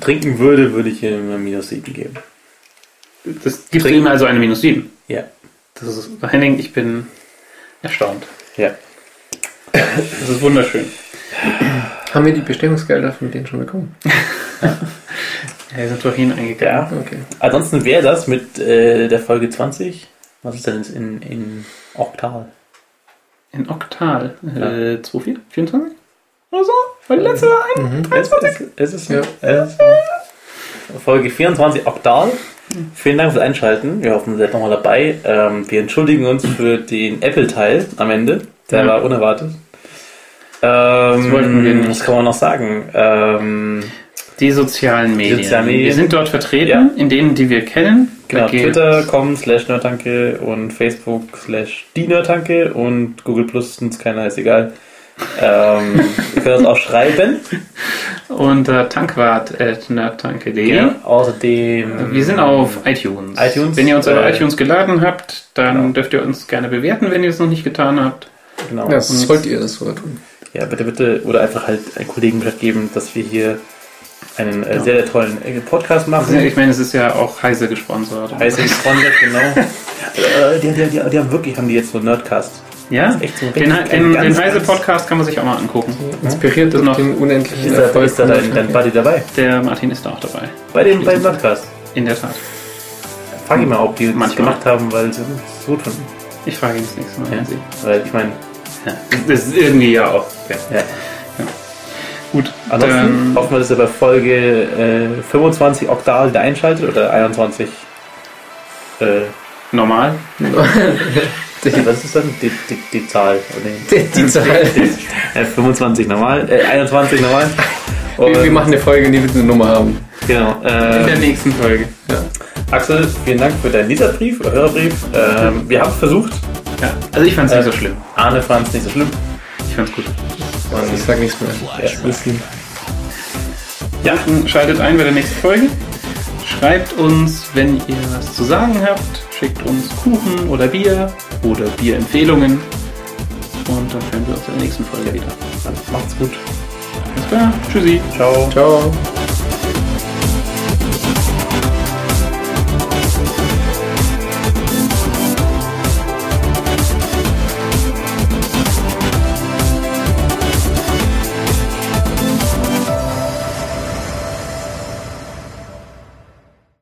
D: trinken würde, würde ich ihm eine minus 7 geben.
A: Das gibt ihm also eine minus 7.
D: Ja.
A: Das ist, Henning, ich bin erstaunt.
D: Ja.
A: Das ist wunderschön.
F: Haben wir die Bestechungsgelder von denen schon bekommen?
A: Er ist in Turin eingegangen.
F: Okay.
D: Ansonsten wäre das mit äh, der Folge 20. Was ist denn jetzt in, in Oktal?
A: In Oktal. Äh, 2,4? 24?
D: Oder so?
A: Weil die letzte war ein.
D: Es ist, es ist
F: Ja.
D: es ist- Folge 24 Oktal. Vielen Dank fürs Einschalten. Wir hoffen, ihr seid nochmal dabei. Ähm, wir entschuldigen uns für den Apple-Teil am Ende. Der
A: Ja.
D: war unerwartet. Ähm,
A: wollten wir nicht.
D: Was kann man noch sagen? Ähm,
A: Die sozialen Medien.
D: sozialen Medien.
A: Wir sind dort vertreten,
D: Ja.
A: in denen, die wir kennen.
D: genau,
A: Da geht-
D: Twitter.com slash Nerdtanke und Facebook slash die Nerdtanke und Google Plus sind keiner, ist egal. Ähm, ihr könnt uns auch schreiben.
A: Unter tankwart.nerdtanke.de.
D: Außerdem.
A: Äh, Wir sind auf iTunes.
D: iTunes,
A: wenn ihr uns auf
D: äh,
A: iTunes geladen habt, dann
D: genau.
A: dürft ihr uns gerne bewerten, wenn ihr es noch nicht getan habt.
D: Genau.
F: Ja, sollt ihr das so tun.
D: Ja, bitte, bitte. Oder einfach halt einen Kollegen Bescheid geben, dass wir hier einen äh, sehr, sehr tollen äh, Podcast
A: Also,
D: machen.
A: Ich meine, es ist ja auch Heise gesponsert.
D: Heißt gesponsert, genau. äh, die, die, die, die haben wirklich, haben die jetzt so einen Nerdcast.
A: Ja?
D: Das ist echt so
A: Den,
D: richtig
A: den,
D: ein ganz,
A: den Heise
D: ganz-
A: Podcast kann man sich auch mal angucken.
F: Inspiriert
A: Das
F: durch
A: noch-
F: den unendlichen
D: Ist da,
F: Erfolg.
D: ist da
F: von
D: dein, dein Buddy dabei?
A: Der Martin ist da auch dabei.
D: Bei dem, beim Nerdcast.
A: In der Tat.
D: Frag ihn mal, ob die das
A: Manchmal.
D: gemacht haben, weil sie es gut finden.
A: Ich frage ihn das nächste Mal.
D: Ja.
A: wenn sie-
D: Weil ich meine,
A: Das ist irgendwie ja auch. Ja.
D: ja.
A: Gut.
D: Ansonsten
A: Dann,
D: hoffen wir, dass ihr bei Folge äh, 25 Oktal wieder einschaltet oder 21. Äh,
A: normal.
D: was ist dann die, die, die Zahl? Oder die-
F: Die, die Zahl.
D: Äh, 25 normal, äh, 21 normal. Und,
F: Wir, wir machen eine Folge, in der wir eine Nummer haben.
D: genau.
A: In der
D: Äh,
A: nächsten Folge.
D: Axel, vielen Dank für deinen Leserbrief oder Hörerbrief. Ähm, wir haben es versucht.
A: Ja. Also ich fand es
D: Äh,
A: nicht so schlimm.
D: Arne fand es nicht so schlimm.
A: Ich fand es gut.
F: Ich sag nichts mehr.
D: Ja, bisschen.
A: Ja, schaltet ein bei der nächsten Folge. Schreibt uns, wenn ihr was zu sagen habt. Schickt uns Kuchen oder Bier oder Bierempfehlungen. Und dann hören wir uns in der nächsten Folge wieder.
D: Macht's gut.
A: Alles klar. Tschüssi.
D: Ciao.
F: Ciao.